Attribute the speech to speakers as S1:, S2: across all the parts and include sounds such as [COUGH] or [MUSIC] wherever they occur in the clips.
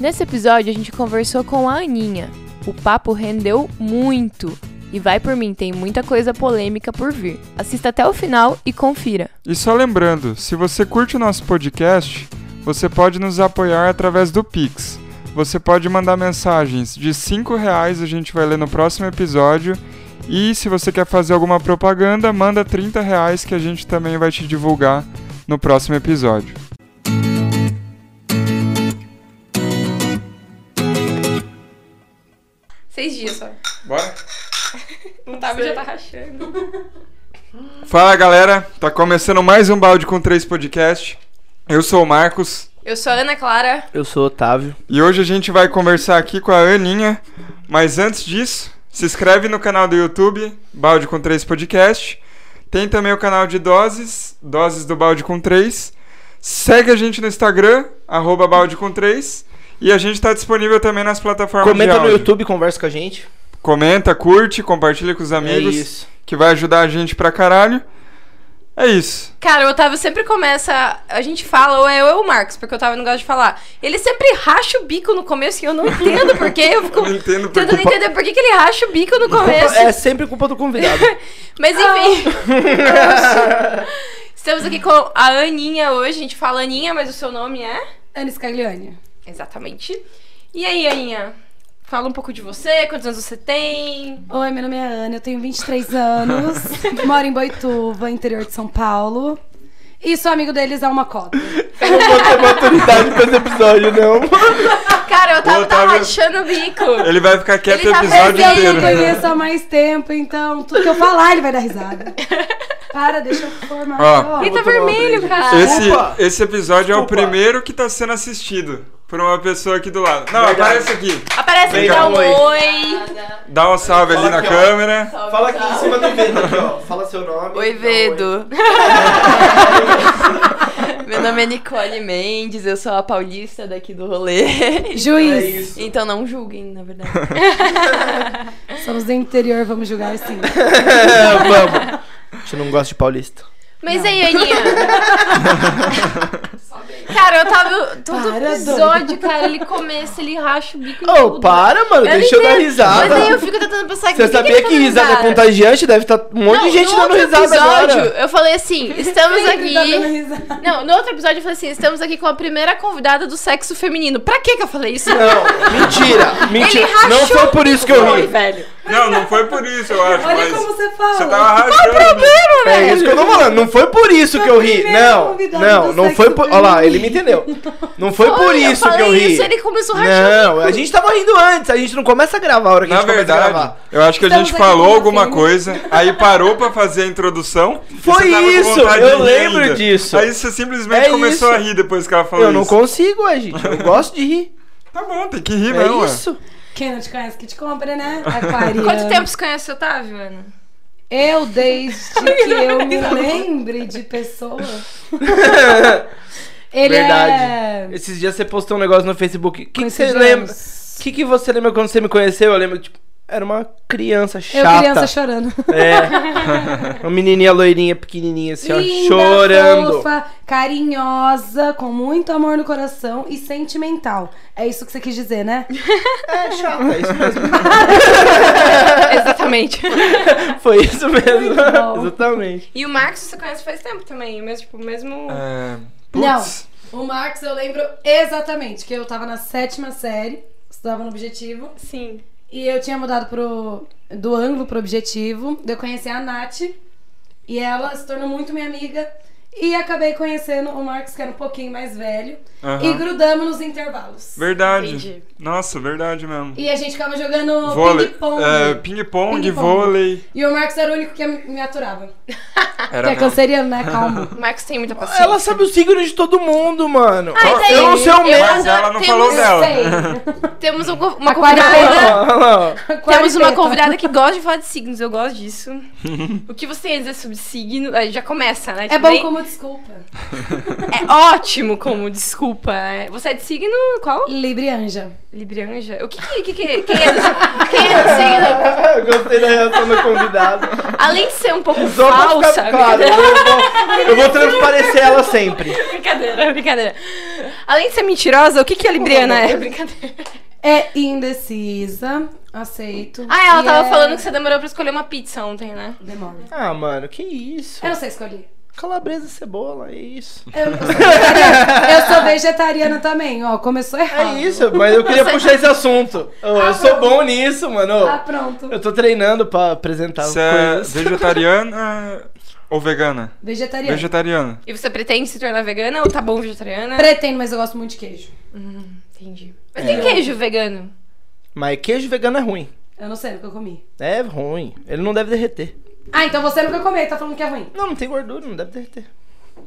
S1: Nesse episódio a gente conversou com a Aninha. O papo rendeu muito. E vai por mim, tem muita coisa polêmica por vir. Assista até o final e
S2: [LAUGHS]
S1: confira.
S3: E só lembrando, se você curte o nosso podcast, você pode nos apoiar através do Pix. Você pode mandar mensagens de R$ 5 reais, a gente vai ler no próximo episódio. E se você quer fazer alguma propaganda, manda R$ 30 reais que a gente também vai te divulgar no próximo episódio.
S2: Seis dias só.
S3: Bora?
S2: O Otávio já tá rachando.
S3: Fala galera, tá começando mais um Balde com Três Podcast. Eu sou o Marcos
S2: Eu sou a Ana Clara.
S4: Eu sou o Otávio.
S3: e hoje a gente vai conversar aqui com a Aninha. Mas antes disso, se inscreve no canal do YouTube, Balde com Três Podcast. Tem também o canal de doses, Doses do Balde com Três. Segue a gente no Instagram, arroba Balde com Três. E a gente tá disponível também nas plataformas de
S4: Comenta no
S3: áudio.
S4: YouTube, conversa com a gente.
S3: Comenta, curte, compartilha com os amigos,
S4: É isso.
S3: que vai ajudar a gente pra caralho. É isso.
S2: Cara, o Otávio sempre começa. A gente fala, ou é eu ou é o Marcos, porque o Otávio não gosta de falar. Ele sempre racha o bico no começo e eu não entendo porque. Eu
S3: [LAUGHS]
S2: fico
S3: Não entendo por
S2: tentando
S3: culpa-
S2: entender por que, que ele racha o bico no começo.
S4: É sempre culpa do
S2: [LAUGHS]
S4: convidado.
S2: Mas enfim. Nossa. [LAUGHS] Estamos aqui com a Aninha hoje. A gente fala Aninha, mas o seu nome é?
S5: Ana Scagliani.
S2: Exatamente. E aí, Aninha? Fala um pouco de você, quantos anos você tem?
S5: Oi, meu nome é Ana, eu tenho 23 anos, [LAUGHS] moro em Boituva, interior de São Paulo. E sou amigo deles há uma cota.
S4: Eu não vou ter maturidade pra esse episódio, não.
S2: Cara, o Otávio, tá
S3: Otávio-
S2: rachando o bico.
S3: Ele vai ficar quieto
S2: Ele
S3: o
S2: tá
S3: episódio
S2: perdendo,
S5: Eu
S3: inteiro.
S5: não conheço há mais tempo, então tudo que eu falar ele vai dar risada. Para, deixa eu formar.
S3: Ó.
S2: Ele
S5: agora.
S2: tá vermelho, cara.
S3: Esse,
S4: Ah, Desculpa.
S3: esse episódio é o
S4: Desculpa.
S3: primeiro que tá sendo assistido por uma pessoa aqui do lado. Não,
S4: Verdade.
S3: aparece aqui.
S2: Aparece
S4: Vem
S2: aqui,
S4: cá,
S2: dá um
S4: oi.
S2: oi.
S3: Dá um salve ali
S4: Fala
S3: na
S4: aqui, ó.
S3: câmera.
S4: Fala aqui em cima do Vedo, aqui, ó. Fala seu nome.
S2: Oi,
S4: Dá um
S2: Vedo. [LAUGHS] Meu nome é Nicole Mendes, eu sou a paulista daqui do rolê.
S4: É
S5: Juiz,
S4: isso.
S2: Então não julguem, na verdade.
S5: somos do interior, vamos julgar assim. sim.
S4: É, vamos. A gente não gosta de paulista.
S2: Mas aí, Aninha? [LAUGHS] cara, eu tava. Todo
S5: Para,
S2: episódio, cara, ele começa, ele racha o bico em
S4: Ô,
S2: tudo.
S4: para, mano.
S2: Eu não
S4: Deixa eu dar
S2: entendo.
S4: risada.
S2: Mas aí eu fico tentando pensar por
S4: Você
S2: que ele
S4: sabia
S2: tá
S4: que
S2: dando
S4: risada é
S2: risada?
S4: contagiante? Deve estar um monte de
S2: Não,
S4: gente
S2: no
S4: dando
S2: outro
S4: risada
S2: episódio,
S4: agora.
S2: Eu falei [LAUGHS] assim, estamos
S5: Sempre tá dando
S2: aqui.
S5: risada.
S2: Não, no outro episódio eu falei assim, estamos aqui com a primeira convidada do sexo feminino. Pra que que eu falei [LAUGHS] isso?
S4: Não, mentira. Mentira.
S2: rachou
S4: Não foi por isso que eu ri.
S2: velho.
S3: Não, não foi por isso, eu acho.
S5: Olha
S3: mas
S5: como você fala.
S3: Você tava rachando.
S4: É isso que eu tô falando, não foi por isso que eu ri.
S5: primeiro
S4: Não,
S5: convidado
S4: não,
S5: do
S4: não
S5: sexo
S4: foi por. Olha lá,
S5: feminino.
S4: ele me entendeu. Não foi por isso
S2: eu
S4: que eu
S2: falei
S4: ri.
S2: Isso, ele começou a rachar.
S4: Não, a gente tava rindo antes, a gente não começa a gravar a hora que a
S3: Na
S4: gente começa a
S3: verdade,
S4: gravar.
S3: eu acho que a
S5: Estamos
S3: gente
S5: aqui
S3: falou
S5: com
S3: alguma
S5: você.
S3: coisa, aí parou pra fazer a
S4: [LAUGHS]
S3: introdução. e
S4: Foi
S3: você tava com
S4: isso,
S3: vontade
S4: eu
S3: de rir
S4: lembro
S3: ainda.
S4: disso.
S3: Aí você simplesmente
S4: É
S3: começou a
S4: isso.
S3: rir depois que ela falou
S4: Eu não
S3: isso.
S4: consigo, a gente. Eu gosto
S3: [LAUGHS]
S4: de rir.
S3: Tá bom, tem que rir,
S4: É
S3: não, ué.
S4: isso.
S5: Quem não te conhece que te compra, né? Aquariano.
S2: Quanto tempo você conhece o Otávio, [LAUGHS] Ana?
S5: Eu,
S2: [LAUGHS]
S5: desde que eu me lembre
S4: [LAUGHS]
S5: de pessoa. Ele
S4: Verdade.
S5: é.
S4: Esses dias você postou um negócio no Facebook. O que, que
S5: Quantos
S4: você
S5: anos?
S4: lembra? O que, que você lembra quando você me conheceu? Eu lembro, tipo, era uma criança
S5: Eu,
S4: chata.
S5: criança
S3: [LAUGHS]
S5: chorando.
S4: É. Uma menininha loirinha, pequenininha, assim, ó,
S5: Linda,
S4: chorando.
S5: fofa, carinhosa, com muito amor no coração e sentimental. É isso que você quis dizer, né?
S4: É chata, é isso mesmo.
S2: Exatamente.
S4: Foi isso mesmo.
S5: Muito
S4: [LAUGHS]
S5: bom.
S4: Exatamente.
S2: E o Marcos você conhece faz tempo também, mas tipo, mesmo...
S3: É,
S5: Não.
S3: putz.
S5: O Marcos, eu lembro exatamente que eu tava na sétima série, estudava no Objetivo.
S2: Sim.
S5: E eu tinha mudado pro, do ângulo pro objetivo. Eu conheci a Nath. E ela se tornou muito minha amiga. E acabei conhecendo o Marcos, que era um pouquinho mais velho.
S3: Aham.
S5: E grudamos nos intervalos.
S3: Verdade.
S2: Entendi.
S3: Nossa, verdade mesmo.
S5: E a gente ficava jogando
S3: Vôlei.
S5: ping-pong.
S3: É, Ping-pong,
S5: Ping-pong.
S3: vôlei.
S5: E o Marcos era o único que me aturava.
S3: Era
S5: que é
S3: mesmo.
S5: canceriano, né? Calmo.
S2: O Marcos tem muita paciência.
S4: Ela sabe o signo de todo mundo, mano.
S2: Ai, daí,
S4: eu não sei o meu. [LAUGHS]
S3: Mas ela não
S2: temos-
S3: falou dela.
S2: Temos um co- uma
S5: Aquário
S2: convidada...
S4: Olha lá, ó.
S2: Temos uma convidada que gosta de falar de signos, eu gosto disso. o que você tem a dizer sobre signo? Aí Já começa, né?
S5: É
S2: Tipo,
S5: bom
S2: nem-
S5: como desculpa.
S2: É ótimo como desculpa. é. Você é de signo qual?
S5: Librianja.
S2: Librianja? O que que... que, que- quem, é do, quem é do signo?
S4: Eu gostei da reação do convidado.
S2: Além de ser um pouco
S4: Só pra
S2: falsa... [LAUGHS]
S4: ficar claro, eu vou, eu vou transparecer ela sempre.
S2: Brincadeira, brincadeira. Além de ser mentirosa, o que, que a Libriana é? Brincadeira.
S5: É indecisa, aceito.
S2: Ah, ela
S5: E
S2: tava
S5: é-
S2: falando que você demorou pra escolher uma pizza ontem, né?
S5: Demora.
S4: Ah, mano, que isso?
S5: Eu não sei escolher.
S4: Calabresa e cebola, é isso.
S5: Eu, eu sou vegetariana. Eu sou vegetariana também, ó. Começou
S4: É
S5: errado.
S4: isso, mas eu queria puxar esse assunto. Ô, Eu, sou bom nisso, mano.
S5: Ah, pronto.
S4: Eu tô treinando pra apresentar
S3: Você é [LAUGHS]
S4: coisas.
S3: vegetariana ah, ou vegana?
S5: Vegetariana.
S3: Vegetariana.
S2: E você pretende se tornar vegana ou tá bom vegetariana?
S5: Pretendo, mas eu gosto muito de queijo.
S2: Entendi. Mas tem queijo vegano?
S4: Mas queijo vegano é ruim.
S5: Eu não sei nunca comi.
S4: É ruim. Ele não deve derreter.
S5: Ah, então você nunca comeu, tá falando que é ruim.
S4: Não, não tem gordura, não deve derreter.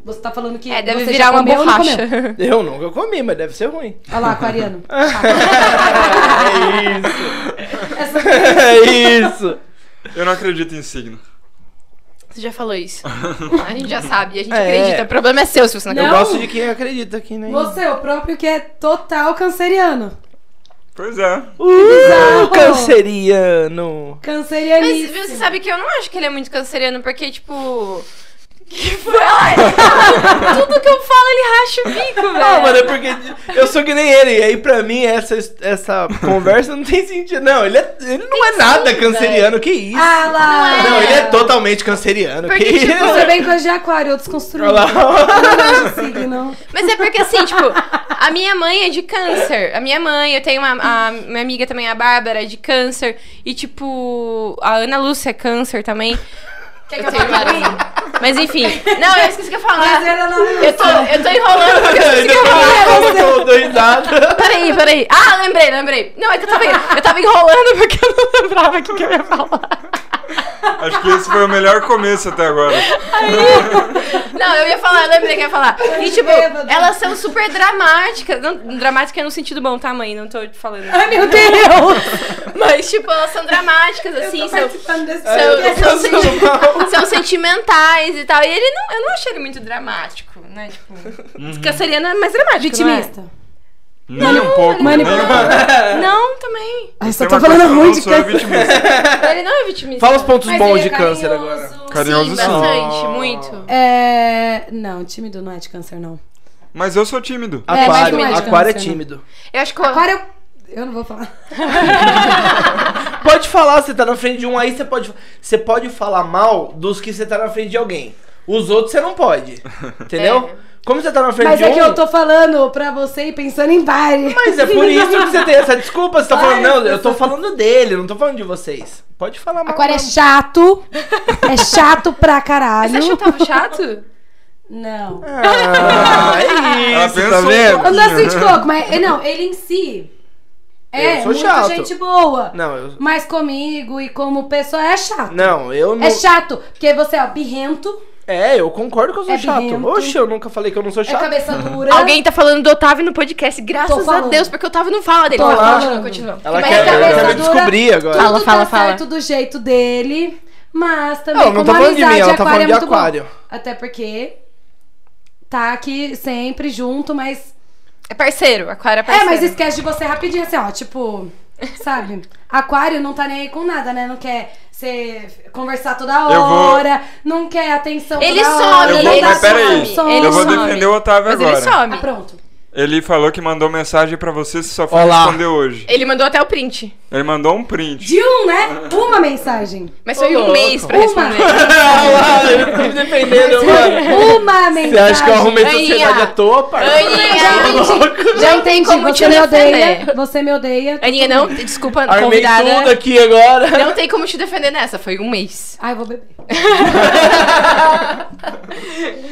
S5: Você tá falando que.
S2: É, deve
S5: você
S2: virar
S5: já
S2: uma
S5: comeu ou não
S2: borracha.
S5: comeu?
S4: Eu nunca comi, mas deve ser ruim.
S5: Olha lá, aquariano.
S4: [LAUGHS] É isso.
S5: Essa-
S4: É isso.
S3: Eu não acredito em signo.
S2: [LAUGHS] Você já falou isso. a gente já sabe, a gente
S4: É.
S2: acredita. O problema é seu se você não,
S5: Não.
S4: Eu
S2: acredita.
S4: gosto de quem acredita aqui, né?
S5: Você, o próprio que é total canceriano.
S3: Pois é.
S4: Uh, canceriano.
S5: Cancerianismo.
S2: Mas viu, você sabe que eu não acho que ele é muito canceriano, porque, tipo. [LAUGHS] Que foi? Olha, Tudo que eu falo, ele racha o bico, velho.
S4: Ah, mano, é porque eu sou que nem ele. E aí, pra mim, essa, essa conversa não tem sentido. Não, ele, é- ele não é nada canceriano. Que isso?
S5: Ah lá!
S4: não, ele é totalmente canceriano.
S2: Porque,
S4: que
S2: tipo,
S4: isso?
S5: Você vem com as de aquário, outros construídos.
S4: Olha lá.
S5: Eu não gosto de
S4: [LAUGHS]
S5: signo.
S2: Mas é porque assim, tipo, a minha mãe é de câncer. A minha mãe, eu tenho uma, a minha amiga também, a Bárbara, é de câncer. E tipo, a Ana Lúcia é câncer também. Quer que eu tenho várias. Mas enfim. Não, eu esqueci o que eu ia
S5: Mas
S2: falar.
S5: ela não
S2: Eu tô, Ah, eu tô enrolando porque eu esqueci o que eu ia falar.
S4: Eu tô risada.
S2: Peraí, peraí. Ah, lembrei, lembrei. Não, é que eu tava, eu tava enrolando porque eu não lembrava o que, que eu ia falar.
S3: Acho que esse foi o melhor começo até agora.
S2: Não, eu ia falar, eu lembrei que eu ia falar. E tipo,
S5: bêbada.
S2: elas são super dramáticas. Não, dramática é no sentido bom, tá, mãe? Não tô falando.
S5: Ai,
S2: [LAUGHS]
S5: meu Deus!
S2: Mas, tipo, elas são dramáticas, assim,
S5: Tô
S2: são,
S5: participando desse
S4: É,
S2: são,
S5: podcast.
S2: são, senti- [LAUGHS]
S4: mal.
S2: são sentimentais e tal. E ele não, eu não achei ele muito dramático, né? Tipo,
S4: Uhum.
S2: canceriano é mais dramático.
S5: Vitimista.
S3: Nem um pouco. Nem
S5: manipulador.
S3: uma...
S2: Não, é? não, também.
S3: Tem
S5: Ai, só
S4: tá
S3: uma
S5: tô
S3: coisa
S5: falando
S3: que eu
S5: ruim
S3: não
S5: de
S3: sou, é
S5: câncer.
S3: vitimista.
S2: Ele não é vitimista.
S4: Fala os pontos
S5: Mas
S4: bons
S5: ele é
S4: de câncer
S5: carinhoso.
S4: agora.
S3: Carinhoso sim.
S2: Sim, bastante,
S3: Ah.
S4: Oh.
S2: muito.
S5: É. Não, tímido não é de câncer, não.
S3: Mas eu sou tímido.
S5: mas não é
S4: Aquário,
S5: de câncer,
S4: aquário é
S5: não.
S4: tímido.
S2: Eu acho que eu-
S5: Aquário. Eu não vou falar.
S4: Pode falar, você tá na frente de um aí, você pode, você pode falar mal dos que você tá na frente de alguém. Os outros você não pode. Entendeu?
S2: É.
S4: Como você tá na frente
S5: Mas
S4: de
S5: é
S4: um.
S5: que eu tô falando pra você e pensando em vários.
S4: Mas é por isso
S5: [LAUGHS]
S4: que você tem essa desculpa. Você tá
S5: Vai,
S4: falando, não, eu tô falando dele, eu não tô falando de vocês. Pode falar mal.
S5: Aquário é
S4: não.
S5: [LAUGHS] chato. É chato pra caralho.
S2: Você achou que tava chato?
S5: Não.
S4: É, Ah, é
S3: Ela
S4: isso, tá
S3: pensou.
S4: vendo?
S5: Eu não gosto de coco, mas. é, Não, ele em si. É,
S4: Eu sou
S5: muita
S4: chato.
S5: gente boa.
S4: Não, eu.
S5: Mas comigo e como pessoa é chato.
S4: Não, eu não.
S5: É chato, porque você é ó, birrento,
S4: É, eu concordo que eu sou
S5: É
S4: chato.
S5: birrento.
S4: Oxe, eu nunca falei que eu não sou
S5: é
S4: chato. Uhum.
S5: cabeça dura.
S2: [LAUGHS] Alguém tá falando do Otávio no podcast, graças a
S5: falando.
S2: Deus, porque o Otávio não fala dele.
S5: Tô
S2: Mas
S5: lá.
S2: continua, continua. tá
S4: Ela
S5: Mas
S4: quer,
S5: é cabeça
S4: ela quer me
S5: dura.
S4: descobrir
S5: tudo
S4: agora.
S2: Fala, fala,
S5: tá
S2: fala.
S5: certo do jeito dele, mas também
S4: Ela não
S5: como
S4: tá falando de
S5: amizade,
S4: mim, ela tá
S5: aquário
S4: falando de
S5: é muito bom.
S4: aquário.
S5: Até porque tá aqui sempre junto, mas
S2: É parceiro, Aquário é
S5: é,
S2: parceiro.
S5: mas esquece de você rapidinho assim, ó, tipo, sabe? Aquário não tá nem aí com nada, né? Não quer ser conversar toda
S3: Eu vou-
S5: hora, não quer atenção
S2: Ele
S5: toda
S2: some,
S5: hora,
S3: Eu
S5: Ah, não
S3: vou,
S2: ele
S5: dá
S3: mas peraí.
S5: atenção,
S2: some, ele
S3: eu vou
S2: some.
S3: defender o Otávio
S2: Mas
S3: agora.
S2: ele some.
S5: Ah, pronto.
S3: Ele falou que mandou mensagem pra você, você só foi
S4: Olá.
S3: responder hoje.
S2: Ele mandou até o print.
S3: Ele mandou um print.
S5: De um, né? Uma mensagem.
S2: Mas foi
S4: Ô,
S2: um
S4: louco.
S2: mês pra [LAUGHS]
S5: Uma.
S2: responder.
S4: [LAUGHS] Ah, lá, eu tô me defendendo, mano.
S5: Uma mensagem.
S4: Você acha que eu arrumei
S2: Aninha.
S4: sociedade à toa, parça?
S2: Aninha,
S5: Já
S2: Não tem
S5: entendi,
S2: como
S5: você
S2: te
S5: me
S2: defender.
S5: odeia. Você me odeia.
S2: Aninha, não, desculpa,
S4: Armei tudo
S2: convidada.
S4: aqui agora.
S2: Não tem como te defender nessa, foi um mês.
S5: Ai, vou beber.
S2: [LAUGHS]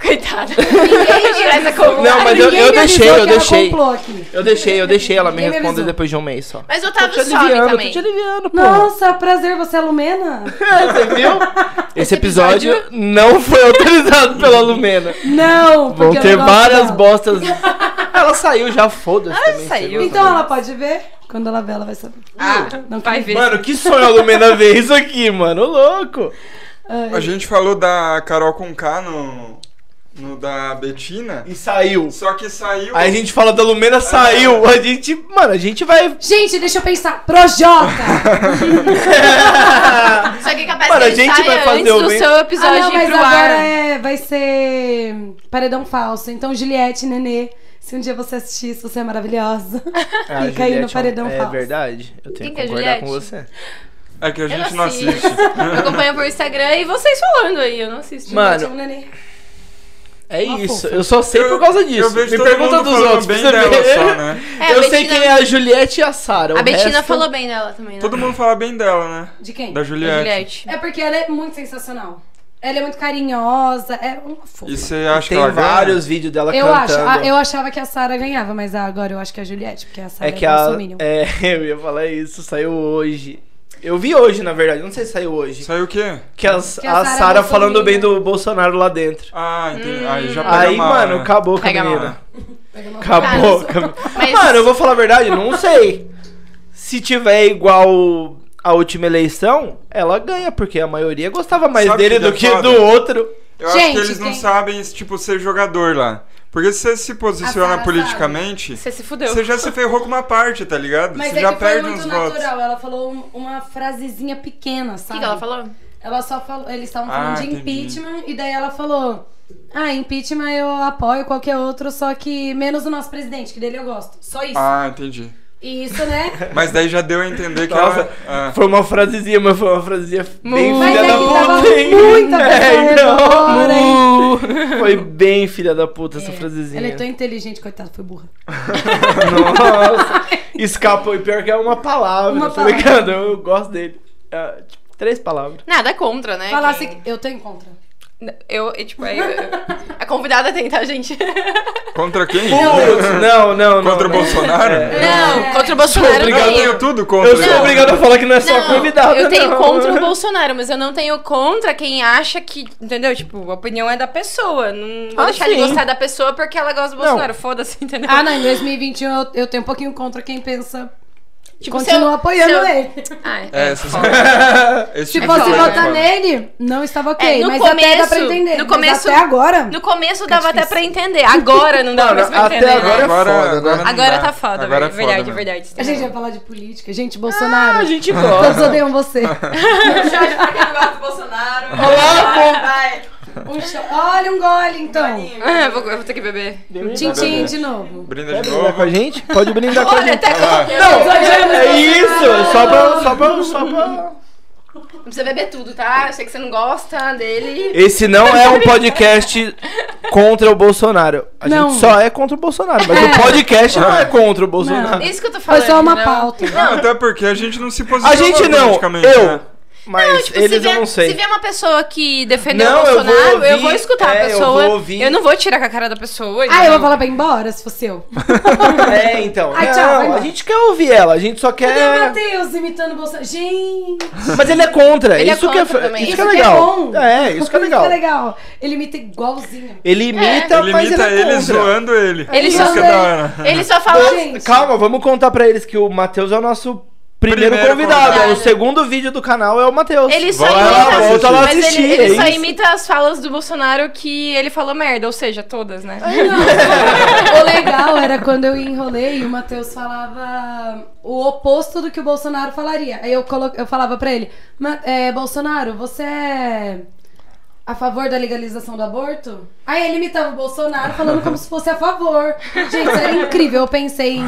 S2: Coitada. Ninguém tira essa como.
S4: [LAUGHS] Não, mas eu-
S5: Ninguém me
S4: deixei,
S5: avisou
S4: eu
S5: que ela
S4: deixei.
S5: complô aqui.
S4: Eu deixei, eu deixei ela me
S5: Ninguém me
S4: responder
S5: avisou.
S4: depois de um mês só.
S2: Mas o
S4: Tô te
S2: Otávio some
S4: aliviando, tô
S2: também.
S4: te aliviando, pô.
S5: Nossa, prazer, você é Lumena?
S4: [LAUGHS] Você viu? Esse
S2: episódio-
S4: episódio não foi [LAUGHS] autorizado pela Lumena.
S5: Não,
S4: Vão
S5: porque eu
S4: ter
S5: não gosto
S4: várias
S5: dela. [LAUGHS]
S4: bostas. Ela saiu já, foda-se. Ela
S2: saiu.
S5: Então ela pode ver? Quando ela vê, ela vai saber.
S2: Ah,
S5: Não
S2: vai
S5: quero.
S2: ver.
S4: Mano, que sonho a Lumena ver isso aqui, mano. Louco.
S5: Ai.
S3: A gente falou da Carol com K no, no da Betina.
S4: E saiu.
S3: Só que saiu.
S4: Aí a gente fala da Lumena, saiu. A gente, mano, a gente [LAUGHS] vai.
S5: Gente, deixa eu pensar. Projota!
S2: Só que capaz
S4: Mano,
S2: que
S4: a
S2: ele
S4: gente
S2: saia
S4: vai fazer um
S2: antes do
S4: o bem-
S2: seu
S5: ah,
S2: [LAUGHS] episódio
S5: não,
S2: ir
S5: mas
S2: pro
S5: agora
S2: ar.
S5: é, vai ser paredão falso. Então, Juliette, Nenê, Se um dia você assistir isso, você
S2: [LAUGHS]
S5: é maravilhosa.
S4: Ah,
S5: Fica aí no
S4: Juliette,
S5: paredão
S4: É
S5: falso.
S4: verdade. Eu tenho
S2: Quem
S4: que
S2: que é
S4: concordar com
S2: Juliette?
S4: você.
S3: É que a
S2: Eu
S3: gente não
S2: assisto.
S3: assiste.
S4: [LAUGHS]
S2: Eu acompanho por Instagram e vocês falando aí, eu não assisto.
S4: Mano,
S5: Tipo, neném.
S4: É
S5: Uma
S4: isso.
S5: fofa.
S4: Eu só sei por causa disso.
S3: Eu vejo
S4: Me
S3: todo
S4: pergunta
S3: mundo
S4: dos
S3: falando
S4: outros.
S3: bem
S4: pra você
S3: dela
S4: ver.
S3: só, né?
S2: É, a
S4: eu sei
S2: Betina-
S4: quem é a Juliette e a Sara.
S2: A
S4: o
S2: Betina
S4: resto-
S2: falou bem dela também, né?
S3: Todo mundo fala bem dela, né?
S5: De quem?
S3: Da
S2: Da
S3: Juliette.
S2: Juliette.
S5: É porque ela é muito sensacional. Ela é muito carinhosa, é uma fofa.
S3: E você acha que
S4: Tem
S3: ela ganha?
S4: vários vídeos dela
S5: Eu acho,
S4: tá cantando.
S5: ah, eu achava que a Sara ganhava, mas ah, agora eu acho que a Juliette, porque a Sara
S4: É
S5: é,
S4: que a.
S5: bolsominion.
S4: [LAUGHS] É, eu ia falar isso, saiu hoje. Eu vi hoje, na verdade, não sei se saiu hoje.
S3: Saiu o quê?
S4: Que a, a
S5: Que a Sara
S4: Sara
S5: Bolsonaro.
S4: falando bem do Bolsonaro lá dentro.
S3: Ah, entendi.
S5: Hum.
S3: Aí já pega
S4: Aí,
S3: mal,
S4: mano,
S3: né?
S4: acabou com a
S2: Pega mal.
S4: menina.
S5: Pega uma-
S4: Acabou.
S2: Cara,
S4: com
S5: [LAUGHS]
S4: a-
S2: mas-
S4: Mano, eu vou falar a verdade, não sei. Se tiver igual a última eleição, ela ganha, porque a maioria gostava mais
S3: Sabe
S4: dele
S3: que é
S4: do que
S3: foda?
S4: do outro.
S3: Eu acho
S5: Gente,
S3: que eles não
S5: tem-
S3: sabem, tipo, ser jogador lá. Porque se você se
S5: A
S3: posiciona
S5: Sara
S3: politicamente,
S2: Você se fudeu.
S3: você já se ferrou com uma parte, tá ligado?
S5: Mas
S3: você
S5: é
S3: já
S5: que foi
S3: perde
S5: muito
S3: uns
S5: natural.
S3: votos.
S5: Ela falou um- uma frasezinha pequena,
S2: O
S5: sabe?
S2: que, que ela falou?
S5: Ela só falou. Eles estavam
S3: Ah,
S5: falando de
S3: entendi.
S5: impeachment e daí ela falou. Ah, impeachment eu apoio qualquer outro, só que menos o nosso presidente, que dele eu gosto. Só isso.
S3: Ah, entendi.
S5: E
S3: [LAUGHS]
S5: isso, né?
S3: Mas daí já deu a entender que
S4: Nossa.
S3: ela. Ah.
S4: Foi uma frasezinha, mas foi uma frasezinha bem
S2: Mu.
S5: Mas
S4: filha
S5: é
S4: da
S5: que tava
S4: puta, hein?
S5: muita
S4: [LAUGHS] É,
S5: vergonha,
S4: não. [LAUGHS] Foi bem filha da puta essa frasezinha. [LAUGHS]
S5: Ela é tão inteligente, coitada, foi burra.
S4: Nossa, escapou. E pior que é uma palavra,
S5: Uma
S4: tá
S5: palavra.
S4: ligado? Eu gosto dele. É, tipo, três palavras.
S2: Nada contra, né?
S5: Falasse
S2: Quem-
S5: que. Eu tô em contra.
S2: Eu, eu, [LAUGHS] tipo, aí eu- eu- a convidada tem, tá, gente?
S3: ah, Contra quem?
S4: não, não, não.
S3: Contra o
S4: não.
S3: Bolsonaro?
S4: É.
S2: Não, contra o Bolsonaro
S3: Eu
S2: tem.
S3: tenho tudo contra.
S4: Eu sou
S3: ele.
S4: obrigado a falar que não é só
S2: Não,
S4: convidado.
S2: eu tenho
S4: não.
S2: contra o Bolsonaro, mas eu não tenho contra quem acha que, entendeu? Tipo, a opinião é da pessoa. Não vou
S4: Ah,
S2: deixar
S4: sim.
S2: de gostar da pessoa porque ela gosta do Bolsonaro. Foda-se, entendeu?
S5: Ah, não, em 2021 eu, eu tenho um pouquinho contra quem pensa.
S2: Tipo, se eu-
S5: continua apoiando
S2: se eu-
S5: ele.
S2: Ah, é.
S3: É, essas... [LAUGHS] Esse
S5: Se
S3: tipo de
S5: fosse
S3: coisa,
S5: votar
S3: mano.
S5: nele, não estava ok.
S2: É, no
S5: mas até
S2: começo-
S5: dá pra entender.
S2: no
S5: Mas
S2: começo-
S5: até agora.
S2: No começo dava até
S5: difícil.
S2: pra entender. Agora não dava
S4: Mano,
S2: mais pra
S4: até
S2: entender. né?
S4: agora é foda, né?
S3: não
S2: Agora
S3: dá.
S2: tá foda,
S3: Agora é
S2: velho. verdade,
S3: foda,
S2: verdade. você
S5: A
S2: tem
S5: gente vai
S2: razão.
S5: falar de política. Gente,
S4: Ah, [LAUGHS]
S5: Bolsonaro.
S4: a gente
S5: Todos
S4: gosta. [LAUGHS]
S5: odeiam você. Um cho- Olha um gole, então.
S2: Ah, eu vou, eu vou ter que beber.
S5: Tintim de novo.
S3: Brinda de
S4: Brindar com
S3: novo.
S4: a gente? Pode brindar com a
S2: Olha, tá-
S4: gente.
S2: até coloquei.
S4: Não,
S5: Olha,
S4: é isso. Só pra, só pra, só pra...
S2: Não precisa beber tudo, tá? Eu sei que você não gosta dele.
S4: Esse não é um podcast contra o Bolsonaro. A
S5: Não.
S4: gente só é contra o Bolsonaro, mas o podcast não
S3: Ah.
S4: é contra o Bolsonaro.
S5: Não.
S2: Isso que eu tô
S5: Foi
S2: falando.
S5: só uma
S2: entendeu?
S5: pauta.
S3: Não, até porque a gente não se posiciona
S4: A gente não,
S3: politicamente,
S4: eu.
S3: né?
S4: Mas
S2: Não, tipo, se
S4: eles
S2: vier,
S4: eu não
S2: Se
S4: sei.
S2: vier uma pessoa que defendeu
S4: Não,
S2: o
S4: eu vou
S2: Bolsonaro, eu vou,
S4: ouvir,
S2: escutar
S4: é,
S2: a
S4: eu
S2: pessoa.
S4: vou ouvir.
S2: não vou tirar com a cara da pessoa.
S5: Ah, eu
S2: entendeu?
S5: vou falar pra ir embora, se
S4: [LAUGHS]
S5: fosse eu.
S4: É, então.
S5: Ai, tchau, vai
S4: não, a
S5: embora.
S4: gente quer ouvir ela, a gente só
S5: Cadê o
S4: quer.
S5: Matheus imitando o Bolsonaro? Gente,
S4: Mas ele é contra.
S2: Ele é
S4: isso que
S2: contra
S4: é,
S2: também.
S4: isso
S5: isso
S4: que é
S5: que
S4: legal.
S5: bom.
S4: É, isso que é legal.
S5: Isso que é legal. Ele imita igualzinho.
S2: É.
S4: Ele imita,
S3: Ele
S4: mas
S3: imita
S4: ele é
S3: ele,
S4: contra.
S3: zoando ele.
S2: Ele
S3: Isso
S2: só-
S3: que é da hora.
S2: Ele só fala.
S5: Gente.
S4: Calma, vamos contar pra eles que o Matheus é o nosso primeiro,
S3: Primeiro
S4: convidado.
S3: convidado.
S4: É o segundo vídeo do canal é o Matheus.
S2: Ele só
S3: Vai lá,
S2: imita.
S3: volta lá
S2: mas
S4: assistir,
S2: ele, ele
S4: é
S2: só
S4: isso.
S2: imita as falas do Bolsonaro que ele falou merda, ou seja, todas, né?
S5: Não. o legal era quando eu enrolei e o Matheus falava o oposto do que o Bolsonaro falaria. Aí eu, colo... eu falava pra ele, "Ma- é, Bolsonaro, você é a favor da legalização do aborto? Aí ele imitava o Bolsonaro falando como se fosse a favor. Gente, isso era incrível. Eu pensei em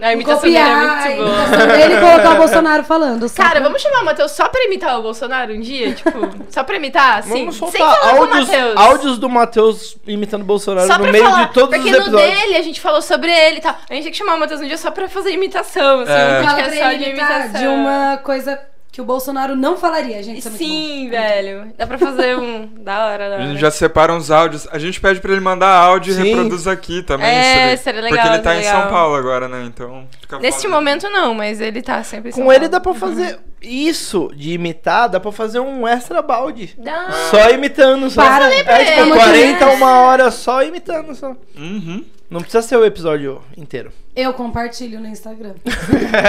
S2: A imitação dele é
S5: copiar a
S2: muito boa.
S5: imitação dele e colocar o Bolsonaro falando. só
S2: Cara,
S5: pra-
S2: vamos chamar o Matheus só pra imitar o Bolsonaro um dia? Tipo, só pra imitar? Assim,
S4: Vamos
S2: sem
S4: soltar
S2: falar com o
S4: áudios,
S2: Matheus.
S4: áudios do Matheus imitando o Bolsonaro
S2: Só
S4: no
S2: pra
S4: meio
S2: falar,
S4: de todos os
S2: porque
S4: episódios.
S2: no dele a gente falou sobre ele e tal. A gente tem que chamar o Matheus um dia só pra fazer imitação, assim,
S3: É.
S2: um
S5: Fala
S2: podcast
S5: pra
S2: só
S5: ele
S2: de
S5: imitar
S2: imitação.
S5: de uma coisa que o Bolsonaro não falaria, gente. Isso é muito bom.
S2: Sim, velho. Dá pra fazer um. da hora, da
S3: A
S2: hora.
S3: gente já separa uns áudios. A gente pede pra ele mandar áudio
S4: Sim.
S3: e reproduz aqui também.
S2: É,
S3: se ele-
S2: seria
S3: Porque
S2: legal,
S3: ele tá em
S2: seria legal.
S3: São Paulo agora, né? Então. fica
S2: Nesse
S3: foda.
S2: momento não, mas ele tá sempre. em São
S4: Com ele
S2: Paulo.
S4: dá pra fazer isso de imitar, dá pra fazer um extra balde.
S2: Dá.
S4: Só imitando, só.
S5: Para,
S4: é
S2: pra
S4: tipo
S2: ele.
S4: 40 uma hora só imitando, só.
S3: Uhum.
S4: Não precisa ser o episódio
S2: [LAUGHS]
S4: inteiro.
S5: Eu compartilho no Instagram.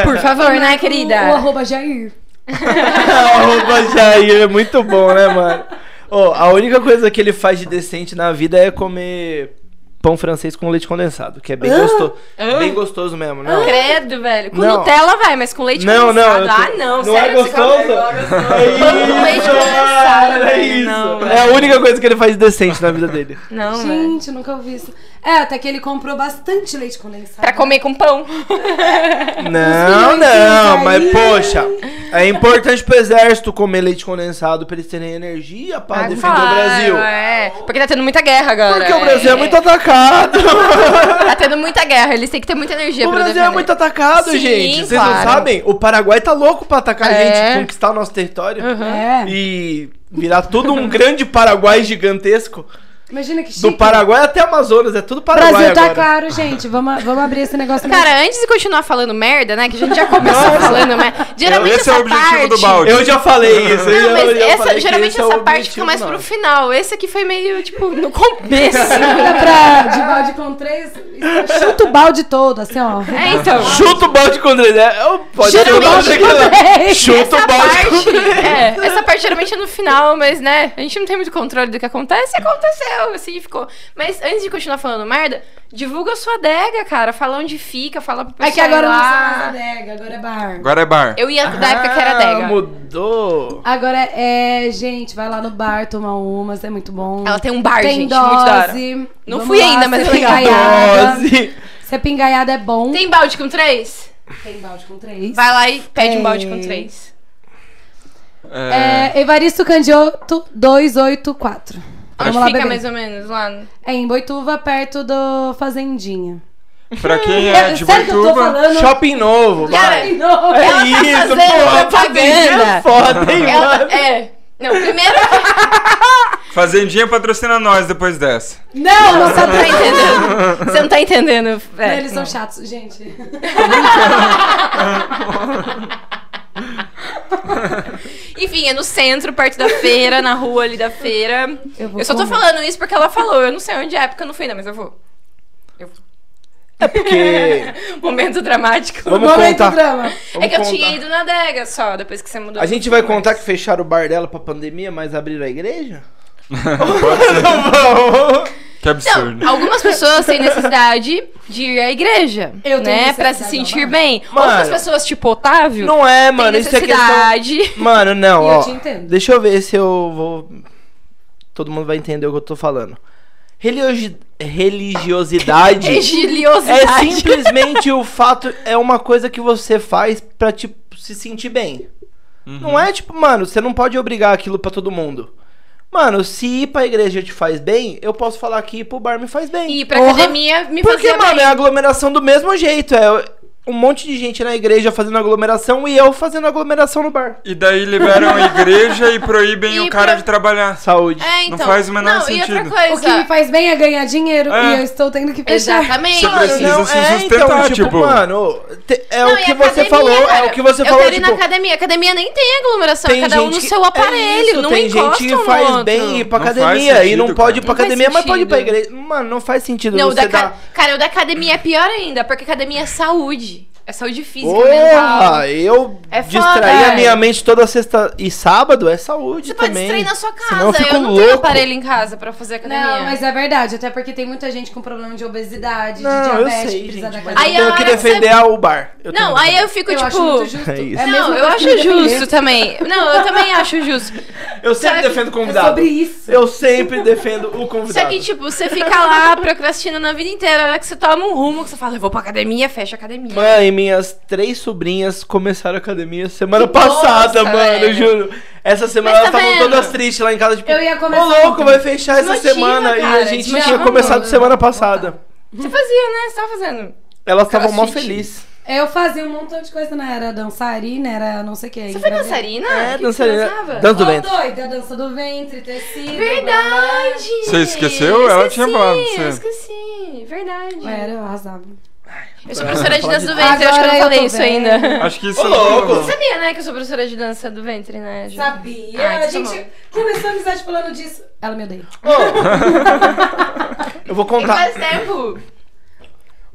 S2: Por favor, né,
S4: um
S5: O
S2: querida?
S5: arroba Jair.
S4: Arroba Jair, é muito bom, né, mano? Ô, a única coisa que ele faz de decente na vida é comer pão francês com leite condensado, que é bem gostoso. Bem gostoso mesmo, né? não?
S2: Ah! Credo, velho. Com
S4: Não.
S2: Nutella vai, mas com leite
S4: Não, não.
S2: condensado.
S4: eu
S2: Ah,
S4: tô-
S2: não.
S4: Não
S2: sério,
S4: é
S2: você
S4: gostoso? É
S2: Com leite
S4: isso,
S2: condensado,
S4: cara, é
S2: velho,
S4: isso.
S2: não.
S4: É a única coisa que ele faz decente na vida dele.
S2: Não, velho.
S5: Gente, nunca ouvi isso. É, até que ele comprou bastante leite condensado.
S2: Pra comer com pão.
S4: Não,
S5: milhões
S4: não,
S5: de
S4: mas
S5: aí.
S4: poxa, é importante pro exército comer leite condensado pra eles terem energia pra defender o
S2: Claro,
S4: Brasil.
S2: É, porque tá tendo muita guerra agora.
S4: Porque o Brasil é muito atacado.
S2: [LAUGHS]
S4: [LAUGHS]
S2: Tá tendo muita guerra, eles têm que ter muita energia
S4: O
S2: pra
S4: Brasil
S2: defender.
S4: é muito atacado,
S2: Sim,
S4: gente. Vocês não
S2: claro.
S4: sabem? O Paraguai tá louco pra atacar a
S2: É. Uhum.
S4: gente, conquistar o nosso território.
S5: É.
S4: E virar tudo um grande Paraguai gigantesco.
S5: Imagina que chique.
S4: Do Paraguai até Amazonas, é tudo
S5: O
S4: Paraguai
S5: Brasil tá
S4: agora.
S5: claro, gente. Vamos, vamos abrir esse negócio mais-
S2: Cara, antes de continuar falando merda, né? Que a gente já começou falando merda. Geralmente
S3: Esse é
S2: essa
S3: o objetivo
S2: parte...
S3: do balde.
S4: Eu já falei isso.
S2: Não,
S4: eu já-
S2: mas
S4: eu já
S2: essa,
S4: falei que
S2: geralmente
S4: esse é o
S2: essa parte fica
S4: objetivo
S2: mais pro
S4: nosso.
S2: final. Esse aqui foi meio, tipo, no começo.
S4: [LAUGHS]
S5: Dá pra de balde com três. Chuta o balde todo, assim, ó.
S2: é, então.
S4: Chuta o balde contra ele. É, eu- Pode ser o
S2: Geralmente
S4: balde contra ele. Chuta o
S2: [LAUGHS] Essa
S4: balde contra
S2: parte,
S4: ele.
S3: [LAUGHS]
S2: é, essa parte geralmente é no final, mas né, a gente não tem muito controle do que acontece, aconteceu, assim ficou. Mas antes de continuar falando merda, divulga a sua adega, cara, fala onde fica, fala pro pessoal.
S5: É que agora não
S2: lá.
S5: é mais adega, agora é bar.
S3: Agora é bar.
S2: Eu ia da época que era adega.
S4: Ah, Mudou.
S5: Agora é, gente, vai lá no bar tomar umas, é muito bom.
S2: Ela tem um bar,
S5: tem
S2: gente,
S5: dose.
S2: muito da hora. Não
S5: Vamos
S2: fui
S5: lá,
S2: ainda, mas
S5: ser
S2: é legal.
S5: pingaiada.
S4: Dose.
S5: Ser pingaiada é bom.
S2: Tem balde com três?
S5: Tem balde com três.
S2: Vai lá e pede um
S5: Tem.
S2: balde com três.
S3: É,
S5: É, Evaristo Candioto 284.
S2: Onde
S5: Vamos lá,
S2: fica
S5: bebê.
S2: mais um- ou menos lá? no-
S5: É em Boituva, perto do Fazendinha.
S3: Pra quem é
S5: Eu-
S3: de
S5: sério que eu tô
S3: Boituva,
S5: falando?
S4: Shopping novo, vai.
S2: Cara,
S5: Ai, não.
S4: É
S2: tá
S4: isso,
S2: fazendo
S4: porra,
S2: propaganda.
S4: fazendinha é foda, hein,
S2: ela
S4: mano?
S2: é. Não, primeiro
S3: Fazendinha patrocina nós depois dessa.
S5: Não, não
S2: você não tá [LAUGHS]
S5: sabe.
S2: entendendo. Você não tá entendendo. é,
S5: Eles
S2: não.
S5: são chatos, gente.
S2: Enfim, é no centro, perto da feira, na rua ali da feira.
S5: Eu
S2: Eu,
S5: vou
S2: só tô
S5: comer.
S2: falando isso porque ela falou. Eu não sei onde é, porque eu não fui ainda, mas eu vou. Eu vou.
S4: É Porque
S2: [LAUGHS] Momento dramático.
S4: Vamos
S5: Momento
S4: contar.
S5: drama.
S2: é que eu
S4: Vamos
S2: tinha
S4: contar.
S2: ido na adega só, depois que você mudou.
S4: a gente vai contar que fecharam o bar dela pra pandemia, mas abriram a igreja? [LAUGHS] Não vão.
S3: Que absurdo.
S2: Não, algumas pessoas têm necessidade de ir à igreja,
S5: Eu tenho
S2: né? Pra
S5: necessidade
S2: se
S5: agora.
S2: sentir bem.
S4: Mano.
S2: Outras pessoas, tipo Otávio,
S4: Não é,
S2: têm
S4: mano, isso é questão...
S2: necessidade.
S4: Mano, não,
S5: E eu
S4: ó.
S5: te entendo.
S4: Deixa eu ver se eu vou... Todo mundo vai entender o que eu tô falando. Religiosi- [LAUGHS] Religiosidade
S2: Religiosidade.
S4: é simplesmente o fato... É uma coisa que você faz pra, tipo, se sentir bem.
S2: Uhum.
S4: Não é tipo, mano, você não pode obrigar aquilo pra todo mundo. Mano, se ir pra igreja te faz bem, eu posso falar que ir pro bar me faz bem.
S2: E ir pra
S4: Porra.
S2: academia me
S4: Porque,
S2: fazia
S4: mano,
S2: bem.
S4: é aglomeração do mesmo jeito. É um monte de gente na igreja fazendo aglomeração e eu fazendo aglomeração no bar.
S3: E daí liberam a igreja e proíbem
S2: E
S3: o cara
S2: pra-
S3: de trabalhar.
S4: Saúde.
S2: É, então.
S3: faz o menor
S2: não, E outra
S3: sentido.
S2: coisa.
S5: O que me faz bem é ganhar dinheiro
S3: É.
S5: e eu estou tendo que fechar.
S2: Exatamente.
S3: Você precisa
S4: Não,
S3: se
S4: é,
S3: sustentar,
S4: então, tipo,
S3: tipo-
S4: mano, te- é
S2: Não,
S4: o
S2: e
S4: que
S2: a
S4: você
S2: academia,
S4: falou, é
S2: cara?
S4: o que você
S2: eu
S4: falou,
S2: quero ir
S4: tipo,
S2: na academia. Academia nem tem aglomeração,
S4: tem
S2: cada um
S4: gente
S2: no
S4: que-
S2: seu
S4: é
S2: aparelho,
S4: isso,
S2: não
S4: tem
S2: encosta
S4: gente que
S2: um
S4: faz
S2: no outro.
S4: bem ir pra
S3: Não faz
S4: academia e não
S3: sentido,
S4: pode ir
S3: cara.
S4: pra
S2: Não faz
S4: academia, mas pode ir pra
S2: sentido.
S4: igreja. Mano, não faz sentido
S2: Não,
S4: você
S2: da ca-
S4: dar...
S2: cara, o da academia é pior ainda, porque academia é saúde. É saúde física, mental.
S4: Porra, eu
S2: É foda,
S4: distraí
S2: é.
S4: a minha mente toda sexta e sábado é saúde
S2: Você pode
S4: também.
S2: distrair na sua casa.
S4: Senão eu fico
S2: não tenho
S4: louco.
S2: aparelho em casa pra fazer academia.
S5: Não, mas é verdade, até porque tem muita gente com problema de obesidade,
S4: Não,
S5: de diabetes,
S4: eu sei,
S5: que
S4: gente,
S5: precisa da
S4: mas
S5: academia.
S2: Aí
S4: eu
S2: a
S4: tenho que
S2: hora que você-
S4: defender a- o bar. Eu
S2: Não,
S4: tenho
S2: aí eu fico,
S5: Eu
S2: tipo.
S5: acho muito justo.
S4: É isso.
S5: a mesma
S2: não, eu
S5: coisa que
S2: acho
S5: me defender.
S2: justo também. Não, eu também acho justo.
S4: que- Eu sempre
S2: sabe-
S4: defendo o
S5: É
S4: convidado.
S5: sobre isso.
S4: Eu sempre defendo o convidado.
S2: Só que, tipo, você fica
S5: [LAUGHS]
S2: lá procrastinando a vida inteira. A hora que você toma um rumo, que você fala, eu vou pra academia, fecha a academia.
S4: Mãe, minhas três sobrinhas começaram a academia semana
S2: Que bosta,
S4: passada, mano,
S2: velho.
S4: eu juro. Essa semana
S2: Mas
S4: elas
S2: tá
S4: estavam
S2: vendo?
S4: todas tristes lá em casa, tipo,
S5: Eu ia começar
S4: ô louco,
S5: ontem."
S4: vai fechar essa
S2: Desmotiva,
S4: semana. e
S2: cara, é
S4: a gente
S2: desmotiva,
S4: tinha começado
S5: mano.
S4: semana passada.
S2: Você fazia, né? Você tava fazendo.
S4: Elas estavam mó
S2: Crossfit.
S4: felizes.
S5: Eu fazia um montão de coisa, né? Era dançarina, era não sei o que.
S2: Você foi dançarina?
S4: É,
S2: O que
S4: dançarina.
S2: Você dançava?
S4: Dan- Dança do ventre.
S5: doida, dança do ventre, tecido.
S2: Verdade!
S3: Você esqueceu? Ela tinha falado pra
S2: Esqueci,
S3: você.
S2: eu esqueci. Verdade.
S5: blá, blá. Era, eu arrasava.
S2: Eu sou professora de
S4: Pode-
S2: dança do ventre, eu acho que eu
S5: Agora
S2: não
S5: eu
S2: falei
S5: tô
S2: isso
S5: vendo.
S2: ainda.
S3: Acho que isso
S4: Ô,
S3: é
S4: louco.
S3: louco.
S2: Sabia, né, que eu sou professora de dança do ventre, né? Ju?
S5: Sabia?
S2: Ah,
S5: a
S2: então
S5: gente começou a amizade falando disso. Ela me odeia.
S4: Ô, [LAUGHS] eu vou
S2: E
S4: contar.
S2: faz tempo.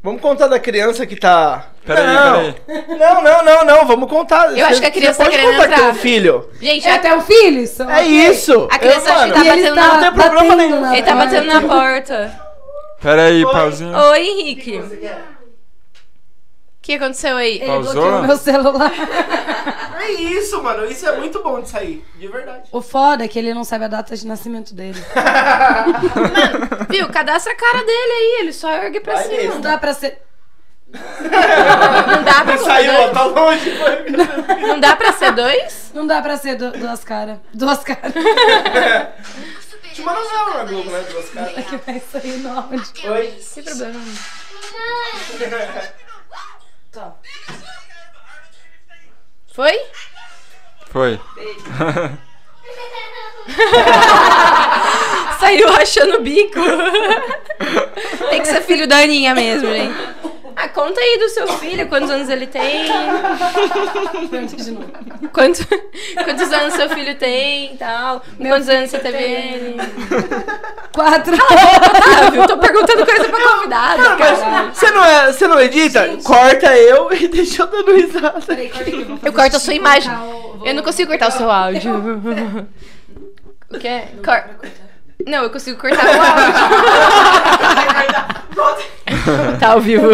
S4: Vamos contar da criança que tá.
S3: Peraí,
S4: não. Não, não, não, não. Vamos contar.
S2: Eu acho que a criança
S4: pode
S2: tá querendo
S4: contar
S2: entrar.
S4: que tem um filho.
S2: Gente,
S5: É até o filho? só-
S4: É
S5: ok.
S4: isso.
S2: A criança
S4: eu,
S2: acha que
S4: mano,
S2: tá
S5: E ele
S2: batendo
S5: tá
S2: na-
S4: não tem problema
S5: batendo
S4: nenhum.
S5: na
S2: ele tá
S5: porta.
S2: batendo na porta.
S3: Peraí, pauzinho.
S2: Oi, Henrique. O que aconteceu aí?
S5: Ele
S3: Pausou?
S5: bloqueou meu celular. [LAUGHS]
S4: É isso, mano. Isso é muito bom de sair. De verdade.
S5: O foda é que ele não sabe a data de nascimento dele.
S2: Viu? Cadastra a cara dele aí, ele só ergue pra
S4: Vai
S2: cima.
S4: mesmo.
S5: [LAUGHS] Não dá pra ser.
S2: Não dá pra
S4: Não saiu, ó, tá longe. [LAUGHS]
S2: Não dá pra ser dois?
S5: Não dá pra ser du- duas caras. Duas caras.
S4: Tinha uma novela na Globo, né? Duas caras.
S5: [LAUGHS] que vai sair no áudio.
S4: Oi.
S2: Sem problema.
S5: Tá.
S2: Foi?
S3: Foi.
S2: Saiu rachando o bico. tem que ser filho da Aninha mesmo, gente. Ah, conta aí do seu filho, quantos anos ele tem,
S5: Pergunta de novo.
S2: quanto, quantos anos seu filho tem e tal, quantos anos você teve ele.
S5: Quatro. [LAUGHS]
S2: Otávio, tô perguntando coisa pra convidado, cara.
S4: Você não, é, você não edita? Corta eu e [LAUGHS] deixa eu dando risada.
S5: Peraí, corta aqui, vou fazer
S2: Eu corto a sua
S5: xixi,
S2: imagem.
S5: cortar o- vou-
S2: Eu não consigo cortar o seu [LAUGHS] áudio. O quê? Cor... Não, eu consigo cortar o [LAUGHS] áudio. tá ao vivo.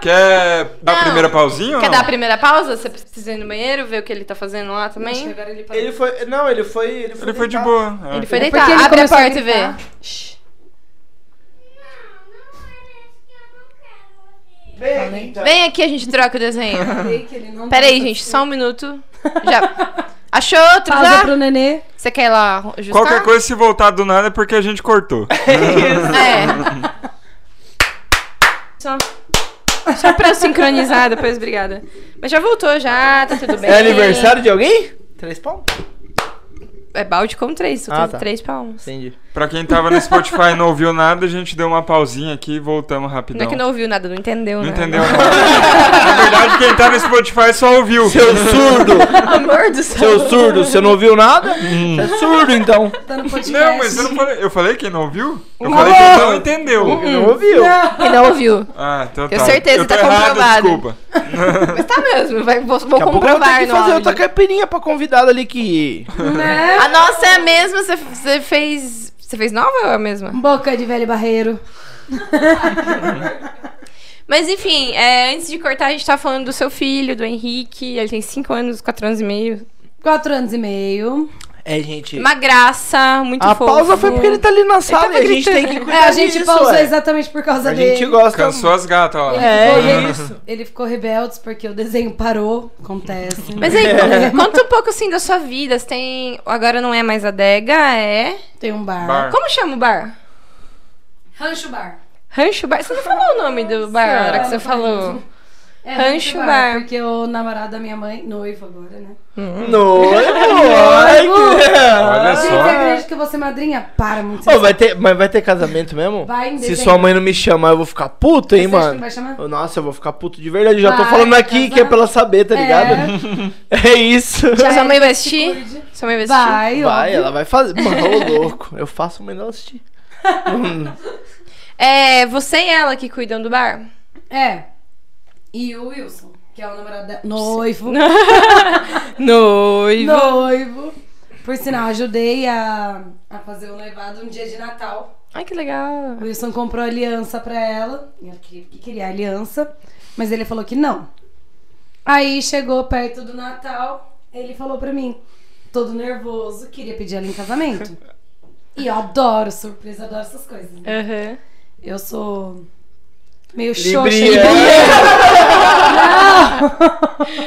S3: Quer dar a
S2: Não.
S3: primeira pausinha? ou
S2: Quer
S3: não?
S2: dar a primeira pausa? Você precisa ir no banheiro, ver o que ele tá fazendo lá
S5: Acho que
S2: também?
S5: agora ele parou.
S4: Ele foi. Não, ele foi. Ele foi,
S3: Ele foi de
S4: deitar.
S3: boa. é.
S2: Ele foi
S5: Porque
S2: deitar.
S5: ele tá,
S2: Abre a
S5: começou
S2: porta e vê.
S5: gritar. Shh.
S4: Vem aqui, então.
S2: Vem aqui, a gente troca o [LAUGHS] desenho.
S5: Falei que ele não tá.
S2: Pera aí,
S5: tava-
S2: gente, só um minuto. [LAUGHS] Já. Achou outro
S5: Pausa
S2: já?
S5: pro nenê.
S2: Você quer ir lá ajustar?
S3: Qualquer coisa, se voltar do nada, é porque a gente cortou.
S2: É. [LAUGHS] Só. Só pra eu sincronizar depois, obrigada. Mas já voltou, já, tá tudo bem.
S4: É aniversário de alguém? Três palmas?
S2: É balde com três, só
S4: Ah,
S2: tem
S4: tá.
S2: três palmas.
S4: Entendi.
S3: pra quem tava no Spotify e não ouviu nada, a gente deu uma pausinha aqui e voltamos rapidão.
S2: Não é que não ouviu nada, não entendeu,
S3: Não
S2: né?
S3: entendeu nada. Na verdade, quem tá no Spotify só ouviu.
S4: Seu surdo!
S2: [LAUGHS] Amor do céu.
S4: Seu surdo, você não ouviu nada? Você é surdo então.
S5: Tá no podcast.
S3: Não, mas eu não falei. Eu falei quem não ouviu? Eu
S2: Uhum.
S4: Não.
S3: falei quem não entendeu.
S4: Eu Hum. não ouviu.
S2: Ele não ouviu.
S3: Ah, então tá.
S2: Uhum. Tenho certeza,
S3: eu tô
S2: tá
S3: errado,
S2: comprovado.
S3: desculpa.
S2: Mas tá mesmo, vai, vou, vou
S4: Daqui a pouco eu vou ter
S2: comprovar
S4: que
S2: no
S4: fazer
S2: áudio.
S4: outra caipirinha pra convidada ali que.
S5: Né?
S2: A nossa é a mesma, você- você fez... Você fez nova ou é a mesma?
S5: Boca de velho barreiro.
S2: Mas enfim, é, antes de cortar, a gente tá falando do seu filho, do Henrique. Ele tem 5 anos, 4 anos e meio.
S5: Quatro anos e meio.
S4: É, gente.
S2: Uma graça, muito
S4: A
S2: fofo.
S4: pausa foi porque ele tá ali na sala e a gente tem que
S5: É,
S4: cuidar
S5: a gente
S4: disso,
S5: pausou
S4: ué.
S5: exatamente por causa
S4: A
S5: dele.
S4: gente gosta.
S3: Cansou as gatas, ó.
S5: Ele
S4: É,
S5: ficou re-
S4: isso.
S5: Ele ficou rebeldes porque o desenho parou. Acontece. [LAUGHS]
S2: Mas
S4: [LAUGHS]
S2: aí, conta um pouco assim da sua vida. Você tem. Agora não é mais adega, é.
S5: Tem um bar.
S3: Bar.
S2: Como chama o bar?
S5: Rancho Bar.
S2: Rancho Bar? Você não falou o nome do bar na hora que você falou.
S5: É,
S2: Rancho Bar.
S5: Porque o namorado da minha mãe, noivo agora, né?
S4: Noivo! ai, que-
S3: Olha
S5: Gente,
S3: só.
S5: você acredita que eu vou ser madrinha? Para, muito
S4: É Ô, vai ter, mas vai ter casamento mesmo?
S5: Vai em
S4: Se
S5: dezembro.
S4: sua mãe não me chamar, eu vou ficar puto, hein,
S5: Você acha que não
S4: mano?
S5: vai chamar?
S4: Ô, Nossa, eu vou ficar puto de verdade. Eu já tô
S5: Vai,
S4: falando aqui
S5: casar.
S4: que é pra ela saber, tá
S5: É.
S4: ligado? É, isso.
S5: Já-
S2: Sua mãe vai
S5: Se
S2: assistir?
S5: cuide.
S2: Sua mãe vai assistir?
S5: Vai,
S4: Vai,
S5: óbvio.
S4: ela vai fazer. Mano, ô louco. Eu faço o menor assistir.
S2: É você e ela que cuidam do bar?
S5: É. E o Wilson, que é o namorado da... [LAUGHS] Noivo.
S2: Noivo.
S5: Noivo. Por sinal, ajudei a, a fazer o noivado um dia de Natal.
S2: Ai, que legal.
S5: O Wilson comprou aliança pra ela. E ela queria, que queria aliança. Mas ele falou que não. Aí chegou perto do Natal, ele falou pra mim, todo nervoso, queria pedir ela em casamento. E eu adoro surpresa, adoro essas coisas. né?
S2: Aham.
S5: Eu sou meio xoxa.
S4: Libria.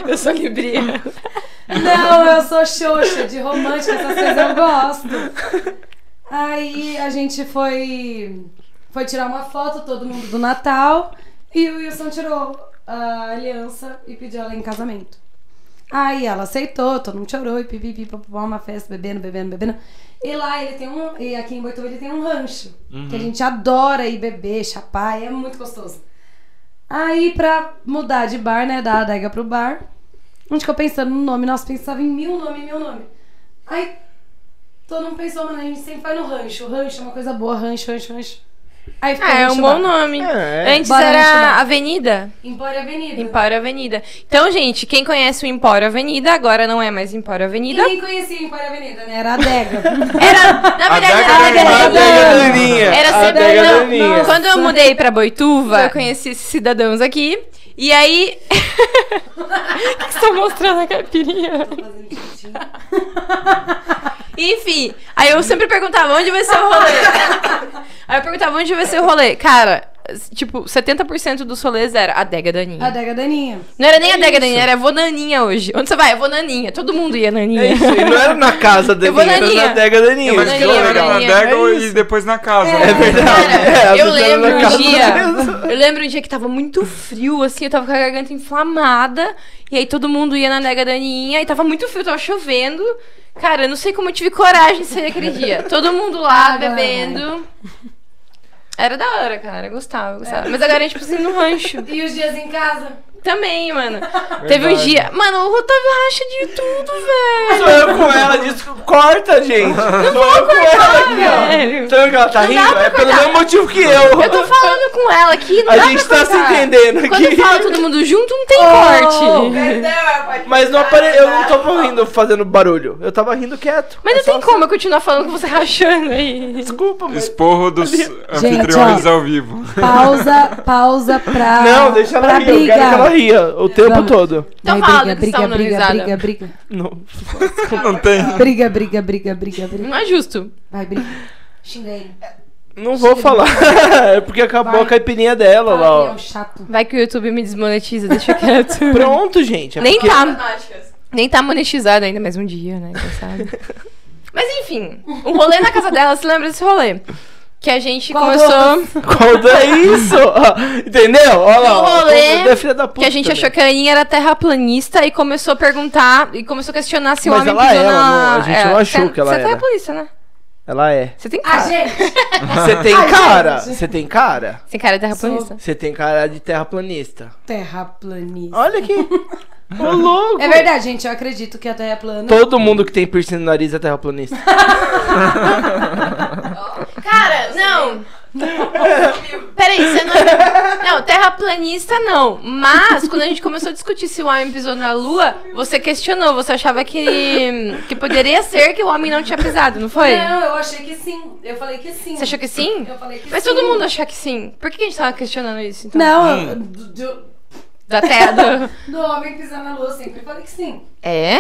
S2: Eu sou [LAUGHS] librinha.
S5: Não, eu sou xoxa, de romântica, essas coisas eu gosto. Aí a gente foi foi tirar uma foto, todo mundo do Natal, e o Wilson tirou a aliança e pediu ela em casamento. Aí ela aceitou, todo mundo chorou, e pipipi, papapá, uma festa, bebendo, bebendo, bebendo. E lá ele tem um, e aqui em Boituva ele tem um rancho, que a gente adora ir beber, chapar, e é muito gostoso. Aí pra mudar de bar, né, da adega pro bar, a gente ficou pensando no nome, nossa, pensava em mil nome, mil nome. Aí todo mundo pensou, mano, a gente sempre vai no rancho, rancho é uma coisa boa, rancho, rancho, rancho. Aí ficou
S2: Ah, é um
S5: rancho
S2: bom
S5: bar.
S2: nome.
S4: É.
S2: Antes
S5: Bora
S2: era
S5: chamar.
S2: Avenida.
S5: Empório Avenida.
S2: Empório Avenida. Então, gente, quem conhece o Empório Avenida, agora não é mais Empório
S5: E
S2: Avenida.
S5: nem conhecia Empório Avenida, né? Era
S2: [LAUGHS]
S5: a adega.
S2: Era, [LAUGHS] na verdade,
S3: Adega
S2: era
S3: Leninha.
S2: Adega
S4: Adega
S2: Leninha.
S4: Leninha.
S2: Era
S4: Adega
S2: cidadão.
S4: Leninha.
S2: Quando eu mudei pra Boituva, eu conheci esses cidadãos aqui. E aí. [LAUGHS] O que que você tá mostrando a caipirinha? Enfim, aí eu sempre perguntava onde vai ser o rolê.
S4: [LAUGHS]
S2: aí eu perguntava onde vai ser o rolê. Cara, tipo, 70% dos rolês era adega da Aninha.
S5: A Dega Daninha.
S2: Não era nem
S4: É
S2: adega da Aninha, era vou naninha hoje. Onde você vai? Eu vou naninha. Todo mundo ia naninha.
S4: É isso, e não era na casa da
S2: Eu vou
S4: Aninha,
S2: na
S4: era na
S2: Aninha.
S4: adega da Aninha.
S2: Eu vou
S3: Mas
S2: na
S3: que
S2: Aninha,
S3: ela era na
S2: Aninha.
S3: adega
S4: É
S3: e depois na casa. né?
S4: É verdade. é,
S2: Cara,
S4: às
S2: eu
S4: vezes era na
S2: lembro um
S4: casa
S2: dia.
S4: mesmo.
S2: Eu lembro um dia que tava muito frio, assim, eu tava com a garganta inflamada. E aí todo mundo ia na nega da Aninha e tava muito frio, tava chovendo. Cara, eu não sei como eu tive coragem de sair aquele dia. Todo mundo lá
S5: Ah,
S2: bebendo. Era da hora, cara. Eu gostava, eu
S4: É.
S2: gostava. Mas agora a gente precisa ir no rancho.
S5: E os dias em casa?
S2: Também,
S4: [LAUGHS]
S2: mano. Teve um
S3: Verdade.
S2: dia. Mano, o Otávio racha de tudo,
S4: Sou
S2: velho.
S4: eu com ela, disse, corta, gente. Sou eu com ela aqui, ó.
S2: velho.
S4: Tá vendo que ela tá
S2: Não dá
S4: rindo?
S2: pra
S4: É pelo mesmo motivo que eu.
S2: Eu tô falando com ela aqui, não
S4: A
S2: dá
S4: gente
S2: pra
S4: tá se
S2: cortar.
S4: entendendo aqui. Oh,
S2: Quando fala todo mundo junto, não tem corte.
S4: Mas não apare... eu não tava rindo fazendo barulho. Eu tava rindo quieto.
S2: Mas
S4: É
S2: não
S4: só
S2: tem como eu continuar falando com você [LAUGHS] rachando aí.
S4: Desculpa, mas.
S3: Esporro dos anfitriões
S5: ó.
S3: ao vivo. [LAUGHS]
S5: Pausa, pausa
S2: Ah,
S5: pra.
S4: Não, deixa ela
S5: pra
S4: rir. Eu quero que ela ria o tempo
S5: Vamos.
S4: todo.
S2: Então
S5: Vai,
S2: fala
S5: briga,
S2: do que
S5: briga,
S2: está anonimizada.
S5: briga, briga, briga.
S4: Não.
S3: Não tem.
S5: Briga, briga, briga, briga, briga.
S2: Não é justo.
S5: Vai, briga. Xinga ele.
S4: Não vou falar. [LAUGHS] É porque acabou a caipirinha dela lá,
S5: Fala, ele é
S4: ó.
S5: um chato.
S2: Vai que o YouTube me desmonetiza, deixa quieto.
S4: [LAUGHS] Pronto, gente. É
S2: Nem
S4: porque-
S2: tá. Nem tá monetizado ainda, mais um dia, né? Quem sabe? Mas enfim, o rolê na casa dela, se lembra desse rolê? Que a gente
S5: Qual
S2: começou.
S4: Qual
S2: [LAUGHS]
S4: é isso? Ó, Entendeu? Olha lá. ó.
S2: No Um rolê
S4: É filha da puta.
S2: Que a gente
S4: também.
S2: achou que a Aninha era terraplanista e começou a perguntar e começou a questionar se o
S4: Mas
S2: homem
S4: ela
S2: pisou
S4: é, ela
S2: na.
S4: não- a gente não achou
S2: você,
S4: que ela
S2: você
S4: era.
S2: é terraplanista, né?
S4: Ela
S2: [LAUGHS]
S4: é.
S2: Você tem
S5: A
S2: cara.
S5: Ah, gente.
S4: Você tem
S5: Ai,
S4: cara?
S5: gente.
S4: Você tem cara?
S2: Você tem cara de terraplanista.
S4: Você tem cara de terraplanista.
S5: Terraplanista.
S4: Olha aqui. [LAUGHS] Ô, louco.
S5: É verdade, gente. Eu acredito que a Terra é plana.
S4: Todo mundo que tem piercing no nariz é terraplanista.
S2: Cara,
S4: [LAUGHS]
S2: não. Peraí, você não é... Não, terraplanista não. Mas, quando a gente começou a discutir se o homem pisou na lua, você questionou. Você achava que, que poderia ser que o homem não tinha pisado, não foi?
S5: Não, eu achei que sim. Eu falei que sim.
S2: Você achou que sim?
S5: Eu falei que
S2: Mas
S5: sim.
S2: todo mundo achava que sim. Por que a gente tava questionando isso, então?
S5: Não,
S4: Hum.
S5: eu- do, do-
S2: Da terra do...
S5: do homem pisar na lua, eu sempre falei que sim.
S2: [LAUGHS] É?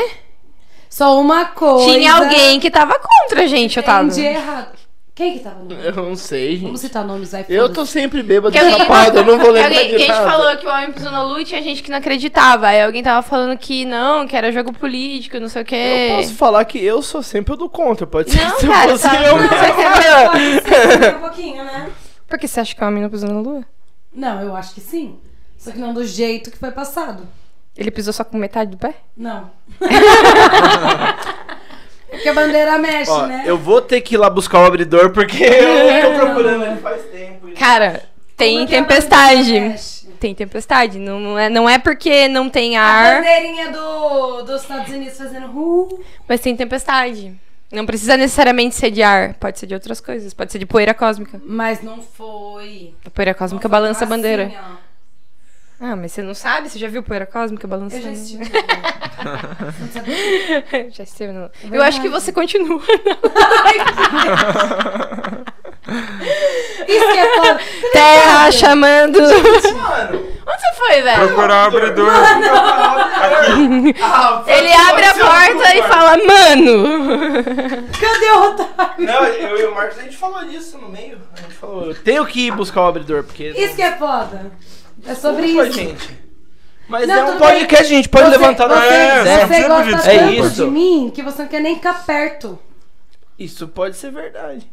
S5: Só uma coisa.
S2: Tinha alguém que tava contra a gente, Otávio.
S5: Entendi errado. Quem que tava no
S4: [LAUGHS] Eu não sei,
S5: Vamos citar nomes, vai.
S4: Eu tô
S5: [LAUGHS] foda-se.
S4: sempre bêbado
S2: Que alguém-
S4: chapado, eu não vou
S2: que
S4: lembrar
S2: alguém-
S4: de
S2: que a gente
S4: nada.
S2: falou que o homem pisou na lua e tinha gente que não acreditava. Aí alguém tava falando que não, que era jogo político, não sei o quê.
S4: Eu posso falar que eu sou sempre o do contra, pode ser
S2: é. Não,
S4: que se
S2: cara,
S4: fosse
S2: tá-
S4: eu
S2: não,
S4: mesmo. [LAUGHS]
S5: Pode ser, um pouquinho, né?
S2: Por que você acha que o homem não pisou na lua?
S5: Não, eu acho que sim. Só que não do jeito que foi passado.
S2: Ele pisou só com metade do pé?
S5: Não. [LAUGHS] Porque a bandeira mexe,
S4: Ó,
S5: né?
S4: eu vou ter que ir lá buscar o
S2: [LAUGHS]
S4: abridor porque eu tô procurando ele faz tempo.
S2: Cara, tem
S5: Como é que é? a
S2: tempestade.
S5: bandeira mexe?
S2: Tem tempestade. Não, não é, não é porque não tem
S5: A
S2: ar,
S5: bandeirinha do, dos Estados Unidos fazendo ru.
S2: mas tem tempestade. Não precisa necessariamente ser de ar. Pode ser de outras coisas. Pode ser de poeira cósmica.
S5: Mas não foi.
S2: A poeira cósmica
S5: Não foi
S2: balança a
S5: assim,
S2: bandeira.
S5: ó.
S2: Ah, mas você não sabe? Você já viu poeira cósmica balançando?
S5: Eu já assisti.
S2: [LAUGHS] já esteve na- Eu acho que você continua. [LAUGHS]
S5: Isso que é foda.
S2: Terra chamando. Onde
S4: Mano,
S2: você foi, velho?
S3: Procurar o abridor.
S2: Ele
S4: Ah,
S2: abre a porta e fala, mano.
S5: [LAUGHS] Cadê o Otávio?
S4: Não, eu e o Marcos a gente falou disso no meio. A gente falou, eu tenho que ir buscar o abridor porque
S5: Isso que é foda. É sobre
S4: Desculpa,
S5: isso.
S4: gente. Mas
S5: Não,
S4: é um
S5: tudo bem.
S4: podcast, a gente pode
S5: Você-
S4: levantar na
S5: você,
S3: É,
S5: você,
S3: não precisa
S5: gosta
S3: pedir
S5: tanto
S4: desculpa. É isso.
S5: de mim que você não quer nem ficar perto.
S4: Isso pode ser verdade.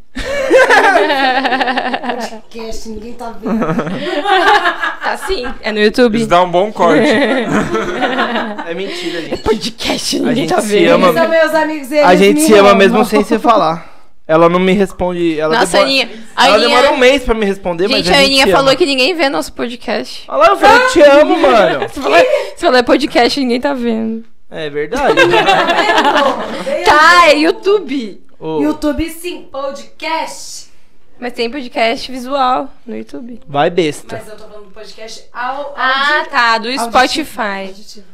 S5: Podcast, ninguém
S4: [LAUGHS]
S5: tá vendo.
S2: Tá sim, é no YouTube.
S3: Isso dá um bom corte.
S4: É mentira,
S2: [LAUGHS]
S4: gente.
S2: podcast,
S4: A
S2: ninguém
S4: gente
S2: tá
S4: se
S2: vendo.
S4: ama.
S5: Eles são meus amigos e eles
S4: A gente
S5: me
S4: se ama
S5: amam.
S4: mesmo sem se
S5: [LAUGHS]
S4: falar. Ela não me responde. Ela
S2: Nossa,
S4: demora,
S2: Aninha.
S4: ela
S2: Aninha-
S4: demorou um mês pra me responder, mas.
S2: Gente,
S4: a,
S2: a Aninha
S4: se
S2: falou
S4: ama.
S2: que Ah! ninguém vê nosso podcast.
S4: Olha lá, eu falei, te amo, mano.
S2: Você falou, você falou, é podcast, ninguém tá vendo.
S4: É verdade.
S2: [LAUGHS] Tá, é YouTube.
S4: Ô,
S5: YouTube sim, podcast.
S2: Mas tem podcast visual no YouTube.
S4: Vai besta.
S5: Mas eu tô falando do podcast ao
S2: Ah, tá, do Spotify.
S5: auditivo.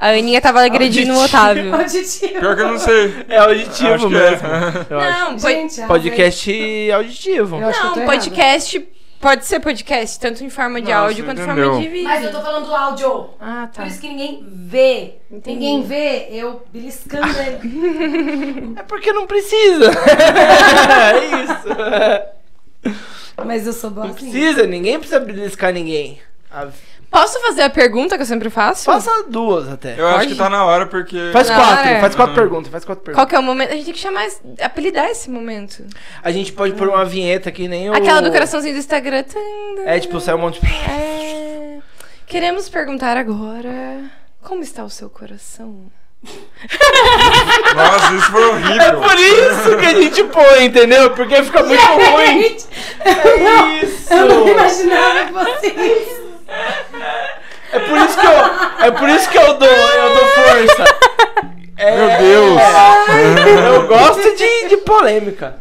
S2: A Aninha tava agredindo o
S4: Auditivo.
S2: Otávio.
S5: Auditivo.
S3: Pior que eu não sei.
S4: É auditivo
S3: Acho que
S4: mesmo.
S3: é.
S4: Eu acho.
S2: Não, po-
S5: Gente, arrasei.
S4: Podcast auditivo.
S5: Tá, Eu acho que eu tô
S2: não
S5: errada.
S2: podcast Pode ser podcast, tanto em forma de
S3: Nossa,
S2: áudio quanto em
S3: entendeu.
S2: forma de vídeo.
S5: Mas eu tô falando do áudio.
S2: Ah, tá.
S5: Por isso que ninguém vê.
S2: Entendi.
S5: Ninguém vê eu beliscando ele.
S2: [LAUGHS]
S4: É porque não precisa. [LAUGHS] é isso.
S5: Mas eu sou boa
S4: Não
S5: assim.
S4: precisa, ninguém precisa beliscar ninguém. A-
S2: Posso fazer a pergunta que eu sempre faço?
S4: Faça duas até.
S3: Eu acho que tá na hora, porque.
S4: Faz
S2: Na
S4: quatro,
S5: é.
S2: hora.
S4: faz quatro
S3: Uhum.
S4: perguntas, faz quatro perguntas.
S2: Qual que é o momento? A gente tem que chamar, esse- apelidar esse momento.
S4: A gente pode pôr uma vinheta aqui, nem o...
S2: Aquela do coraçãozinho do Instagram. Tum,
S4: É, tipo, sai um monte de...
S2: É. Queremos perguntar agora como está o seu coração?
S3: Nossa, isso foi
S4: [LAUGHS] É
S3: horrível.
S4: por isso que a gente põe, entendeu? Porque
S5: [LAUGHS]
S4: fica muito ruim.
S5: Gente,
S4: É isso.
S5: eu [LAUGHS] não imaginava que [LAUGHS] vocês.
S4: É por isso que eu, é por isso que eu dou, eu dou força. É-
S3: Meu Deus.
S4: Eu gosto de, de polêmica.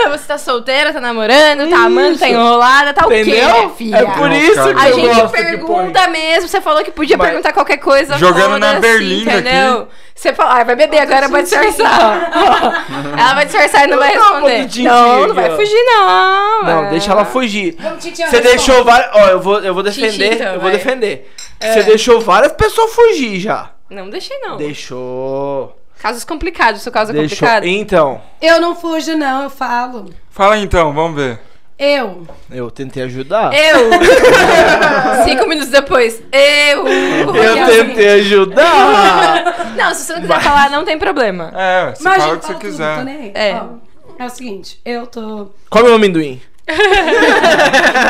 S2: Ah, Você tá solteira, tá namorando, tá amando, tá
S4: Isso.
S2: enrolada, tá o quê,
S4: Entendeu?
S2: minha filha?
S4: É por
S3: Não,
S4: isso
S3: cara.
S4: que
S2: A
S4: eu
S2: gente
S4: gosto de põe.
S2: pergunta mesmo. Você falou que podia
S4: Mas-
S2: perguntar qualquer coisa.
S3: Jogando
S2: foda-se,
S3: na berlinda
S2: entendeu? Você falou, ah, vai beber agora, vai
S4: [LAUGHS]
S2: disfarçar. ó. Ela vai disfarçar e não vai
S4: Não,
S2: responder.
S4: bonitinho,
S2: Não, não
S4: filho.
S2: vai fugir, não.
S4: Não,
S2: Ah.
S4: deixa ela fugir.
S5: Vamos, Titi,
S4: Você
S5: responde.
S4: deixou várias. Ó, eu vou, eu vou
S2: Xixi,
S4: defender.
S2: então,
S4: eu vou
S2: vai.
S4: defender. Você deixou várias pessoas fugir já.
S2: Não deixei, não.
S4: Deixou.
S2: Casos complicados. Seu caso é
S4: deixou.
S2: complicado.
S4: Então,
S5: Eu não fujo, não, eu falo.
S3: Fala aí, então, vamos ver.
S5: Eu.
S4: eu tentei ajudar.
S2: Eu.
S4: [LAUGHS]
S2: Cinco minutos depois. Eu.
S4: Eu
S5: Porque
S4: tentei
S2: [LAUGHS]
S4: ajudar.
S2: Não, se você não quiser falar, não tem [LAUGHS] problema.
S3: É, você
S5: Mas,
S3: fala o
S5: gente,
S3: que você
S5: fala tudo, né?
S3: quiser.
S5: tô nem aí.
S2: É.
S5: Ó, é o seguinte, eu tô.
S4: Come é o amendoim.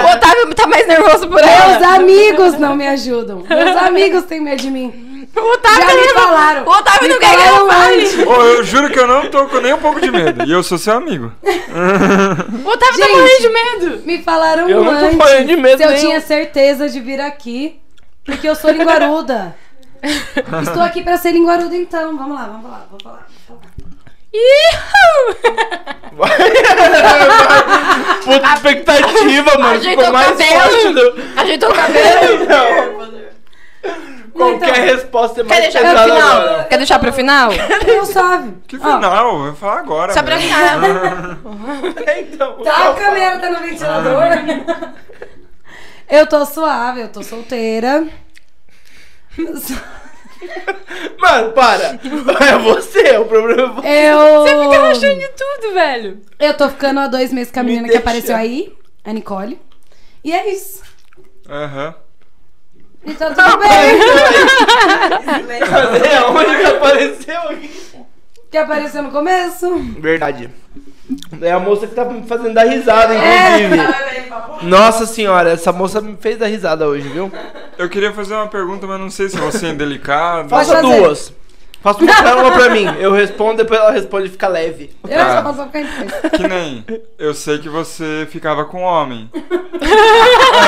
S2: O Otávio tá mais nervoso por
S5: [LAUGHS] Meus
S2: ela.
S5: amigos não me ajudam. Meus amigos têm medo de mim.
S2: O Otávio,
S5: Já
S2: tá
S5: me
S2: nervoso.
S5: falaram.
S2: O Otávio
S5: Me
S2: não quer que ela
S5: falaram
S2: fale.
S5: antes.
S3: Ô, eu juro que eu não tô com nem um pouco de medo. E eu sou seu amigo.
S2: O Otávio tá
S5: Gente.
S2: morrendo de medo.
S5: Me falaram
S4: Eu não tô
S5: antes.
S4: falando de medo
S5: se eu
S4: nenhum.
S5: tinha certeza de vir aqui, porque eu sou [LAUGHS] linguaruda. Estou aqui pra ser linguaruda então. Vamos lá, vamos lá, vamos lá. Vamos lá.
S2: Ih!
S4: Puta expectativa, mano.
S2: Ajeitou
S4: Ficou
S2: o
S4: mais forte
S2: cabelo. [LAUGHS]
S4: do...
S2: Ajeitou o cabelo.
S4: Não. Qualquer
S5: Então,
S4: resposta é
S2: Quer
S4: mais
S2: deixar
S4: pesada
S2: pro final?
S4: agora.
S2: Quer deixar pro final?
S5: Eu suave.
S3: Que
S5: Ó,
S3: final? Eu vou falar agora. né?
S2: Só [LAUGHS] pra
S3: velho.
S2: final.
S4: Então,
S5: Tá a câmera, tá no ventilador. [LAUGHS] Eu tô suave, eu tô solteira.
S4: Mano,
S2: [LAUGHS]
S4: para. É você, o problema é você.
S5: Eu.
S2: Você fica rachando de tudo, velho.
S5: Eu tô ficando há dois meses com a
S4: Me
S5: menina
S4: deixa.
S5: que apareceu aí, a Nicole. E é isso.
S3: Aham.
S5: E tá tudo bem.
S4: Cadê? Aonde que apareceu aqui?
S5: [LAUGHS] que apareceu no começo.
S4: Verdade. É a moça que tá me fazendo dar risada,
S2: É.
S4: inclusive. Nossa senhora, essa moça me fez dar risada hoje, viu?
S3: Eu queria fazer uma pergunta, mas não sei se você é indelicado.
S5: Faz-
S4: Faça
S5: fazer.
S4: duas. Faça uma pra uma pra mim. Eu respondo, depois ela responde e fica leve.
S5: Eu
S3: Tá.
S5: só posso ficar
S3: [LAUGHS]
S5: em pé.
S3: Que nem. Eu sei que você ficava com
S2: [LAUGHS]
S3: homem.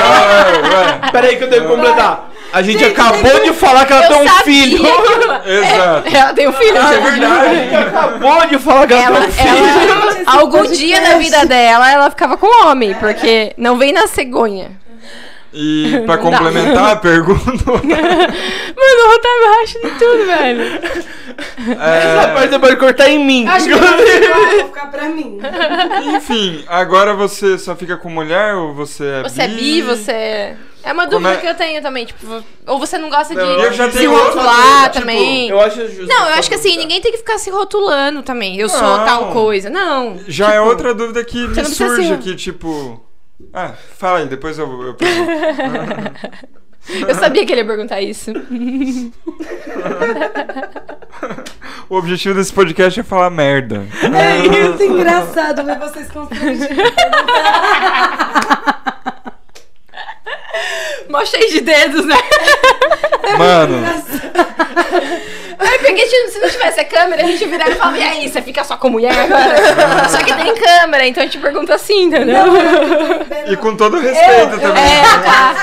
S3: Ah,
S4: Pera aí que eu tenho que completar. A gente,
S5: Gente,
S4: acabou de falar que ela
S2: Eu
S4: tem um
S2: sabia
S4: filho. Ah,
S2: que ela-
S3: ué, Exato.
S2: Ela tem um filho,
S3: É
S2: gente.
S4: A
S3: verdade.
S4: gente acabou de falar que ela,
S2: Ela,
S4: tem um filho.
S2: ela-
S5: Esse
S2: algum
S5: podcast.
S2: dia na vida dela, ela ficava com um homem, porque não vem na cegonha.
S3: E pra
S2: Não dá.
S3: complementar a
S2: [LAUGHS]
S3: pergunta,
S2: Mano, o Otávio racha de tudo, velho.
S4: [LAUGHS] Essa parte
S3: é,
S4: você pode cortar em mim.
S5: Acho que eu vou
S4: É
S5: ficar, vou ficar pra mim.
S3: enfim, agora você só fica com mulher ou você é
S2: Você é bi, você é. É uma
S3: Como
S2: dúvida
S3: é?
S2: que eu tenho também, tipo, ou você não gosta de
S4: Não, eu já
S2: se
S3: tenho outra
S2: rotular
S3: dúvida, tipo,
S2: também.
S4: Eu acho justo.
S2: Não, eu
S4: essa
S2: acho que assim,
S4: dúvida.
S2: ninguém tem que ficar se rotulando também. Eu sou
S3: Não.
S2: tal coisa. Não.
S3: Já é outra dúvida que me
S2: tipo, não precisa
S3: surge
S2: ser- um.
S3: aqui, tipo. Ah, fala aí, depois eu, eu pergunto.
S2: Eu sabia que ele ia perguntar isso.
S3: O objetivo desse podcast é falar merda.
S5: É isso, engraçado ver vocês constrangidos.
S2: Mó cheio de dedos, [LAUGHS] né?
S3: Mano,
S2: É porque tipo, se não tivesse a câmera, a gente virava e falava, e aí, você fica só com mulher agora? só que tem câmera, então a gente pergunta assim, entendeu?
S3: e com todo respeito também.
S2: É, tá.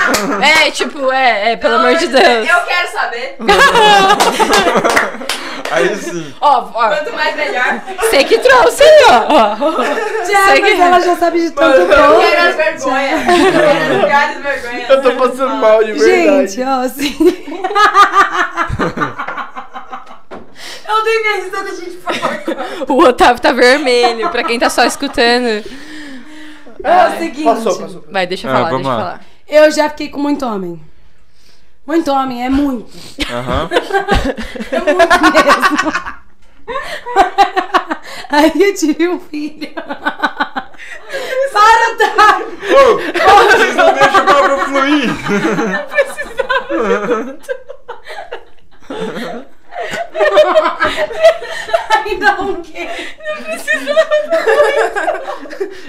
S2: É, tipo, é, é, pelo amor de Deus.
S6: Eu quero saber.
S2: é.
S3: Aí sim.
S2: Ó, ó,
S6: Quanto mais melhor.
S2: sei que trouxe, ó.
S5: Já,
S2: Sei
S5: mas
S2: que-
S5: ela já sabe de tanto
S6: Eu quero as
S5: bom.
S6: vergonhas. Eu quero as piadas e vergonhas.
S4: Eu tô passando mal de É verdade.
S5: Gente,
S2: [LAUGHS]
S5: ó, assim.
S6: Eu dei minha risada, gente, por favor.
S2: O Otávio tá vermelho, pra quem tá só escutando.
S5: É o seguinte.
S4: Passou, passou.
S2: Vai, deixa eu
S3: Ah,
S2: falar,
S3: vamos
S2: deixa eu
S3: lá.
S2: falar.
S5: Eu já fiquei com muito homem. Muito homem, é muito.
S2: [LAUGHS]
S3: Aham.
S5: É muito mesmo. [LAUGHS] Aí eu tive um filho. Para, tá?
S3: Ô, vocês não deixam o papo fluir.
S5: Ainda um quê?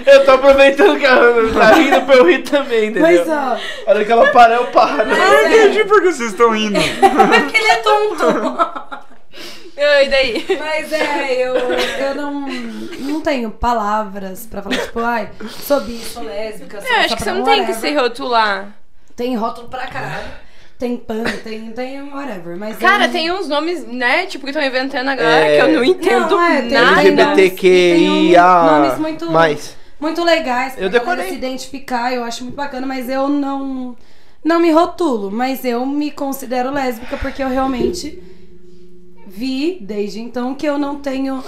S4: Eu tô aproveitando que a Ana
S5: [LAUGHS]
S4: tá rindo pra eu rir também, entendeu?
S5: Pois é. ó.
S4: A hora que ela parar, eu paro.
S3: Eu
S2: É.
S3: não entendi por que vocês estão rindo.
S5: Porque ele é tonto.
S2: Ah, E daí?
S5: [LAUGHS] Mas é, eu, eu não, não tenho palavras pra falar, tipo, ai, sou bi, sou lésbica, sou
S2: Eu É, acho que você não tem que se rotular.
S5: Tem rótulo pra caralho. Tem pano, tem, tem whatever. Mas
S2: Cara,
S5: eu-
S2: tem uns nomes, né? Tipo, que estão inventando agora
S4: É.
S2: que eu não entendo
S5: Não, é, tem um-
S2: nada.
S4: LGBTQIA.
S5: nomes muito-
S4: Mais.
S5: muito legais pra
S4: Eu
S5: galera
S4: decorei.
S5: se identificar, eu acho muito bacana, mas eu não não me rotulo, mas eu me considero lésbica porque eu realmente vi desde então que eu não tenho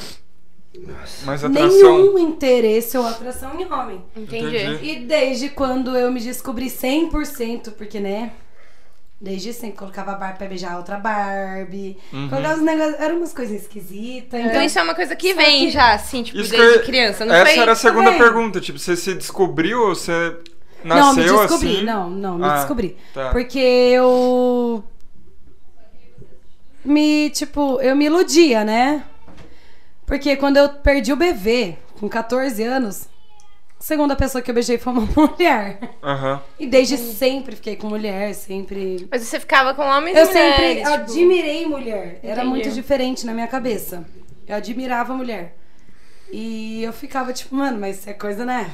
S3: Mas atração.
S5: nenhum interesse ou atração em homem.
S2: Entendi.
S3: Entendi.
S5: E desde quando eu me descobri 100%, porque né? Desde sempre colocava a Barbie pra beijar a outra Barbie.
S4: Uhum.
S5: Colocava os negócios. Eram umas coisas esquisitas.
S2: Então
S5: então
S2: isso é uma coisa que vem já, assim, tipo,
S3: Isso
S2: desde
S3: que- é-
S2: criança. Não
S3: Essa
S2: foi
S3: era a segunda
S5: Também.
S3: pergunta. Tipo, você se descobriu ou você
S5: Não, me
S3: nasceu
S5: descobri.
S3: assim?
S5: Não, não, me
S3: Ah,
S5: descobri.
S3: tá.
S5: Porque eu. Me, tipo, eu me iludia, né? Porque quando eu perdi o bebê, com 14 anos, a segunda pessoa que eu beijei foi uma [LAUGHS] mulher.
S3: Aham.
S5: E desde sempre fiquei com mulher, sempre.
S2: Mas você ficava com homens
S5: Eu
S2: e mulheres,
S5: sempre
S2: tipo...
S5: admirei mulher. Era
S2: Entendi.
S5: muito diferente na minha cabeça. Eu admirava mulher. E eu ficava tipo, mano, mas isso é coisa, né?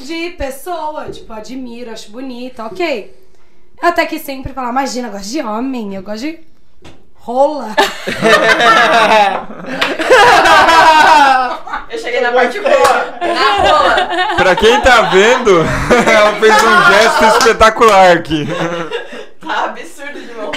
S5: De pessoa, tipo, admiro, acho bonita, ok. Até que sempre falar, imagina, eu gosto de homem, eu gosto de rola.
S6: Eu cheguei na
S5: é.
S6: parte boa. Na rola.
S3: Pra quem tá vendo, [LAUGHS] ela fez um gesto espetacular aqui.
S6: Tá absurdo de novo.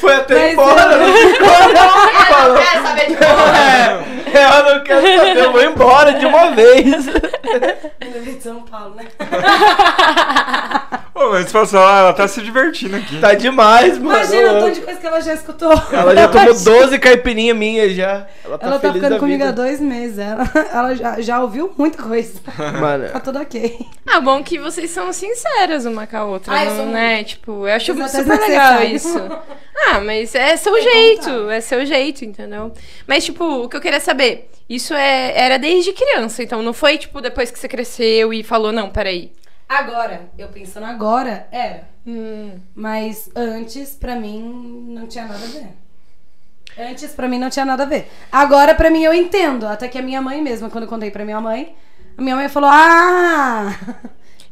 S4: Foi até
S5: Mas é.
S4: embora,
S5: [LAUGHS] eu-
S4: não ficou, não
S6: Ela não
S4: falou.
S6: quer saber de rola.
S4: É, eu não quero saber, eu vou embora de uma vez.
S5: [LAUGHS] Ainda vem de São Paulo, né?
S3: [LAUGHS] Ô, mas posso falar, ela tá se divertindo aqui.
S4: Tá demais, mano.
S5: Imagina o tanto de coisa que ela já escutou.
S4: Ela já tomou 12 caipirinha minha já. Ela tá,
S5: Ela tá
S4: feliz
S5: ficando
S4: da
S5: comigo há
S4: vida.
S5: dois meses. Ela, ela já, já ouviu muita coisa.
S4: Mano,
S5: Tá tudo ok.
S2: Ah, bom que vocês são sinceras uma com a outra,
S5: Ah, eu
S2: não,
S5: sou
S2: né? Tipo, eu acho
S5: Mas até
S2: super
S5: necessário.
S2: legal isso. [LAUGHS] Ah, mas é seu
S5: Tem
S2: jeito,
S5: vontade.
S2: é seu jeito, entendeu? Mas, tipo, o que eu queria saber, isso é, era desde criança, então não foi, tipo, depois que você cresceu e falou, não, peraí.
S5: Agora, eu pensando agora, era.
S2: Hum,
S5: Mas antes, pra mim, não tinha nada a ver. Antes, pra mim, não tinha nada a ver. Agora, pra mim, eu entendo. Até que a minha mãe mesma, quando eu contei pra minha mãe, a minha mãe falou: Ah!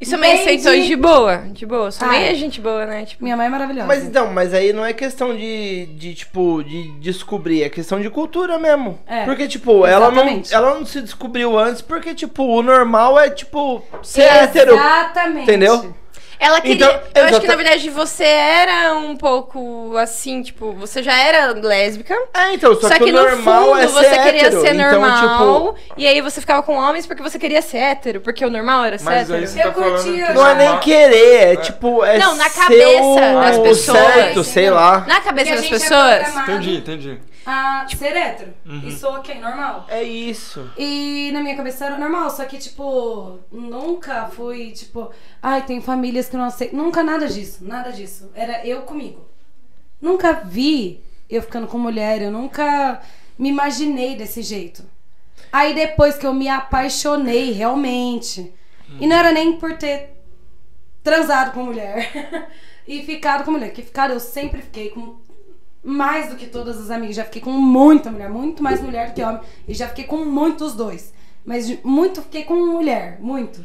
S2: Isso meio
S5: Entendi.
S2: aceitou de boa, de boa. Sua mãe
S5: Ah,
S2: é
S5: é.
S2: gente boa, né? Tipo,
S5: Minha mãe é maravilhosa.
S4: mas então, mas aí não é questão de, de tipo, de descobrir, é questão de cultura mesmo.
S5: É,
S4: porque, tipo, ela não,
S5: exatamente.
S4: ela não se descobriu antes porque, tipo, o normal é, tipo, ser hétero.
S5: Exatamente.
S4: Entendeu?
S2: Ela queria.
S4: Então,
S2: eu acho que
S4: exata-
S2: na verdade você era um pouco assim, tipo, você já era lésbica.
S4: É, então, só,
S2: Só, que,
S4: o
S2: no
S4: normal
S2: fundo
S4: é ser
S2: você queria
S4: hétero.
S2: ser
S4: então,
S2: normal.
S4: tipo,
S2: E aí você ficava com homens porque você queria ser hétero, porque o normal era ser
S3: Mas
S2: hétero.
S3: aí você tá
S5: Eu
S3: falando
S5: curti, eu
S3: que
S4: não é nem querer, é,
S3: É.
S4: tipo, é
S2: Não, na
S4: ser
S2: cabeça
S4: o-
S2: das
S4: o
S2: pessoas,
S4: certo, sei lá.
S2: Na cabeça
S5: Porque a
S2: das
S5: gente é
S2: pessoas.
S5: programado
S3: Entendi, entendi.
S5: A ser hétero. Isso ok, normal.
S4: É isso.
S5: E na minha cabeça era normal, só que, tipo, nunca fui, tipo, ai, tem famílias que não aceitam. Nunca nada disso, nada disso. Era eu comigo. Nunca vi eu ficando com mulher, eu nunca me imaginei desse jeito. Aí depois que eu me apaixonei realmente, e não era nem por ter transado com mulher [LAUGHS] e ficado com mulher, que ficado eu sempre fiquei com mais do que todas as amigas, já fiquei com muita mulher, muito mais mulher do que homem, e já fiquei com muitos dois. Mas de- muito fiquei com mulher, muito.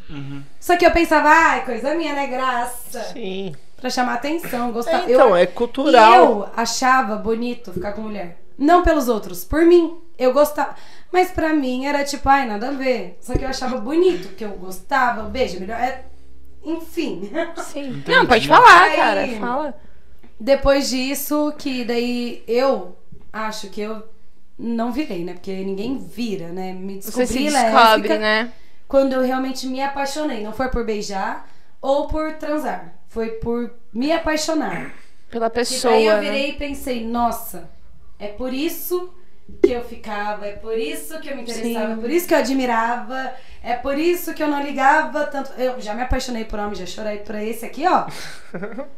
S5: Só que eu pensava, ai, coisa minha, né?
S2: É.
S5: Graça.
S4: Uhum. Sim.
S5: Pra chamar atenção, gostar.
S4: É, então,
S5: eu,
S4: é cultural.
S5: eu achava bonito ficar com mulher. Não pelos outros, por mim. Eu gostava. Mas pra mim era tipo, ai, nada a ver. Só que eu achava bonito, que eu gostava, beijo, melhor. é- Enfim. [LAUGHS]
S2: Sim. Não, pode falar,
S5: Aí-
S2: cara. Fala.
S5: Depois disso, que daí eu acho que eu não virei, né? Porque ninguém vira, né? Me
S2: Você
S5: descobri
S2: se descobre,
S5: lésbica
S2: né?
S5: quando eu realmente me apaixonei. Não foi por beijar ou por transar. Foi por me apaixonar.
S1: Pela
S5: E
S1: pessoa.
S5: daí eu
S1: né?
S5: virei e pensei, nossa, é por isso que eu ficava, é por isso que eu me interessava,
S1: Sim.
S5: é por isso que eu admirava, é por isso que eu não ligava tanto. Eu já me apaixonei por homem, já chorei por esse aqui,
S4: [LAUGHS]
S5: ó.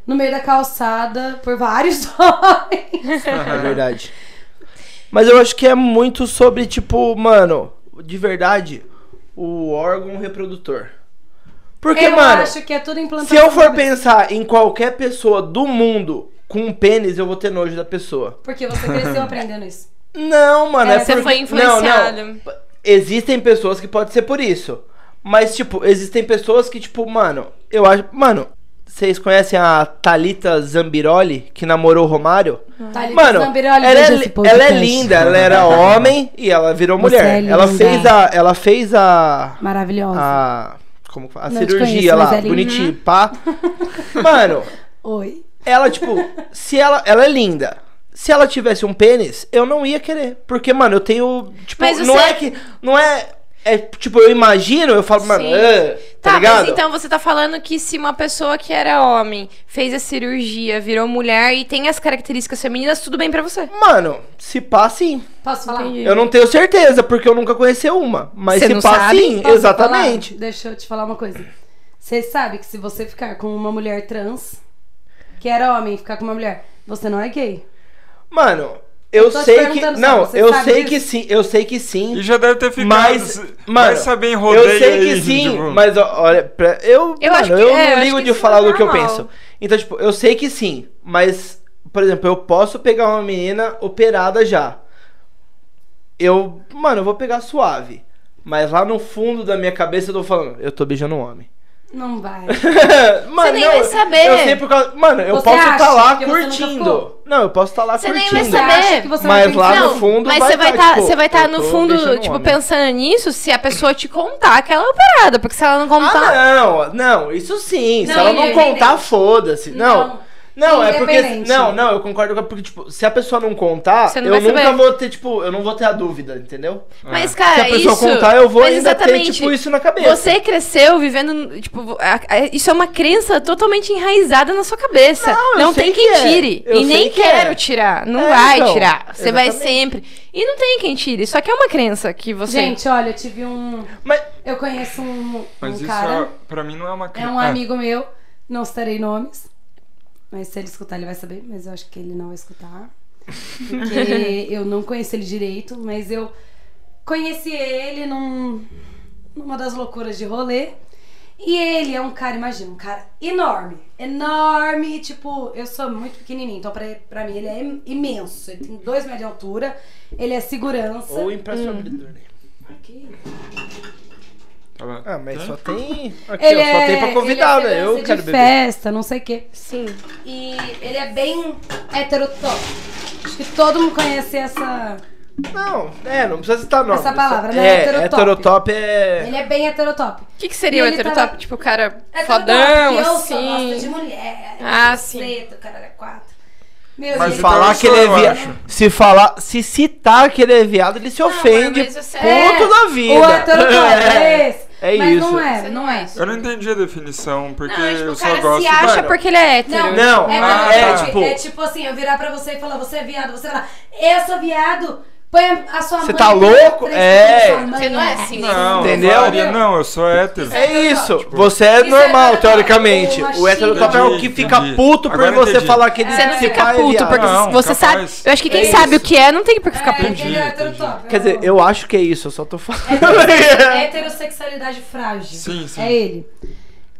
S5: No meio da calçada, por vários [LAUGHS] homens.
S4: É verdade. Mas eu acho que é muito sobre, tipo, mano, de verdade, o órgão reprodutor. Porque,
S5: eu
S4: mano,
S5: acho que é tudo implantado.
S4: se eu for pensar em qualquer pessoa do mundo com um pênis, eu vou ter nojo da pessoa.
S5: Porque você
S4: [LAUGHS]
S5: cresceu aprendendo isso.
S4: Não, mano, é,
S2: É, você
S4: por-
S2: foi
S4: Não,
S2: influenciado.
S4: não. Existem pessoas que pode ser por isso. Mas, tipo, existem pessoas que, tipo, mano, eu acho. Mano, vocês conhecem a Thalita Zambiroli, que namorou o Romário?
S5: Tá ali,
S4: Mano,
S5: Zambiroli,
S4: ela é,
S5: veja
S4: li-
S5: esse podcast.
S4: ela é linda, ela era homem e ela virou
S5: Você
S4: mulher.
S5: é linda.
S4: Ela fez a. Ela fez a.
S5: Maravilhosa.
S4: A. Como que fala? A
S5: Não te
S4: cirurgia
S5: conheço, mas
S4: lá,
S5: é linda.
S4: bonitinho, pá. Mano,
S5: Oi.
S4: ela, tipo, se ela. Ela é linda. Se ela tivesse um pênis, eu não ia querer. Porque, mano, eu tenho. Tipo,
S2: Mas
S4: não
S2: você-
S4: é que. Não é. É tipo, eu imagino, eu falo, mano,
S2: Sim.
S4: ah, tá,
S2: Tá,
S4: ligado?
S2: mas então você tá falando que se uma pessoa que era homem fez a cirurgia, virou mulher e tem as características femininas, tudo bem pra você.
S4: Mano, se pá, sim.
S5: Posso falar?
S2: Entendi.
S4: Eu não tenho certeza, porque eu nunca conheci uma. Mas
S2: Você
S4: se
S2: não
S4: pá,
S2: sabe?
S4: sim,
S5: Posso
S4: exatamente.
S5: falar? Deixa eu te falar uma coisa. Você sabe que se você ficar com uma mulher trans, que era homem, e ficar com uma mulher, você não é gay.
S4: Mano, eu,
S5: Eu tô te
S4: sei que.
S5: perguntando só,
S4: Não,
S5: você
S4: eu
S5: sabe
S4: sei
S5: disso?
S4: que sim, eu sei que sim.
S3: E já deve ter ficado.
S4: Mas,
S3: se-
S4: mano,
S3: vai saber em rodeio
S4: eu
S3: [LAUGHS]
S4: sei
S3: aí,
S4: que sim,
S3: tipo,
S4: mas ó, olha, pra- eu,
S2: Eu
S4: mano,
S2: acho que-
S4: eu
S2: é, eu
S4: não
S2: acho
S4: ligo
S2: que
S4: de
S2: isso
S4: falar
S2: é
S4: o que eu
S2: normal.
S4: penso. Então, tipo, eu sei que sim, mas, por exemplo, eu posso pegar uma menina operada já. Eu, mano, eu vou pegar suave. Mas lá no fundo da minha cabeça eu tô falando, eu tô beijando um homem. [LAUGHS]
S5: Não vai.
S4: mano,
S2: nem
S4: não,
S2: vai saber.
S4: Eu sei por causa. Mano, eu
S5: Você
S4: posso estar
S5: acha
S4: lá
S5: que você nunca ficou?
S4: curtindo. Não, eu posso estar lá
S2: Você nem
S4: curtindo.
S2: vai
S5: Você acha que você
S4: Mas
S5: não
S4: lá
S5: pensa?
S4: no fundo
S2: mas
S4: vai
S2: você vai
S4: tá,
S2: estar,
S4: tipo,
S2: você vai estar
S4: eu
S2: no
S4: tô
S2: fundo,
S4: beijando
S2: tipo,
S4: homem.
S2: pensando nisso, se a pessoa te contar que ela é operada, porque se ela não contar,
S4: Ah, não, não, isso sim. se
S5: Não,
S4: ela não
S5: independente.
S4: contar, foda-se. Não. Não, é porque.
S5: Independente.
S4: Não, não, eu concordo com porque, tipo, se a pessoa não contar,
S2: Você não
S4: eu
S2: vai
S4: nunca
S2: saber.
S4: vou ter, tipo, eu não vou ter a dúvida, entendeu?
S2: mas
S4: se a
S2: cara,
S4: pessoa
S2: É, isso
S4: contar, eu vou
S2: mas
S4: ainda ter,
S2: exatamente,
S4: tipo, isso na cabeça.
S2: Você cresceu vivendo, tipo, a- a- isso é uma crença totalmente enraizada na sua cabeça.
S4: Não, eu sei
S2: tem
S4: que
S2: quem
S4: é.
S2: tire
S4: Eu
S2: e nem
S4: sei que
S2: quero
S4: é.
S2: tirar, não
S4: É,
S2: vai
S4: então,
S2: tirar. Você vai
S4: exatamente.
S2: sempre. E não tem quem tire, só que é uma crença que você
S5: Gente, olha, eu tive um.
S4: Mas.
S5: Eu conheço um,
S3: Mas
S5: um
S3: isso,
S5: cara.
S3: é- pra mim, não é uma
S5: É,
S3: crítica.
S4: Ah.
S5: um amigo meu. Não citarei nomes. Mas se ele escutar, ele vai saber. Mas eu acho que ele não vai escutar.
S4: [LAUGHS]
S5: Porque eu não conheço ele direito. Mas eu conheci ele num, numa das loucuras de rolê. E ele é um cara, imagina, um cara enorme. Enorme, tipo, eu sou muito pequenininho, então pra, pra mim ele é im- imenso. Ele tem dois metros de altura, ele é segurança.
S4: Ou impressionador, né?
S5: Ok.
S3: Tá bom.
S5: É.
S4: Ah, mas
S3: Tem?
S4: só tem. Aqui,
S5: Ele
S4: ó, só tem
S5: é-
S4: pra convidar,
S5: ele é
S4: né? Eu
S5: segurança
S4: quero
S5: de
S4: beber.
S5: festa, não sei o quê.
S2: Sim.
S5: E ele é bem heterotop. Acho que todo mundo conhece essa.
S4: Não, é, não precisa citar nome.
S5: Essa palavra,
S4: Só-
S5: né?
S4: É,
S5: Heterotop.
S4: heterotop é.
S5: Ele é bem heterotop.
S2: O que, que seria
S5: E
S2: o
S5: ele
S2: heterotop?
S5: tava-
S2: Tipo, o cara
S5: Heterotop,
S2: fodão,
S5: eu só gosto de
S2: assim.
S5: mulher.
S2: Ah,
S5: sou
S2: sim.
S5: Preto, caralho, é quatro. Meu
S3: Mas
S5: Deus.
S4: Falar
S3: Então,
S4: que ele é
S3: eu
S4: viado.
S3: acho.
S4: Se falar. Se citar que ele é viado, ele se
S2: Não, é,
S4: ofende.
S2: mas você-
S4: Ponto da vida.
S5: O
S4: [LAUGHS]
S5: heterotop é esse.
S4: É
S5: Mas
S4: isso.
S5: não é,
S2: Você
S5: não é.
S3: Eu não entendi a definição, porque
S2: Não, é tipo,
S3: eu
S2: o
S3: só
S2: cara
S3: gosto.
S2: se
S3: de-
S2: acha
S4: Mano.
S2: porque ele é hétero.
S5: Não,
S4: Não,
S5: é,
S3: ah,
S5: heterotop.
S3: tá.
S5: é, tipo, assim, eu virar pra você e falar, você é viado, você falar, eu sou viado, põe a sua
S4: Você
S5: mãe.
S4: tá louco?
S5: três
S4: É.
S5: filhos da sua
S2: Você não é
S5: mãe.
S2: assim.
S3: Não,
S4: Entendeu?
S3: eu falaria, não, eu sou hétero.
S4: É isso.
S3: Tipo,
S4: Você é
S5: Isso é
S4: normal,
S5: heterotop,
S4: teoricamente.
S5: o
S4: O
S5: machismo.
S4: heterotop é o que
S3: Entendi,
S4: fica
S3: entendi.
S4: puto por
S3: Agora
S4: você
S3: entendi.
S4: falar que ele
S2: Você não
S4: se
S2: fica
S4: pá, é
S2: puto,
S4: viado.
S2: porque
S3: Não,
S2: você
S3: capaz.
S2: sabe. Eu acho que quem
S5: É
S2: sabe o
S5: isso.
S2: que é não tem por que ficar
S5: É,
S2: puto.
S5: aquele heterotop.
S4: Quer dizer, eu acho que é isso, eu só tô falando.
S5: É heterossexualidade frágil.
S3: Sim, sim.
S5: É ele.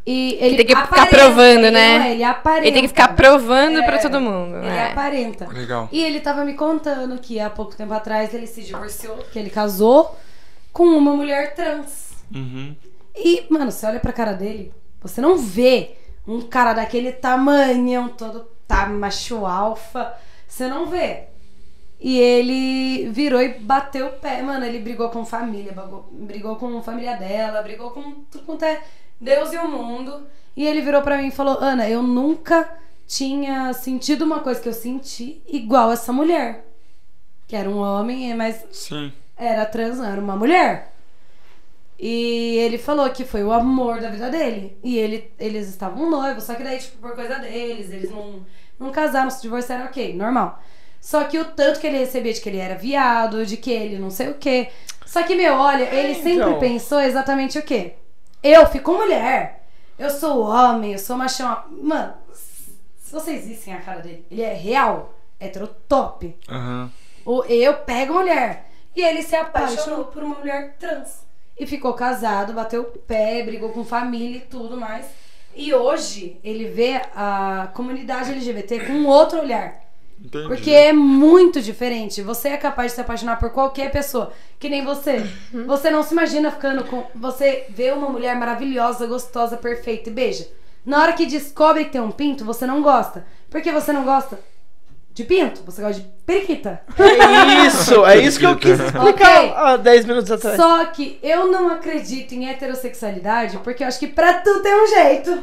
S5: E ele
S2: tem que ficar
S5: aparenta,
S2: provando,
S5: ele
S2: né?
S5: não é, ele aparenta. É,
S2: Ele tem que ficar provando pra todo mundo.
S5: Ele
S2: né?
S5: aparenta.
S3: Legal.
S5: E ele tava me contando que há pouco tempo atrás ele se divorciou, que ele casou com uma mulher trans.
S3: Uhum.
S5: E, mano, você olha pra cara dele, você não vê um cara daquele tamanhão todo, tá, macho alfa. Você não vê. E ele virou e bateu o pé, mano. Ele brigou com família, bagou- brigou com família dela, brigou com tudo quanto é Deus e o mundo. E ele virou pra mim e falou: Ana, eu nunca tinha sentido uma coisa que eu senti igual essa mulher. Que era um homem, mas
S3: Sim.
S5: era trans, não, era uma mulher. E ele falou que foi o amor da vida dele. E ele, eles estavam noivos, só que daí, tipo, por coisa deles, eles não, não casaram, se divorciaram, ok, normal. Só que o tanto que ele recebia de que ele era viado, de que ele não sei o quê. Só que, meu, olha, ele sempre
S4: então.
S5: pensou exatamente o quê? Eu fico mulher, eu sou homem, eu sou machão. Mano, se vocês vissem a cara dele, ele é real, heterotop.
S3: Aham.
S5: O eu pego mulher. E ele se apaixonou por uma mulher trans. E ficou casado, bateu pé, brigou com família e tudo mais. E hoje ele vê a comunidade LGBT com um outro olhar.
S3: Entendi.
S5: Porque é muito diferente. Você é capaz de se apaixonar por qualquer pessoa. Que nem você. Você não se imagina ficando com. Você vê uma mulher maravilhosa, gostosa, perfeita e beija. Na hora que descobre que tem um pinto, você não gosta. Por que você não gosta de pinto? Você gosta de periquita.
S4: [LAUGHS] É isso, é isso que eu quis explicar
S5: Ok.
S4: há 10 minutos atrás.
S5: Só que eu não acredito em heterossexualidade porque eu acho que pra tu tem um jeito.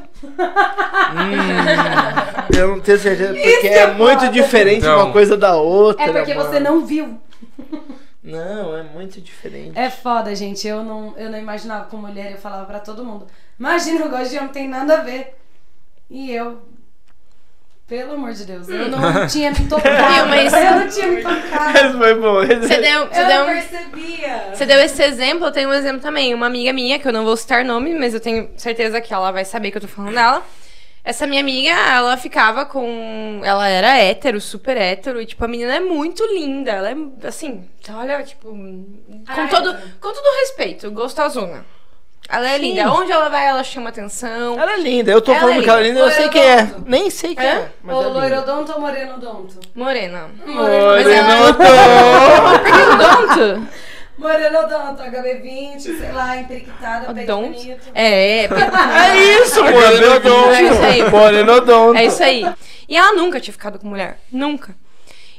S4: Eu não tenho certeza, porque
S5: Isso que
S4: é
S5: eu
S4: muito
S5: falo.
S4: diferente uma
S3: Então.
S4: coisa da outra.
S5: É porque você
S4: mano.
S5: não viu.
S4: Não, é muito diferente.
S5: É foda, gente. Eu não, eu não imaginava com mulher, eu falava pra todo mundo. Imagina, eu gosto de homem, não tem nada a ver. E eu. Pelo amor de Deus,
S4: [LAUGHS]
S5: eu não tinha me tocado.
S2: Viu, mas-
S5: Eu não tinha me tocado.
S2: [LAUGHS]
S4: [LAUGHS] Mas foi bom.
S2: Você deu, você
S5: Eu
S2: deu
S5: não
S2: um
S5: percebia.
S2: Você deu esse exemplo, eu tenho um exemplo também. Uma amiga minha, que eu não vou citar nome, mas eu tenho certeza que ela vai saber que eu tô falando dela. Essa minha amiga, ela ficava com. Ela era hétero, super hétero. E, tipo, a menina é muito linda. Ela é, assim, olha, tipo. Com,
S5: Ai,
S2: todo,
S5: hétero.
S2: com todo respeito, gostosona. Ela é linda. Onde ela vai, ela chama atenção.
S4: Ela é linda, eu tô
S2: Ela é
S4: falando que ela é
S2: linda.
S4: linda, eu sei quem é.
S5: Loirodonto.
S4: Nem sei quem
S2: Hã?
S4: é. Mas
S5: Ou
S4: é linda.
S5: loirodonto ou morenodonto?
S2: Morena. é
S4: Oi,
S2: Mas ela-
S4: Renato!
S2: Por que odonto?
S5: Morenodonto, HB20, sei lá, empriquitada, peito
S2: Odonto?
S5: Tá bonito.
S2: É, é.
S4: É isso,
S3: É
S4: morenodonto.
S2: É isso aí.
S4: Morenodonto.
S2: É isso aí. E ela nunca tinha ficado com mulher. Nunca.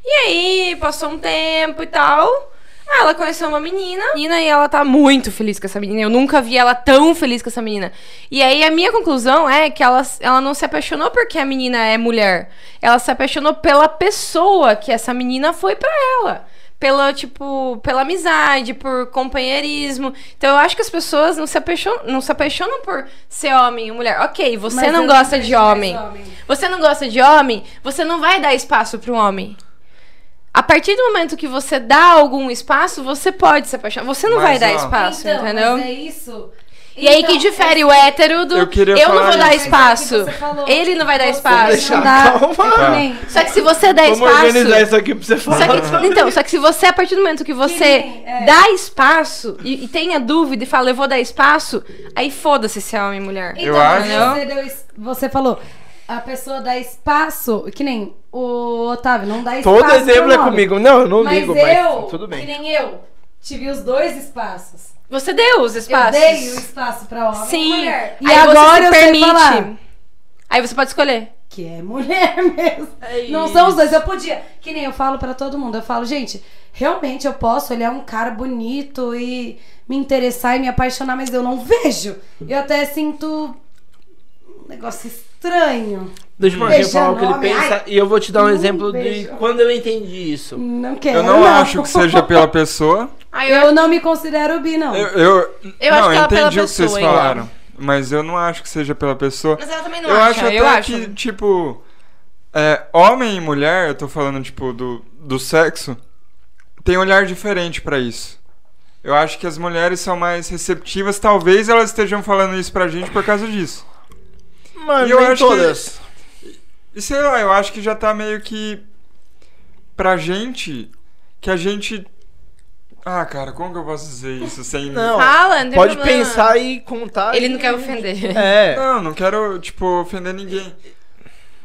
S2: E aí, passou um tempo e tal. Ah, ela conheceu uma menina. Menina, e ela tá muito feliz com essa menina. Eu nunca vi ela tão feliz com essa menina. E aí, a minha conclusão é que ela, ela não se apaixonou porque a menina é mulher. Ela se apaixonou pela pessoa que essa menina foi pra ela. Pela, tipo, pela amizade, por companheirismo. Então, eu acho que as pessoas não se apaixonam, não se apaixonam por ser homem ou mulher. Ok, você
S5: Mas
S2: não
S5: eu é
S2: gosta
S5: vejo
S2: de
S5: mais
S2: homem. Você não gosta de homem, você não vai dar espaço para um homem. A partir do momento que você dá algum espaço, você pode se apaixonar. Você não vai
S3: Mas,
S2: dar
S3: ó.
S2: espaço,
S5: Então,
S2: entendeu?
S5: mas é isso.
S2: E aí que
S5: Então,
S2: difere
S5: é-
S2: o hétero do.
S3: Eu queria
S2: não
S3: falar
S2: vou dar
S3: isso.
S2: espaço.
S5: Você falou.
S2: Ele não vai dar
S5: Você
S2: espaço.
S4: deixa-
S5: Não dá.
S4: Calma.
S5: Eu também.
S2: Só que se você der
S4: Vamos organizar
S2: espaço.
S4: isso aqui pra você falar.
S3: [LAUGHS]
S2: Só que, então, só que se você, a partir do momento que você
S5: Que nem, é.
S2: dá espaço e, e tenha dúvida e fala, eu vou dar espaço, aí foda-se se é homem ou mulher.
S5: Então,
S3: Eu acho.
S5: Você, deu es- você falou, a pessoa dá espaço, que nem o Otávio, não dá espaço.
S4: Todo
S5: pro
S4: exemplo é
S5: nome.
S4: comigo. Não, eu não
S5: mas
S4: ligo,
S5: eu,
S4: mas tudo
S5: que
S4: bem.
S5: nem eu, tive os dois espaços.
S2: Você deu os espaços.
S5: Eu dei o espaço pra homem e
S2: Sim.
S5: mulher.
S2: E agora
S5: eu
S2: você
S5: sei
S2: se permite.
S5: falar
S2: Aí você pode escolher.
S5: que é mulher [LAUGHS] mesmo.
S2: É
S5: Não são os dois, eu podia. Que nem eu falo pra todo mundo, eu falo, gente, realmente eu posso olhar um cara bonito e me interessar e me apaixonar, mas eu não vejo. Eu até sinto um negócio estranho.
S4: Deixa o Marquinhos
S5: Beijar
S4: falar o que ele
S5: nome,
S4: pensa
S5: ai.
S4: e eu vou te dar um
S5: Hum,
S4: exemplo de
S5: beijo.
S4: quando eu entendi isso.
S5: Não quero.
S3: Eu não, acho que
S5: [LAUGHS]
S3: seja pela pessoa.
S2: Aí
S5: Eu não me considero bi, não.
S3: Eu, eu,
S2: Eu
S3: não,
S2: acho que
S3: eu
S2: ela
S3: entendi
S2: pela
S3: o que vocês
S2: pessoa, hein,
S3: falaram. Mas eu não acho que seja pela pessoa.
S2: Mas ela também não
S3: Eu acho
S2: acha,
S3: até
S2: eu acho.
S3: que, tipo, é, homem e mulher, eu tô falando, tipo, do, do sexo, tem um olhar diferente pra isso. Eu acho que as mulheres são mais receptivas, talvez elas estejam falando isso pra gente por causa disso.
S4: Mas
S3: E eu
S4: nem
S3: acho que-
S4: todas.
S3: E sei lá, eu acho que já tá meio que. Pra gente. Que a gente. Ah, cara, como que eu posso dizer isso sem.
S4: Não,
S2: Fala, não tem
S4: pode
S2: problema.
S4: pensar e contar.
S2: Ele
S4: e-
S2: não quer ofender.
S4: É.
S3: Não, não quero, tipo, ofender ninguém.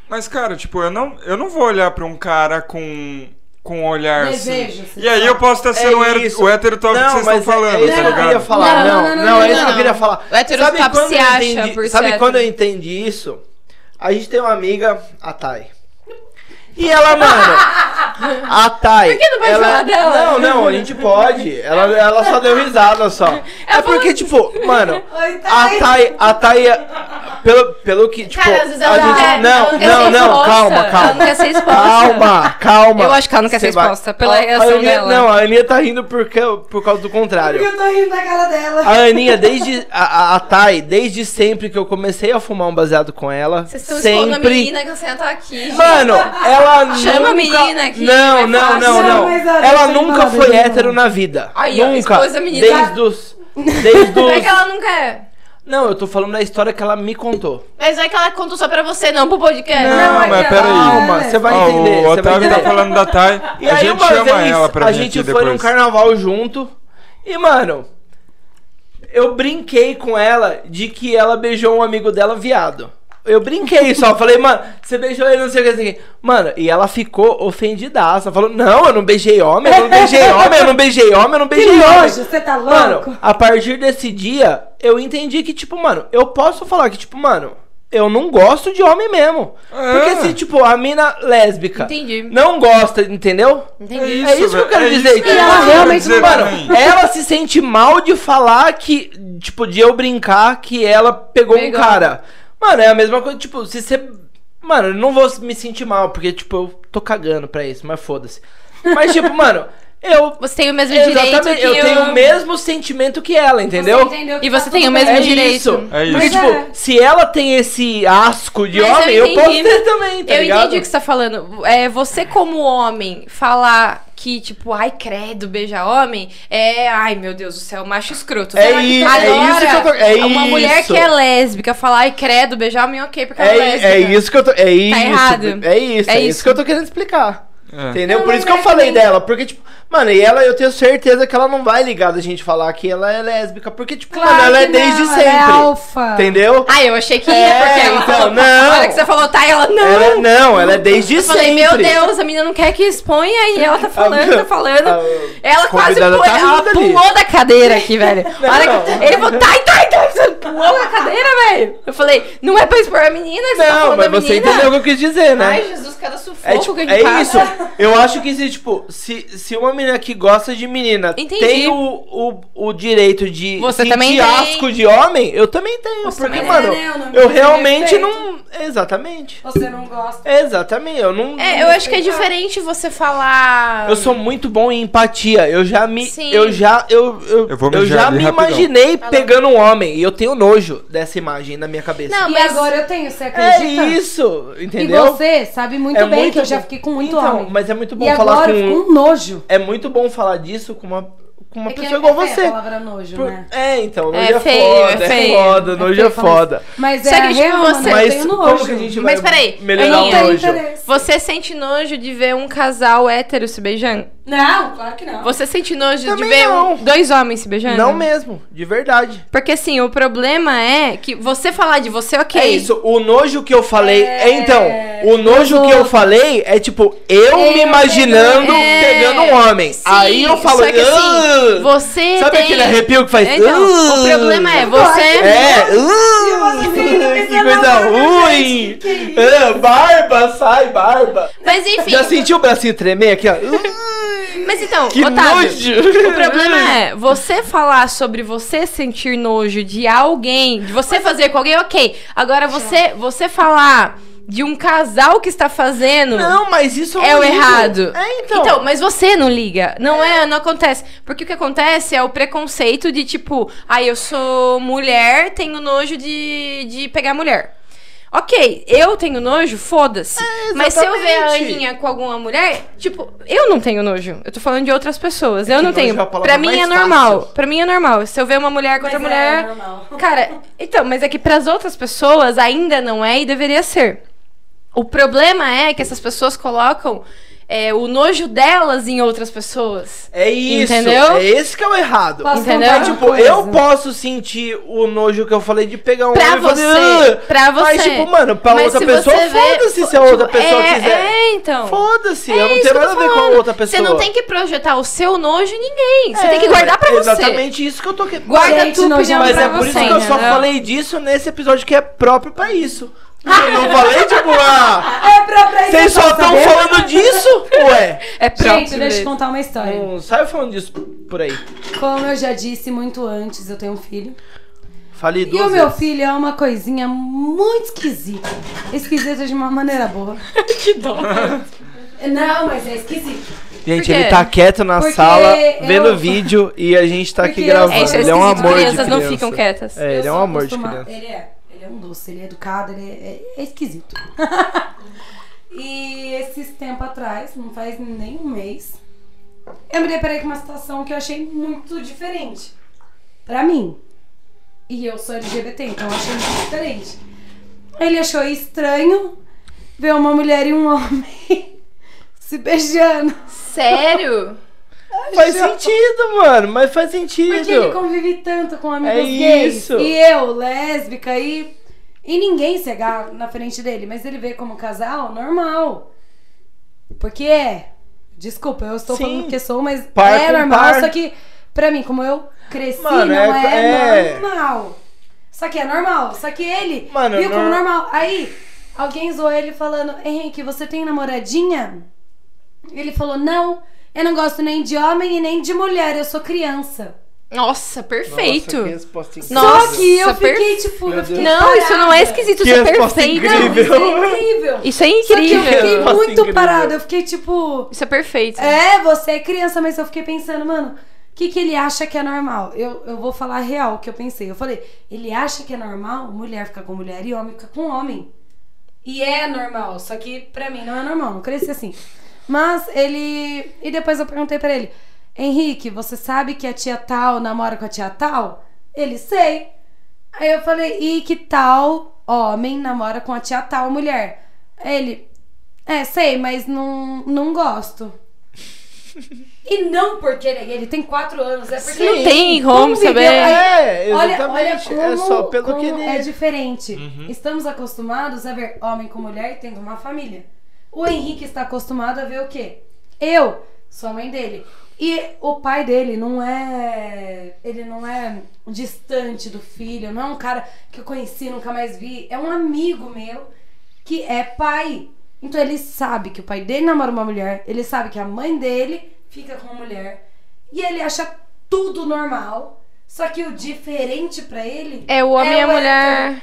S3: Mas, cara, tipo, eu não, eu não vou olhar pra um cara com, com um olhar
S5: Desejo,
S3: assim.
S5: assim,
S3: E aí eu posso estar sendo o hétero-
S4: É isso.
S3: o hétero top que
S4: Não,
S3: vocês
S4: mas
S3: estão falando,
S4: é, é isso
S3: tá
S4: que eu
S3: ligado?
S4: queria falar.
S5: Não,
S4: Não, não,
S5: não, não,
S4: é
S5: não,
S4: isso que eu
S5: não.
S4: queria falar.
S2: O hétero
S4: sabe
S2: top
S4: quando
S2: se
S4: eu
S2: acha
S4: entendi,
S2: por
S4: Sabe
S2: certo.
S4: quando eu entendi isso? A gente tem uma amiga, a Thay. E ela, mano.
S2: [LAUGHS]
S4: A Thay. Por
S2: que não pode
S4: ela,
S2: falar dela?
S4: Não, não, a gente pode. Ela, ela
S2: assim,
S4: só deu risada só. É porque, tipo, mano,
S5: Oi,
S4: a
S5: Thay.
S4: Thay. A Thay. Pelo, pelo que, tipo.
S2: Cara, às vezes
S4: a
S2: ela
S4: gente-
S2: é,
S4: não,
S2: ela
S4: não,
S2: quer ser
S4: não,
S2: exposta.
S4: calma,
S2: Ela não
S4: calma.
S2: quer ser exposta.
S4: Calma, calma.
S2: Eu acho que ela não quer ser
S4: Você vai-
S2: exposta, pela
S4: A- a
S2: reação
S4: Aninha-
S2: dela.
S4: Não, a Aninha tá rindo porque, por causa do contrário.
S5: Porque eu tô rindo da cara dela.
S4: A Aninha, desde. A, a, a Thay, desde sempre que eu comecei a fumar um baseado com ela.
S2: Vocês estão expondo a
S4: sempre.
S2: menina que você tá aqui. gente.
S4: Mano, ela
S2: Chama a
S4: nunca-
S2: menina aqui,
S4: Não,
S2: vai assim.
S4: não,
S2: fácil.
S4: não,
S5: Não,
S4: não.
S5: mas olha,
S4: Ela
S5: sem
S4: nunca
S5: falar,
S4: foi
S5: sem
S4: hétero
S5: falar.
S4: na vida.
S2: Aí, ó,
S4: nunca.
S2: expôs a é menina.
S4: Desde os. Desde
S2: Como é que
S4: os.
S2: ela nunca é?
S4: Não, eu tô falando da história que ela me contou.
S2: Mas é que ela contou só pra você, não pro podcast.
S5: Não,
S3: mas
S5: é-
S3: peraí.
S4: Calma,
S5: É.
S4: você vai
S3: Ó,
S4: entender.
S3: o
S4: você vai
S3: Otávio
S4: entender.
S3: tá falando da
S4: [LAUGHS]
S3: Thay.
S4: E
S3: a
S4: aí,
S3: gente
S4: uma
S3: chama
S4: vez,
S3: ela pra
S4: A
S3: vir
S4: gente
S3: aqui
S4: foi num
S3: depois.
S4: carnaval junto. E, mano, eu brinquei com ela de que ela beijou um amigo dela viado. Eu
S3: [LAUGHS]
S4: brinquei só, falei, mano, você beijou ele, não sei o que, não sei o que. Mano, e ela ficou ofendidaça. Falou, não, eu não beijei homem, eu não beijei homem, eu não beijei homem, eu não
S5: Que
S4: beijei homem.
S5: nojo, você tá louco?
S4: Mano, a partir desse dia, eu entendi que, tipo, mano, eu posso falar que, tipo, mano, eu não gosto de homem mesmo.
S3: É.
S4: Porque se, tipo, a mina lésbica
S2: Entendi.
S4: não gosta, entendeu?
S3: É
S2: Entendi.
S3: isso,
S4: É isso que eu
S3: velho,
S4: quero
S3: é
S4: dizer.
S3: isso que
S4: que
S3: eu
S5: ela
S3: quero
S5: realmente
S3: dizer
S4: mano,
S3: também.
S4: ela se sente mal de falar que, tipo, de eu brincar que ela pegou,
S2: Pegou.
S4: um cara. Mano, é a mesma coisa, tipo, se você. Mano, eu não vou me sentir mal, porque, tipo, eu tô cagando pra isso, mas foda-se. Mas, tipo, mano, eu.
S2: Você tem o mesmo direito
S4: Exatamente,
S2: que
S4: eu
S2: eu...
S4: tenho o mesmo sentimento que ela, entendeu?
S5: Você entendeu que
S2: E você
S5: tá
S2: tem
S5: tudo
S2: o mesmo
S5: bem.
S4: É
S2: direito.
S4: isso.
S3: É
S4: Porque,
S3: isso.
S4: tipo, se ela tem esse asco de
S2: Mas
S4: homem, eu,
S2: entendi.
S4: posso ter também, tá
S2: eu
S4: ligado?
S2: entendi o que você tá falando. É, você, como homem, falar que, tipo, ai, credo, beijar homem, é, ai, meu Deus do céu, macho escroto.
S4: É
S2: Será
S4: i- é
S2: Agora,
S4: isso que eu tô- é
S2: Uma mulher
S4: isso.
S2: que é lésbica falar, ai, credo, beijar homem, ok, porque ela é
S4: É,
S2: lésbica.
S4: é isso que eu tô. É isso.
S2: Tá errado.
S4: É isso.
S2: É
S4: É, isso.
S2: isso.
S4: que eu tô querendo explicar.
S3: É.
S4: Entendeu?
S5: Não,
S4: Por
S5: mas
S4: isso que eu
S5: é
S4: falei
S5: que nem-
S4: dela. Porque, tipo, mano, e ela, eu tenho certeza que ela não vai ligar da gente falar que ela é lésbica. Porque, tipo, mano, ela é
S5: que
S4: desde
S5: não,
S4: sempre.
S5: Ela é alfa.
S4: Entendeu?
S2: Ah, eu achei que ia,
S4: É,
S2: porque ela
S4: então,
S2: falou,
S4: não.
S2: na hora que você falou, tá, ela, não.
S4: Ela, não, ela é desde
S2: eu
S4: sempre.
S2: falei, meu Deus, a menina não quer que exponha e ela tá falando, tá falando.
S4: A-
S2: Ela quase
S4: convidada
S2: pulou,
S4: tá
S2: ela
S4: rindo ali.
S2: pulou da cadeira aqui,
S4: [LAUGHS]
S2: velho. A hora que-
S4: não.
S2: ele falou, tá, tá, tá, você pulou da cadeira, velho. Eu falei, não é pra expor a menina, você tá
S4: Não,
S2: falando
S4: mas
S2: da
S4: você
S2: menina.
S4: entendeu o que eu quis dizer, né?
S2: Ai, Jesus, cada sufoco
S4: É, tipo,
S2: que a gente
S4: é isso.
S2: passa.
S4: Eu acho que se, tipo, se, se uma menina que gosta de menina
S2: Entendi.
S4: tem o, o, o direito de
S2: Você
S4: sentir
S2: também tem.
S4: asco de homem, eu também tenho. porque,
S2: também
S4: mano,
S5: tem, né? O nome
S4: eu
S5: do
S4: realmente
S5: defeito.
S4: não. Exatamente.
S5: Você não gosta.
S4: Exatamente. Eu não.
S2: É, eu acho que é diferente você falar...
S4: Eu sou muito bom em empatia. Eu já me.
S2: Sim.
S4: Eu já. Eu, eu,
S3: Eu vou
S4: eu
S3: mijar
S4: já
S3: ali
S4: me
S3: rapidão.
S4: imaginei pegando um homem. E eu tenho nojo dessa imagem na minha cabeça.
S2: Não,
S5: E
S2: mas...
S5: agora eu tenho, você
S4: é
S5: acredita?
S4: isso.
S5: E
S4: Entendeu?
S5: você sabe muito
S4: É
S5: bem
S4: muito
S5: que eu já
S4: bom.
S5: fiquei com muito
S4: então,
S5: homem.
S4: Mas é muito bom
S5: e
S4: falar
S5: agora
S4: com.
S5: eu fico com um nojo.
S4: é muito bom falar disso com uma, com uma
S5: É que
S4: pessoa
S5: é
S4: igual
S5: feia
S4: você.
S5: A palavra nojo,
S4: Por-
S5: né?
S4: É, então, nojo
S2: É
S4: é,
S2: feio,
S4: foda,
S2: é
S4: é,
S2: feio.
S4: foda, nojo é
S5: feio falar
S4: foda.
S5: isso. Mas
S2: Só
S5: é
S2: que, tipo,
S5: real, mano,
S2: você-
S5: eu
S4: Mas
S5: tenho
S4: como
S5: nojo.
S4: que a gente vai
S2: Mas peraí,
S4: melhorar
S5: não
S2: Aninha,
S4: o
S5: tenho
S4: nojo?
S5: interesse.
S2: Você sente nojo de ver um casal hétero se beijando?
S5: Não, claro que não.
S2: Você sente nojo
S4: Também
S2: de ver
S4: não.
S2: um- dois homens se beijando?
S4: Não mesmo, de verdade.
S2: Porque assim, o problema é que você falar de você, ok.
S4: É isso, o nojo que eu falei.
S5: É,
S4: Então, o nojo que eu falei é tipo, eu me imaginando
S2: É.
S4: pegando um homem.
S2: Sim,
S4: Aí eu falo.
S2: Só que assim,
S4: "Ah".
S2: você.
S4: Sabe
S2: tem-
S4: aquele arrepio que faz.
S2: Então,
S4: "Ah"?
S2: o problema é você.
S4: É, [LAUGHS]
S5: você fica
S4: "Ah", que
S5: pensando,
S4: coisa
S5: "Nossa,
S4: ruim! Ah, barba, sai, barba!
S2: Mas enfim.
S4: Já sentiu o bracinho tremer aqui, ó? "Uh!"
S2: Mas então,
S4: Que
S2: Otávio.
S4: nojo!
S2: O problema
S4: [LAUGHS]
S2: é você falar sobre você sentir nojo de alguém, de você fazer com alguém, ok. Agora você, você falar de um casal que está fazendo.
S4: Não, mas isso
S2: É o
S4: horrível.
S2: errado.
S4: É, então.
S2: mas você não liga. Não é, não acontece. Porque o que acontece é o preconceito de tipo, ah, eu sou mulher, tenho nojo de, de pegar mulher. Ok, eu tenho nojo, foda-se. mas se eu ver a
S4: É, exatamente.
S2: Aninha com alguma mulher, tipo, eu não tenho nojo. Eu tô falando de outras pessoas. eu
S4: que
S2: não tenho.
S4: nojo é a palavra
S2: pra mim é
S4: mais
S2: normal.
S4: fácil.
S2: Pra mim é normal. Se eu ver uma mulher com outra
S5: Mas
S2: mulher.
S5: É normal. [LAUGHS]
S2: Cara, então, mas é que pras outras pessoas ainda não é e deveria ser. O problema é que essas pessoas colocam é, o nojo delas em outras pessoas.
S4: É isso.
S2: Entendeu?
S4: É esse que é o errado.
S5: Posso
S2: Entendeu?
S5: contar
S4: É
S5: uma
S4: tipo,
S5: coisa?
S4: eu posso sentir o nojo que eu falei de pegar um
S2: Pra
S4: homem e fazer,
S2: você,
S4: "Ah",
S2: pra
S4: Mas
S2: você.
S4: tipo, mano, pra
S2: Mas
S4: outra
S2: se
S4: pessoa,
S2: você vê-
S4: foda-se se a outra
S2: Tipo,
S4: pessoa
S2: é,
S4: quiser.
S2: É, então.
S4: Foda-se,
S2: É
S4: eu não
S2: isso
S4: tenho
S2: que eu
S4: nada a
S2: tô
S4: ver com a
S2: falando.
S4: outra pessoa.
S2: Você não tem que projetar o seu nojo em ninguém. Você
S4: É,
S2: tem que guardar pra
S4: é
S2: você.
S4: Exatamente isso que eu tô querendo.
S2: Guarda a
S5: Gente,
S2: tua opinião
S5: nojento.
S4: Mas
S2: pra
S4: é por
S2: você,
S4: isso que eu só
S2: entendeu?
S4: falei disso nesse episódio que é próprio pra isso. Eu não falei, tipo,
S2: [LAUGHS]
S4: ah,
S5: É própria
S4: vocês só estão
S5: saber?
S4: falando disso? Hum. Ué.
S2: É próprio.
S5: Gente, deixa eu te contar uma história.
S4: Não sai falando disso por aí.
S5: Como eu já disse muito antes, eu tenho um filho.
S4: Falei
S5: E
S4: duas
S5: o meu
S4: vezes.
S5: filho é uma coisinha muito esquisita. Esquisita de uma maneira boa.
S2: [LAUGHS] que dó.
S5: Não, mas é esquisito.
S4: Gente,
S2: Por quê?
S4: ele tá quieto na
S5: Porque
S4: sala,
S5: eu-
S2: [LAUGHS]
S4: vendo vídeo e a gente tá
S5: Porque
S4: aqui
S5: eu-
S4: gravando.
S2: É isso, é
S4: ele é um
S2: esquisito.
S4: amor de
S2: crianças
S4: criança.
S2: não ficam quietas.
S4: É,
S5: Eu
S4: ele é um
S5: sou
S4: amor de
S5: acostumada-
S4: criança.
S5: Ele é. Ele é um doce, ele é educado, ele é, é- é esquisito. [LAUGHS] e esses tempo atrás, não faz nem um mês, eu me deparei com uma situação que eu achei muito diferente. Pra mim. E eu sou LGBT, então eu achei muito diferente. Ele achou estranho ver uma mulher e um homem [LAUGHS] se beijando.
S2: Sério?
S4: Faz sentido, mano, mas faz sentido.
S5: Porque ele convive tanto com amigos
S4: É
S5: gays.
S4: isso.
S5: E eu, lésbica, e, e ninguém cegar na frente dele. Mas ele vê como casal normal. Porque é. Desculpa, eu estou
S4: Sim.
S5: falando que sou, mas
S4: Par
S5: é
S4: com
S5: normal.
S4: par.
S5: Só que, pra mim, como eu cresci,
S4: Mano,
S5: não é,
S4: é- é.
S5: normal. Só que é normal. Só que ele
S4: Mano, é-
S5: viu como
S4: nor-
S5: normal. Aí, alguém zoou ele falando, Henrique, você tem namoradinha? Ele falou, não, eu não gosto nem de homem e nem de mulher, eu sou criança.
S2: Nossa, perfeito.
S4: Nossa, que resposta incrível.
S2: Nossa, é
S5: Só que eu
S2: per-
S5: fiquei, tipo,
S4: Meu
S5: eu fiquei
S2: Não,
S5: parada.
S2: isso não é esquisito,
S4: Que
S2: isso é
S4: resposta
S2: perfeito.
S4: incrível.
S5: Isso é incrível.
S2: Isso é
S5: Só que eu
S2: incrível.
S5: fiquei
S4: Nossa,
S5: muito
S4: incrível.
S5: parada, eu fiquei tipo...
S2: Isso é perfeito.
S5: É, você é criança, mas eu fiquei pensando, mano, o que, que ele acha que é normal? Eu, eu vou falar a real o que eu pensei. Eu falei, ele acha que é normal mulher ficar com mulher e homem ficar com homem. E é normal, só que pra mim não é normal, não cresci assim. Mas ele. E depois eu perguntei pra ele: Henrique, você sabe que a tia tal namora com a tia tal? Ele sei. Aí eu falei: e que tal homem namora com a tia tal mulher? Ele: é, sei, mas não,
S4: [LAUGHS]
S5: não gosto. E não porque ele é gay, ele tem quatro anos, é porque
S2: Não
S5: ele
S2: tem como
S5: conviveu-
S2: saber.
S4: É,
S5: Olha, olha
S4: exatamente.
S5: como,
S4: é só pelo
S5: como
S4: que ele.
S5: é diferente. Estamos acostumados a ver homem com mulher tendo uma família. O Henrique está acostumado a ver o quê? Eu sou a mãe dele. E o pai dele não é. Ele não é distante do filho, não é um cara que eu conheci, nunca mais vi. É um amigo meu que é pai. Então ele sabe que o pai dele namora uma mulher, ele sabe que a mãe dele fica com uma mulher. E ele acha tudo normal. Só que o diferente pra ele
S2: É o homem e a
S5: hétero.
S4: é
S2: mulher.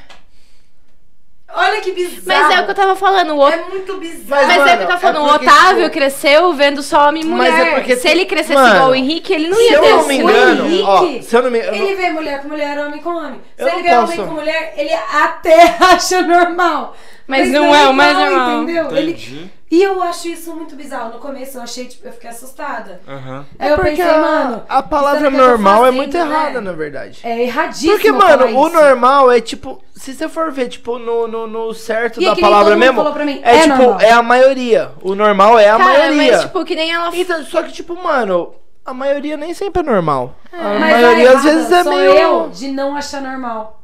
S5: Olha que bizarro.
S2: Mas é o que eu tava falando. O
S5: É muito bizarro.
S2: Mas é o
S4: mano,
S2: que eu tava
S4: é
S2: falando, o
S4: porque,
S2: Otávio
S4: tipo,
S2: cresceu vendo só homem e mulher.
S4: Mas é porque
S2: se
S4: tem-
S2: ele crescesse
S4: Mano,
S2: igual o Henrique, ele não
S4: se
S2: ia
S4: eu
S2: ter
S4: não me
S2: esse-
S4: engano,
S5: Henrique,
S4: ó, se eu não me eu
S5: Ele
S4: não-
S5: vê mulher com mulher, homem com homem. Se
S4: Eu
S5: ele
S4: não
S5: vê
S4: posso.
S5: homem com mulher, ele até [LAUGHS] acha normal. tá,
S2: Mas não é o mais normal.
S5: Entendeu? Ele...
S3: Entendi.
S5: E eu acho isso muito bizarro. No começo eu achei, tipo, eu fiquei assustada.
S3: Aham.
S5: Aí eu pensei,
S4: É a,
S5: mano.
S4: a palavra
S5: será que eu tô
S4: normal é
S5: fazendo,
S4: muito
S5: né?
S4: errada, na verdade.
S5: É erradíssimo.
S4: Porque, mano,
S5: falar
S4: o
S5: isso.
S4: normal é tipo, se você for ver, tipo, no, no, no certo
S5: E é
S4: da
S5: que nem todo
S4: palavra
S5: mundo
S4: mesmo,
S5: falou pra mim,
S4: é,
S5: é
S4: tipo,
S5: normal.
S4: é a maioria. O normal é a
S2: Cara,
S4: maioria.
S2: mas tipo, que nem ela
S4: Então, só que, tipo, mano, a maioria nem sempre é normal. A
S5: Mas
S4: maioria
S5: a
S4: às vezes
S5: errada
S4: é
S5: sou
S4: meio.
S5: eu de não achar normal.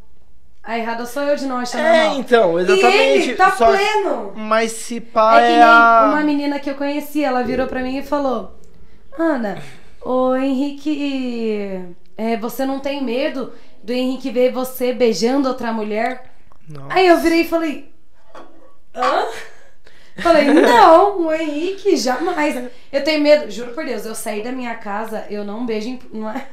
S5: A errada sou eu de não achar
S4: É,
S5: normal.
S4: então, exatamente.
S5: E ele tá
S4: só...
S5: pleno.
S4: Mas se pá
S5: É que
S4: é,
S5: nem
S4: a. [LAUGHS]
S5: uma menina que eu conheci, ela virou pra mim e falou: Ana, o Henrique. é, você não tem medo do Henrique ver você beijando outra mulher?
S4: Nossa.
S5: Aí eu virei e falei: Hã? Falei, não, o Henrique, jamais. Eu tenho medo, juro por Deus, eu saí da minha casa, eu não beijo em. Não [LAUGHS] é?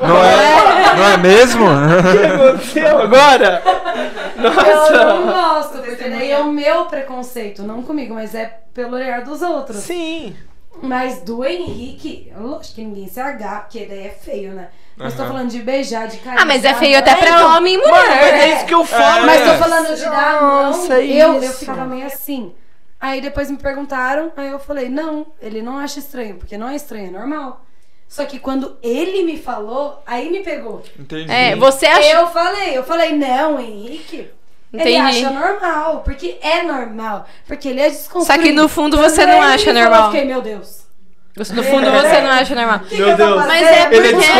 S3: Não é, não é mesmo?
S4: O que aconteceu
S5: [LAUGHS]
S4: agora?
S5: É Eu não
S4: Nossa!
S5: gosto, porque daí é o meu preconceito, não comigo, mas é pelo olhar dos outros.
S4: Sim.
S5: Mas do Henrique, lógico que ninguém se agarra, porque daí é feio, né? Mas tô
S3: Aham.
S5: falando de beijar, de carinho.
S2: Ah, mas é feio até pra homem e
S4: Então, Mano, mas
S2: mulher.
S4: é isso que eu falo.
S5: Mas tô
S3: É.
S5: falando de dar a mão.
S4: Nossa, é
S5: eu, eu
S4: isso.
S5: ficava meio assim. Aí depois me perguntaram, aí eu falei, não, ele não acha estranho, porque não é estranho, é normal. Só que quando ele me falou, aí me pegou.
S3: Entendi.
S2: É, você acha.
S5: Eu falei, eu falei, não, Henrique. Ele
S2: Entendi.
S5: acha normal, porque é normal. Porque ele é
S2: Só
S5: desconstruído.
S2: que no fundo você
S5: Quando
S2: não
S5: ele
S2: acha
S5: me falou, Eu
S2: normal.
S5: fiquei, meu Deus.
S2: No fundo
S4: É.
S2: você não acha normal.
S5: que
S4: Meu
S5: que eu tô
S4: Deus.
S2: Mas é
S5: fazendo?
S4: Ele é
S2: Porque- Tipo,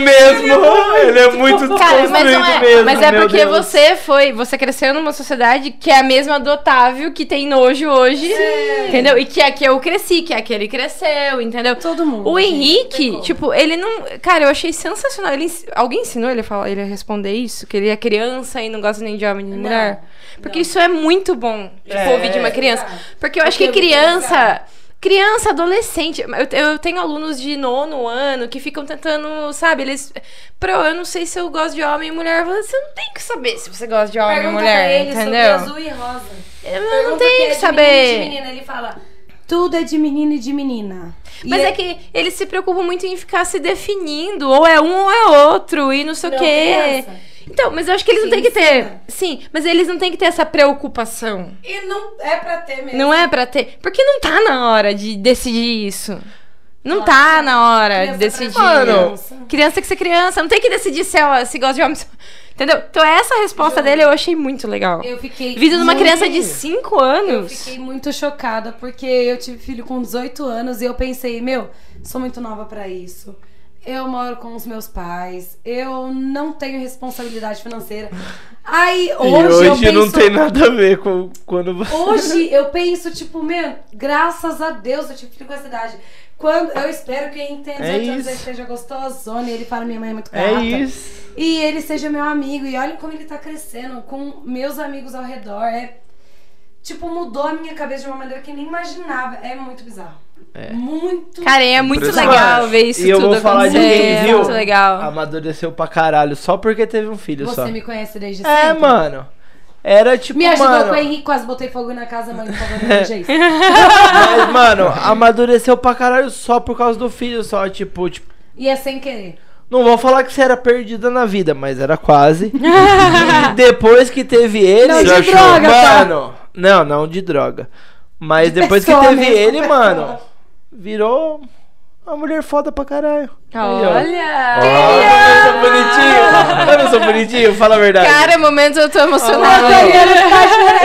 S2: [LAUGHS]
S4: mesmo. Ele é muito
S2: Cara,
S4: desconstruído
S2: mas não é.
S4: mesmo.
S2: mas é
S4: meu
S2: porque
S4: Deus.
S2: você foi. Você cresceu numa sociedade que é a mesma do Otávio, que tem nojo hoje. Entendeu? E que é que eu cresci, que é que ele cresceu, entendeu?
S5: Todo mundo. assim.
S2: O
S5: gente, não tem
S2: Henrique,
S5: como.
S2: tipo, ele não. Cara, eu achei sensacional. Ele, ens- alguém ensinou ele a, falar, ele a responder isso? Que ele é criança e não gosta nem de homem nem de
S5: Não,
S2: mulher? Porque
S5: não.
S2: isso é muito bom de
S4: É.
S2: ouvir de uma criança. Porque eu acho que
S5: Porque é eu vou
S2: criança.
S5: pensar.
S2: Criança, adolescente. Eu, eu tenho alunos de nono ano que ficam tentando, sabe? Eles. Pro, eu não sei se eu gosto de homem e mulher. Eu falo, Você não tem que saber se você gosta de homem e
S5: Pergunta
S2: mulher,
S5: pra ele
S2: entendeu?
S5: sobre azul e rosa.
S2: Eu
S5: Pergunta
S2: não
S5: o
S2: tenho
S5: é
S2: que
S5: de
S2: saber.
S5: menino e de menina. Ele fala, tudo é de menino e de menina. E
S2: Mas é que eles se preocupam muito em ficar se definindo, ou é um ou é outro, e não sei o
S5: Não,
S2: quê.
S5: criança.
S2: Então, mas eu acho que eles não
S5: Sim,
S2: têm que ter.
S5: ensina.
S2: Sim, mas eles não têm que ter essa preocupação.
S5: E não é pra ter mesmo.
S2: Não é pra ter. Porque não tá na hora de decidir isso. Não tá na hora de
S5: Criança pra
S2: decidir.
S5: criança.
S2: Criança que ser criança, não tem que decidir se, ela, se gosta de homem. se- Entendeu? Então, essa resposta dele eu achei muito legal.
S5: Eu fiquei.
S2: Vida de uma
S5: muito-
S2: criança de 5
S5: Eu
S2: anos.
S5: fiquei muito chocada, porque eu tive filho com 18 anos e eu pensei, meu, sou muito nova pra isso. Eu moro com os meus pais, eu não tenho responsabilidade financeira. Aí
S4: E
S5: hoje, eu
S4: hoje
S5: penso,
S4: não tem nada a ver com quando você.
S5: Hoje eu penso, tipo, meu, graças a Deus eu tive filho com essa idade. Quando, eu espero que quem tem 18
S4: É
S5: anos
S4: isso.
S5: ele seja gostosona e ele fala, minha mãe é muito
S4: É
S5: gata.
S4: isso.
S5: E ele seja meu amigo. E olha como ele tá crescendo, com meus amigos ao redor. É, tipo, mudou a minha cabeça de uma maneira que eu nem imaginava. É muito bizarro. Muito.
S2: Cara, é muito
S3: Impressionante.
S2: legal ver isso
S4: E eu
S2: tudo
S4: vou falar de
S2: acontecer.
S4: quem
S2: é
S4: viu.
S2: muito legal.
S4: Amadureceu pra caralho só porque teve um filho
S5: Você
S4: só.
S5: me conhece desde sempre.
S4: É, mano. Era tipo,
S5: Me ajudou
S4: mano, [LAUGHS]
S5: com o Henrique, quase botei fogo na casa, mãe, por favor, não veja isso.
S4: Mas, mano, amadureceu pra caralho só por causa do filho, só, tipo, tipo.
S5: E é sem querer.
S4: Não vou falar que você era perdida na vida, mas
S2: [LAUGHS]
S4: era quase. E depois que teve ele.
S5: Não,
S3: de achou? droga,
S5: tá?
S4: mano. Não, não de droga. Mas
S5: De
S4: depois que
S5: pessoa
S4: teve
S5: mesmo,
S4: ele,
S5: pessoa.
S4: mano, virou uma mulher foda pra caralho. Aí, ó.
S2: Olha!
S4: Ah, eu sou bonitinho. Eu não sou bonitinho, fala a verdade.
S2: Cara, momento eu tô emocionada.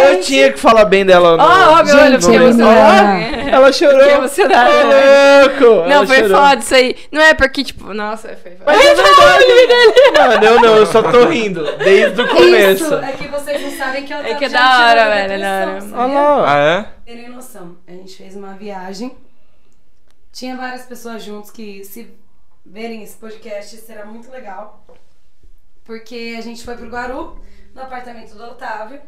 S4: eu tinha que falar bem dela.
S2: Ó, ó, meu olho, eu fiquei
S4: momento.
S2: emocionada.
S4: Ó, Ela chorou.
S2: Fiquei emocionada.
S4: Ô, louco.
S2: Não,
S4: ela
S2: foi
S4: chorou.
S2: foda isso aí. Não é porque, tipo, nossa, foi foda.
S4: Mas é verdade. Mano, eu não, eu só tô rindo. Desde o começo.
S5: Isso, é que vocês não sabem que eu
S2: É
S5: tava
S2: que é
S5: já
S2: da hora,
S5: tirando
S2: velho, é da
S5: depressão,
S2: hora.
S5: sabia?
S4: Olha lá.
S3: Ah, é?
S5: terem noção, a gente fez uma viagem. Tinha várias pessoas juntos que, se verem esse podcast, será muito legal. Porque a gente foi pro Guaru, no apartamento do Otávio.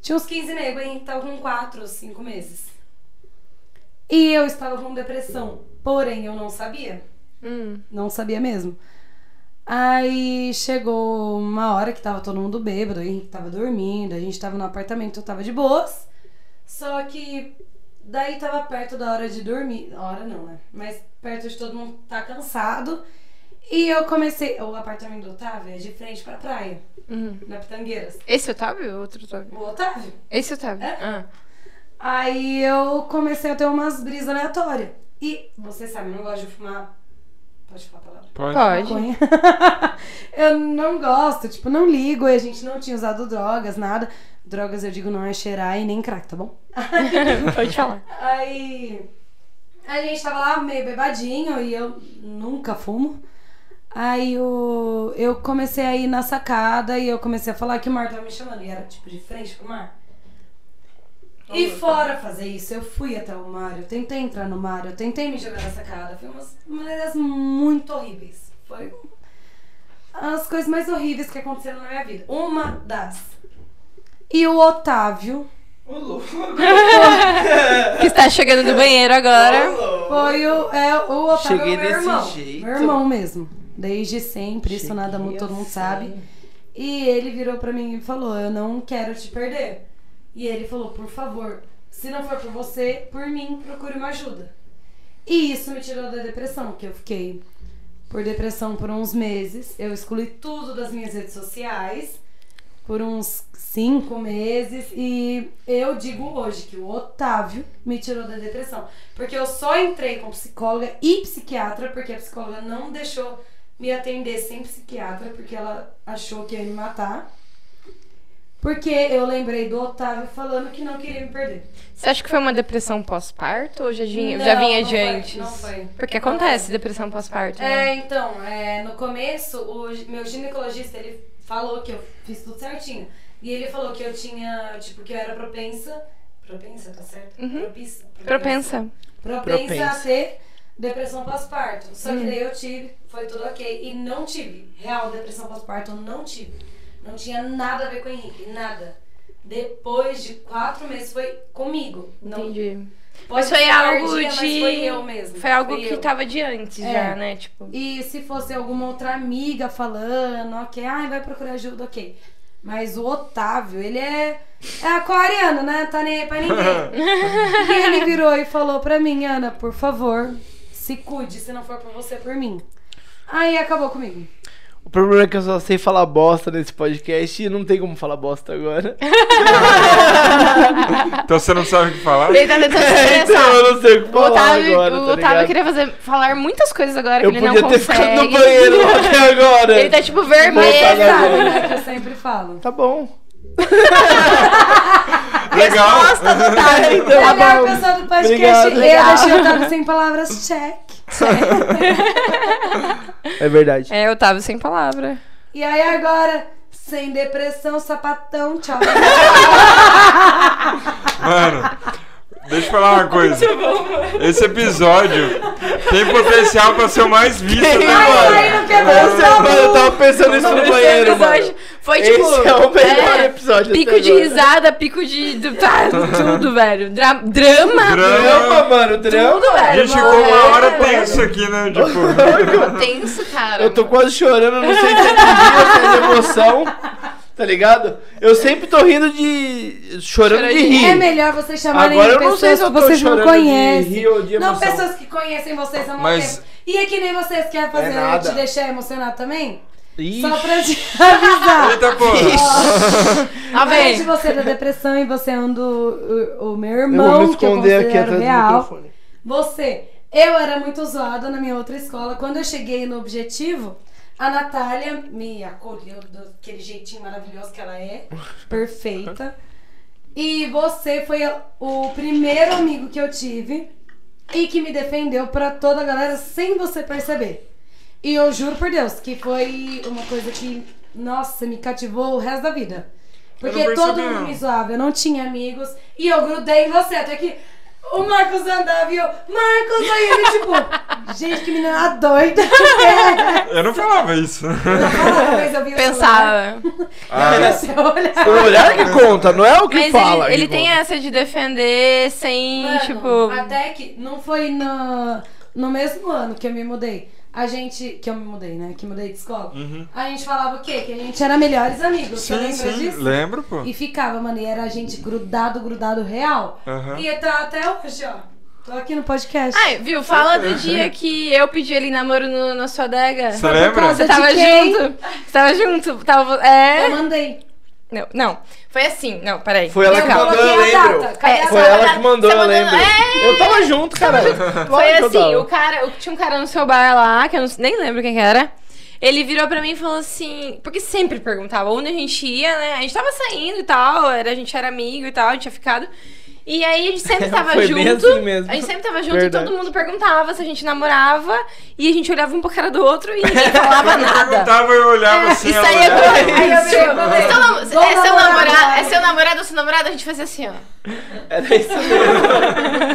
S5: Tinha uns 15 negros, hein? Tava com 4, 5 meses. E eu estava com depressão. Porém, eu não sabia. Não sabia mesmo. Aí chegou uma hora que tava todo mundo bêbado, o Henrique tava dormindo, a gente tava no apartamento, eu tava de boas. Só que daí tava perto da hora de dormir. Hora não, né? Mas perto de todo mundo tá cansado. E eu comecei. O apartamento do Otávio é de frente pra praia, na Pitangueiras.
S2: Esse Otávio ou outro Otávio?
S5: O Otávio?
S2: Esse Otávio. Ah.
S5: Aí eu comecei a ter umas brisas aleatórias. E você sabe, eu não gosto de fumar. Pode falar a palavra.
S3: Pode.
S2: Pode. [LAUGHS]
S5: maconha. [LAUGHS] eu não gosto, tipo, não ligo. E a gente não tinha usado drogas, nada. Drogas eu digo não é cheirar e nem crack, tá bom?
S2: Pode falar.
S5: Aí a gente tava lá meio bebadinho e eu nunca fumo. Aí eu, eu comecei a ir na sacada e eu comecei a falar que o mar tava me chamando. E era tipo de frente pro mar. E fora fazer isso, eu fui até o mar, eu tentei entrar no mar, eu tentei me jogar na sacada. Foi umas maneiras muito horríveis. Foi as coisas mais horríveis que aconteceram na minha vida. Uma das. E o Otávio
S2: Que está chegando do banheiro agora.
S5: Foi o, é, o Otávio
S4: Cheguei
S5: é o meu
S4: desse
S5: irmão.
S4: jeito.
S5: Meu irmão mesmo. Desde sempre, isso nada muda, todo
S4: assim.
S5: mundo sabe. E ele virou pra mim e falou: Eu não quero te perder. E ele falou: Por favor, se não for por você, por mim, procure uma ajuda. E isso me tirou da depressão, que eu fiquei por depressão por uns meses. Eu excluí tudo das minhas redes sociais por uns cinco meses e eu digo hoje que o Otávio me tirou da depressão. Porque eu só entrei com psicóloga e psiquiatra, porque a psicóloga não deixou me atender sem psiquiatra, porque ela achou que ia me matar. Porque eu lembrei do Otávio falando que não queria me perder.
S2: Você acha que foi uma depressão pós-parto ou já vinha,
S5: Não,
S2: já vinha
S5: não
S2: de
S5: foi,
S2: antes?
S5: não foi.
S2: Porque acontece depressão pós-parto. né?
S5: É, então, é, no começo, o gi- meu ginecologista, ele falou que eu fiz tudo certinho. E ele falou que eu tinha, tipo, que eu era propensa. Propensa, tá certo? Propícia-
S2: Uhum. então. Propensa.
S5: propensa, a
S4: Propensa.
S5: ter depressão pós-parto. Só
S2: Uhum.
S5: que daí eu tive, foi tudo ok. E não tive. Real depressão pós-parto, eu não tive. Não tinha nada a ver com o Henrique, nada. Depois de quatro meses foi comigo. Não
S2: Entendi.
S5: Pode
S2: foi
S5: ser
S2: algo
S5: tardia, mas
S2: de-
S5: foi eu mesmo.
S2: Foi algo
S5: Fui
S2: que
S5: eu.
S2: tava de antes
S5: É.
S2: já, né? Tipo.
S5: E se fosse alguma outra amiga falando, ok, ai, vai procurar ajuda, ok. Mas o Otávio, ele é, é aquariano, né? Tá nem aí
S4: [LAUGHS]
S5: pra ninguém. e ele virou e falou pra mim, Ana, por favor, se cuide, se não for por você, por mim. Aí acabou comigo.
S4: O problema é que eu só sei falar bosta nesse podcast e não tem como falar bosta agora.
S3: Então você não sabe o que falar?
S1: Ele tá
S2: [LAUGHS]
S1: tentando se
S4: [LAUGHS] É, então
S1: expressar.
S4: eu não sei o que
S1: O
S4: falar
S1: Otávio,
S4: agora,
S1: o
S4: tá
S1: Otávio
S4: ligado?
S1: queria fazer, falar muitas coisas agora
S4: Eu
S1: que ele não
S4: podia ter
S1: consegue.
S4: ficado no
S2: [LAUGHS]
S4: banheiro até agora.
S1: Ele tá tipo
S4: Voltar
S1: vermelho.
S4: na-
S5: Sabe, né? Que eu sempre falo.
S4: Tá bom.
S3: Legal.
S1: Resposta do
S4: [LAUGHS]
S1: Otávio.
S4: É, então, tá
S5: Melhor
S4: bom.
S5: pessoa do podcast.
S4: Obrigado.
S5: Eu deixei o Otávio sem palavras, check.
S4: É verdade. [LAUGHS]
S2: É, eu tava sem palavra.
S5: E aí agora, sem depressão, sapatão,
S4: [LAUGHS]
S5: tchau.
S3: Mano, [LAUGHS] deixa eu falar uma coisa. Esse episódio tem potencial pra ser o mais visto, né,
S5: Aí
S3: mano?
S5: não quebrou
S4: Nossa, mano, é eu tava pensando isso no banheiro,
S2: episódio
S4: mano.
S2: foi
S4: Esse
S2: tipo.
S4: é o melhor
S2: é,
S4: episódio
S2: Pico
S4: até
S2: de
S4: agora.
S2: risada, pico de. do- tá, tudo, velho. Dra- drama.
S4: Drama,
S3: Drama.
S4: mano, drama.
S2: Tudo,
S3: A
S2: velho.
S3: gente ficou uma
S2: mano.
S3: hora tenso aqui, né? Tipo,
S4: [LAUGHS]
S6: Tenso, cara.
S4: Eu tô quase chorando, eu não sei se é de rir ou se é de emoção. Tá ligado? Eu sempre tô rindo de. chorando de rir.
S5: É melhor vocês chamarem
S4: Agora
S5: de
S4: eu não
S5: pessoas
S4: sei se eu
S5: que
S4: tô
S5: vocês não
S4: chorando
S5: conhecem.
S4: de rir ou de
S5: não,
S4: emoção.
S5: pessoas que conhecem vocês há muito
S3: Mas-
S5: tempo. E é que nem vocês querem fazer
S4: É
S5: eu
S4: nada.
S5: te deixar emocionado também?
S4: Ixi.
S5: Só pra te [LAUGHS] avisar.
S3: eita porra.
S2: Ah,
S5: Além de
S2: velem.
S5: você da depressão e você ando o, o meu
S4: Eu vou
S5: irmão,
S4: me
S5: que eu
S4: esconder aqui
S5: considero
S4: atrás do
S5: real.
S4: microfone.
S5: Você, eu era muito zoada na minha outra escola. Quando eu cheguei no objetivo, a Natália me acolheu daquele jeitinho maravilhoso que ela é, perfeita. E você foi o primeiro amigo que eu tive e que me defendeu pra toda a galera sem você perceber. E eu juro por Deus que foi uma coisa que, nossa, me cativou o resto da vida.
S3: Eu
S5: Porque
S3: não
S5: todo
S3: percebi,
S5: mundo
S3: não.
S5: me zoava, eu não tinha amigos e eu grudei em você até que o Marcos andava e eu, Marcos, aí ele tipo, [LAUGHS] gente, que menina doida. [LAUGHS]
S3: Eu não falava isso.
S5: Talvez eu vi o celular,
S2: Pensava.
S5: [LAUGHS]
S3: Ah,
S5: Você olha.
S4: O olhar que conta, não é o que
S2: Mas
S4: fala.
S2: ele, ele
S4: que
S2: tem
S4: conta.
S2: essa de defender sem,
S5: Mano,
S2: tipo.
S5: Até que não foi no, no mesmo ano que eu me mudei. A gente. Que eu me mudei, né? Que mudei de escola. A gente falava o quê? Que a gente era melhores amigos. você
S3: Uhum. sim,
S5: lembra
S3: sim.
S5: disso?
S3: Lembro, pô.
S5: E ficava, mano, e era a gente grudado, grudado real.
S3: Aham.
S5: E tá até hoje, ó. Tô aqui no podcast.
S2: Ai, viu? Fala do dia que eu pedi ele em namoro no- na sua adega.
S3: Você lembra?
S5: causa-
S2: Você tava
S5: De quem?
S2: junto? Você tava junto? Tava. É.
S5: Eu mandei.
S2: Não, não. Foi assim. Não, peraí.
S4: Foi ela
S5: Eu
S4: que
S2: Calma.
S4: mandou, eu
S5: coloquei a
S4: lembro.
S5: data. Cadê
S2: É,
S5: a
S4: Foi
S5: data?
S4: ela que mandou,
S2: Você
S4: eu
S2: mandou-
S4: lembro.
S2: É!
S4: Eu tava junto, cara.
S2: Foi assim, o cara, o- tinha um cara no seu bar lá, que eu não, nem lembro quem que era. Ele virou pra mim e falou assim, porque sempre perguntava onde a gente ia, né? A gente tava saindo e tal, era, a gente era amigo e tal, a gente tinha ficado. E aí a gente
S4: [LAUGHS]
S2: sempre tava
S4: Foi bem
S2: junto.
S4: assim mesmo.
S2: A gente sempre tava junto
S4: Verdade.
S2: e todo mundo perguntava se a gente namorava. E a gente olhava um pra cara do outro e
S4: [LAUGHS]
S2: ninguém falava
S3: Eu
S2: nada. é
S3: perguntava, eu olhava assim.
S2: E
S3: ela
S2: saía
S3: olhava.
S2: correndo.
S5: Aí eu virei e falei,
S2: É seu, nam-
S5: "Vou
S2: é seu
S5: namorar
S2: namorado,
S5: agora."
S2: é seu namorado ou seu namorado, a gente fazia assim, ó.
S4: Era isso mesmo.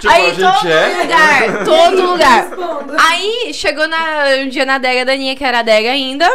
S3: Tipo,
S2: aí
S3: a gente
S2: todo
S3: é?
S2: lugar, todo lugar. Ah,
S5: Respondo.
S2: Aí chegou na, um dia na adega da Aninha, que era adega ainda.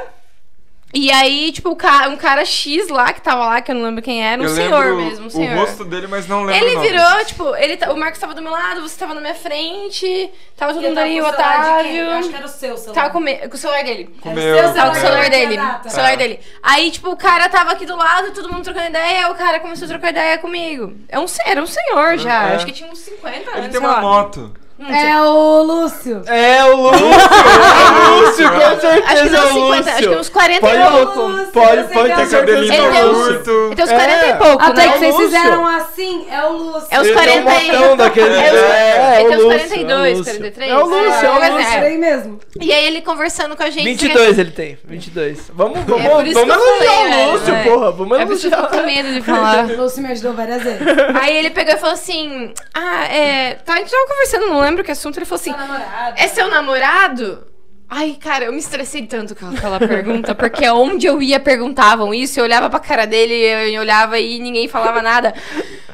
S2: E aí, tipo, o ca- um cara X lá, que tava lá, que eu não lembro quem era, um
S3: Eu
S2: senhor
S3: lembro
S2: mesmo, um
S3: O
S2: senhor.
S3: rosto dele, mas não lembro. o
S2: ele
S3: nome.
S2: virou, tipo, ele, ta- o Marcos tava do meu lado, você tava na minha frente, tava todo
S5: Eu
S2: mundo
S5: tava tá
S2: ali,
S5: com
S2: o
S5: o celular de quem?
S2: Otávio.
S5: Eu Acho que era o seu celular.
S2: Tava com, me- com o celular dele.
S3: Comeu.
S5: Seu celular
S2: Tava com o celular
S5: Tá.
S2: dele.
S5: Tá.
S2: O celular dele. Aí, tipo, o cara tava aqui do lado, todo mundo trocando ideia, o cara começou a trocar ideia comigo. É um, se- era um senhor já,
S3: É.
S2: acho que tinha uns 50 anos.
S3: Ele tem
S2: sei
S3: uma
S2: lá.
S3: moto.
S5: É o Lúcio.
S4: [LAUGHS] É o Lúcio! É o Lúcio, com certeza
S2: Acho que
S4: é
S2: não
S4: o
S2: 50, acho que
S4: Lúcio.
S2: uns 40
S4: Pode,
S2: e um. pouco.
S5: Lúcio,
S4: pode, pode,
S5: você
S4: pode
S5: tem
S4: ter certeza
S3: Cabelinho
S4: que é o Lúcio.
S3: curto.
S2: Ele tem uns
S4: É.
S2: 40 e pouco,
S5: Até
S2: né?
S5: que vocês
S4: Lúcio.
S5: fizeram assim, é o Lúcio.
S2: É os
S4: Ele tem um
S2: 40 e-
S4: motão daquele
S2: É,
S4: jeito.
S2: ele tem
S4: o
S2: uns
S4: Lúcio,
S2: 42,
S4: é o Lúcio.
S2: 43.
S4: É o Lúcio,
S2: É,
S4: é o
S2: mas
S4: Lúcio.
S5: Por aí Ah, mesmo.
S2: E aí ele conversando com a gente. né?
S4: 22 ele tem, 22. Vamos, vamos,
S2: É, por isso
S4: vamos
S2: que eu falei,
S4: elogiar
S2: velho,
S4: o Lúcio,
S2: é.
S4: porra. Vamos
S2: É por isso que eu
S4: elogiar.
S2: tô com medo de falar.
S4: [LAUGHS]
S5: O Lúcio me ajudou várias vezes.
S2: aí ele pegou e falou assim: Ah, é. Tá, a gente tava conversando, não lembro que assunto. Ele falou assim:
S5: Sua namorada.
S2: É seu namorado? Ai, cara, eu me estressei tanto com aquela pergunta, porque é onde eu ia perguntavam isso, eu olhava pra cara dele, eu olhava e ninguém falava nada.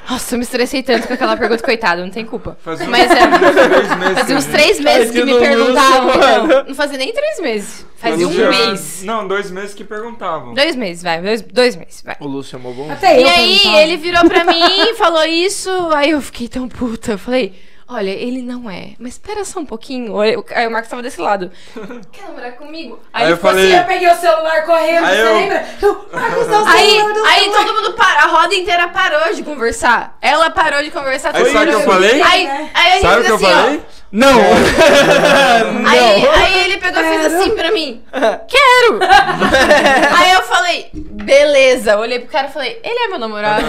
S2: Nossa, eu me estressei tanto com aquela pergunta, coitada, não tem culpa.
S3: Fazia uns-
S2: Mas é, [LAUGHS]
S3: Três um meses.
S2: fazia uns
S3: né?
S2: três meses que me
S4: Tadinho do Wilson,
S2: perguntavam. Não,
S4: mano.
S2: não fazia nem três meses. Fazia
S3: Fazia-
S2: um mês.
S3: Não, dois meses que perguntavam.
S2: Dois meses, vai. Dois, dois meses, vai.
S4: O Lúcio chamou bom.
S5: Até eu
S2: E aí,
S5: perguntava.
S2: ele virou pra mim, [LAUGHS] falou isso, aí eu fiquei tão puta. Eu falei, olha, ele não é, mas espera só um pouquinho. Olha, eu- Aí o Marcos tava desse lado. [LAUGHS] Quer namorar comigo?
S3: Aí eu
S2: ele ficou
S4: É.
S3: falei-
S5: Eu peguei o celular correndo,
S3: Aí
S5: você
S3: eu-
S5: lembra? Eu, Marcos, dá o celular,
S2: Aí,
S5: dá o
S2: aí [LAUGHS]
S5: celular.
S2: todo mundo parou, a roda inteira parou de conversar. Ela parou de conversar.
S3: Aí
S2: todo
S3: sabe o
S2: mundo-
S3: que eu falei?
S2: Aí, aí a gente
S3: Sabe o que
S2: fez
S3: eu
S2: assim,
S3: falei?
S4: Não!
S2: ó.
S4: não!
S2: Aí, aí ele pegou e fez assim pra [LAUGHS] mim. Quero! aí eu falei, beleza. Olhei pro cara e falei, ele é meu [LAUGHS] namorado.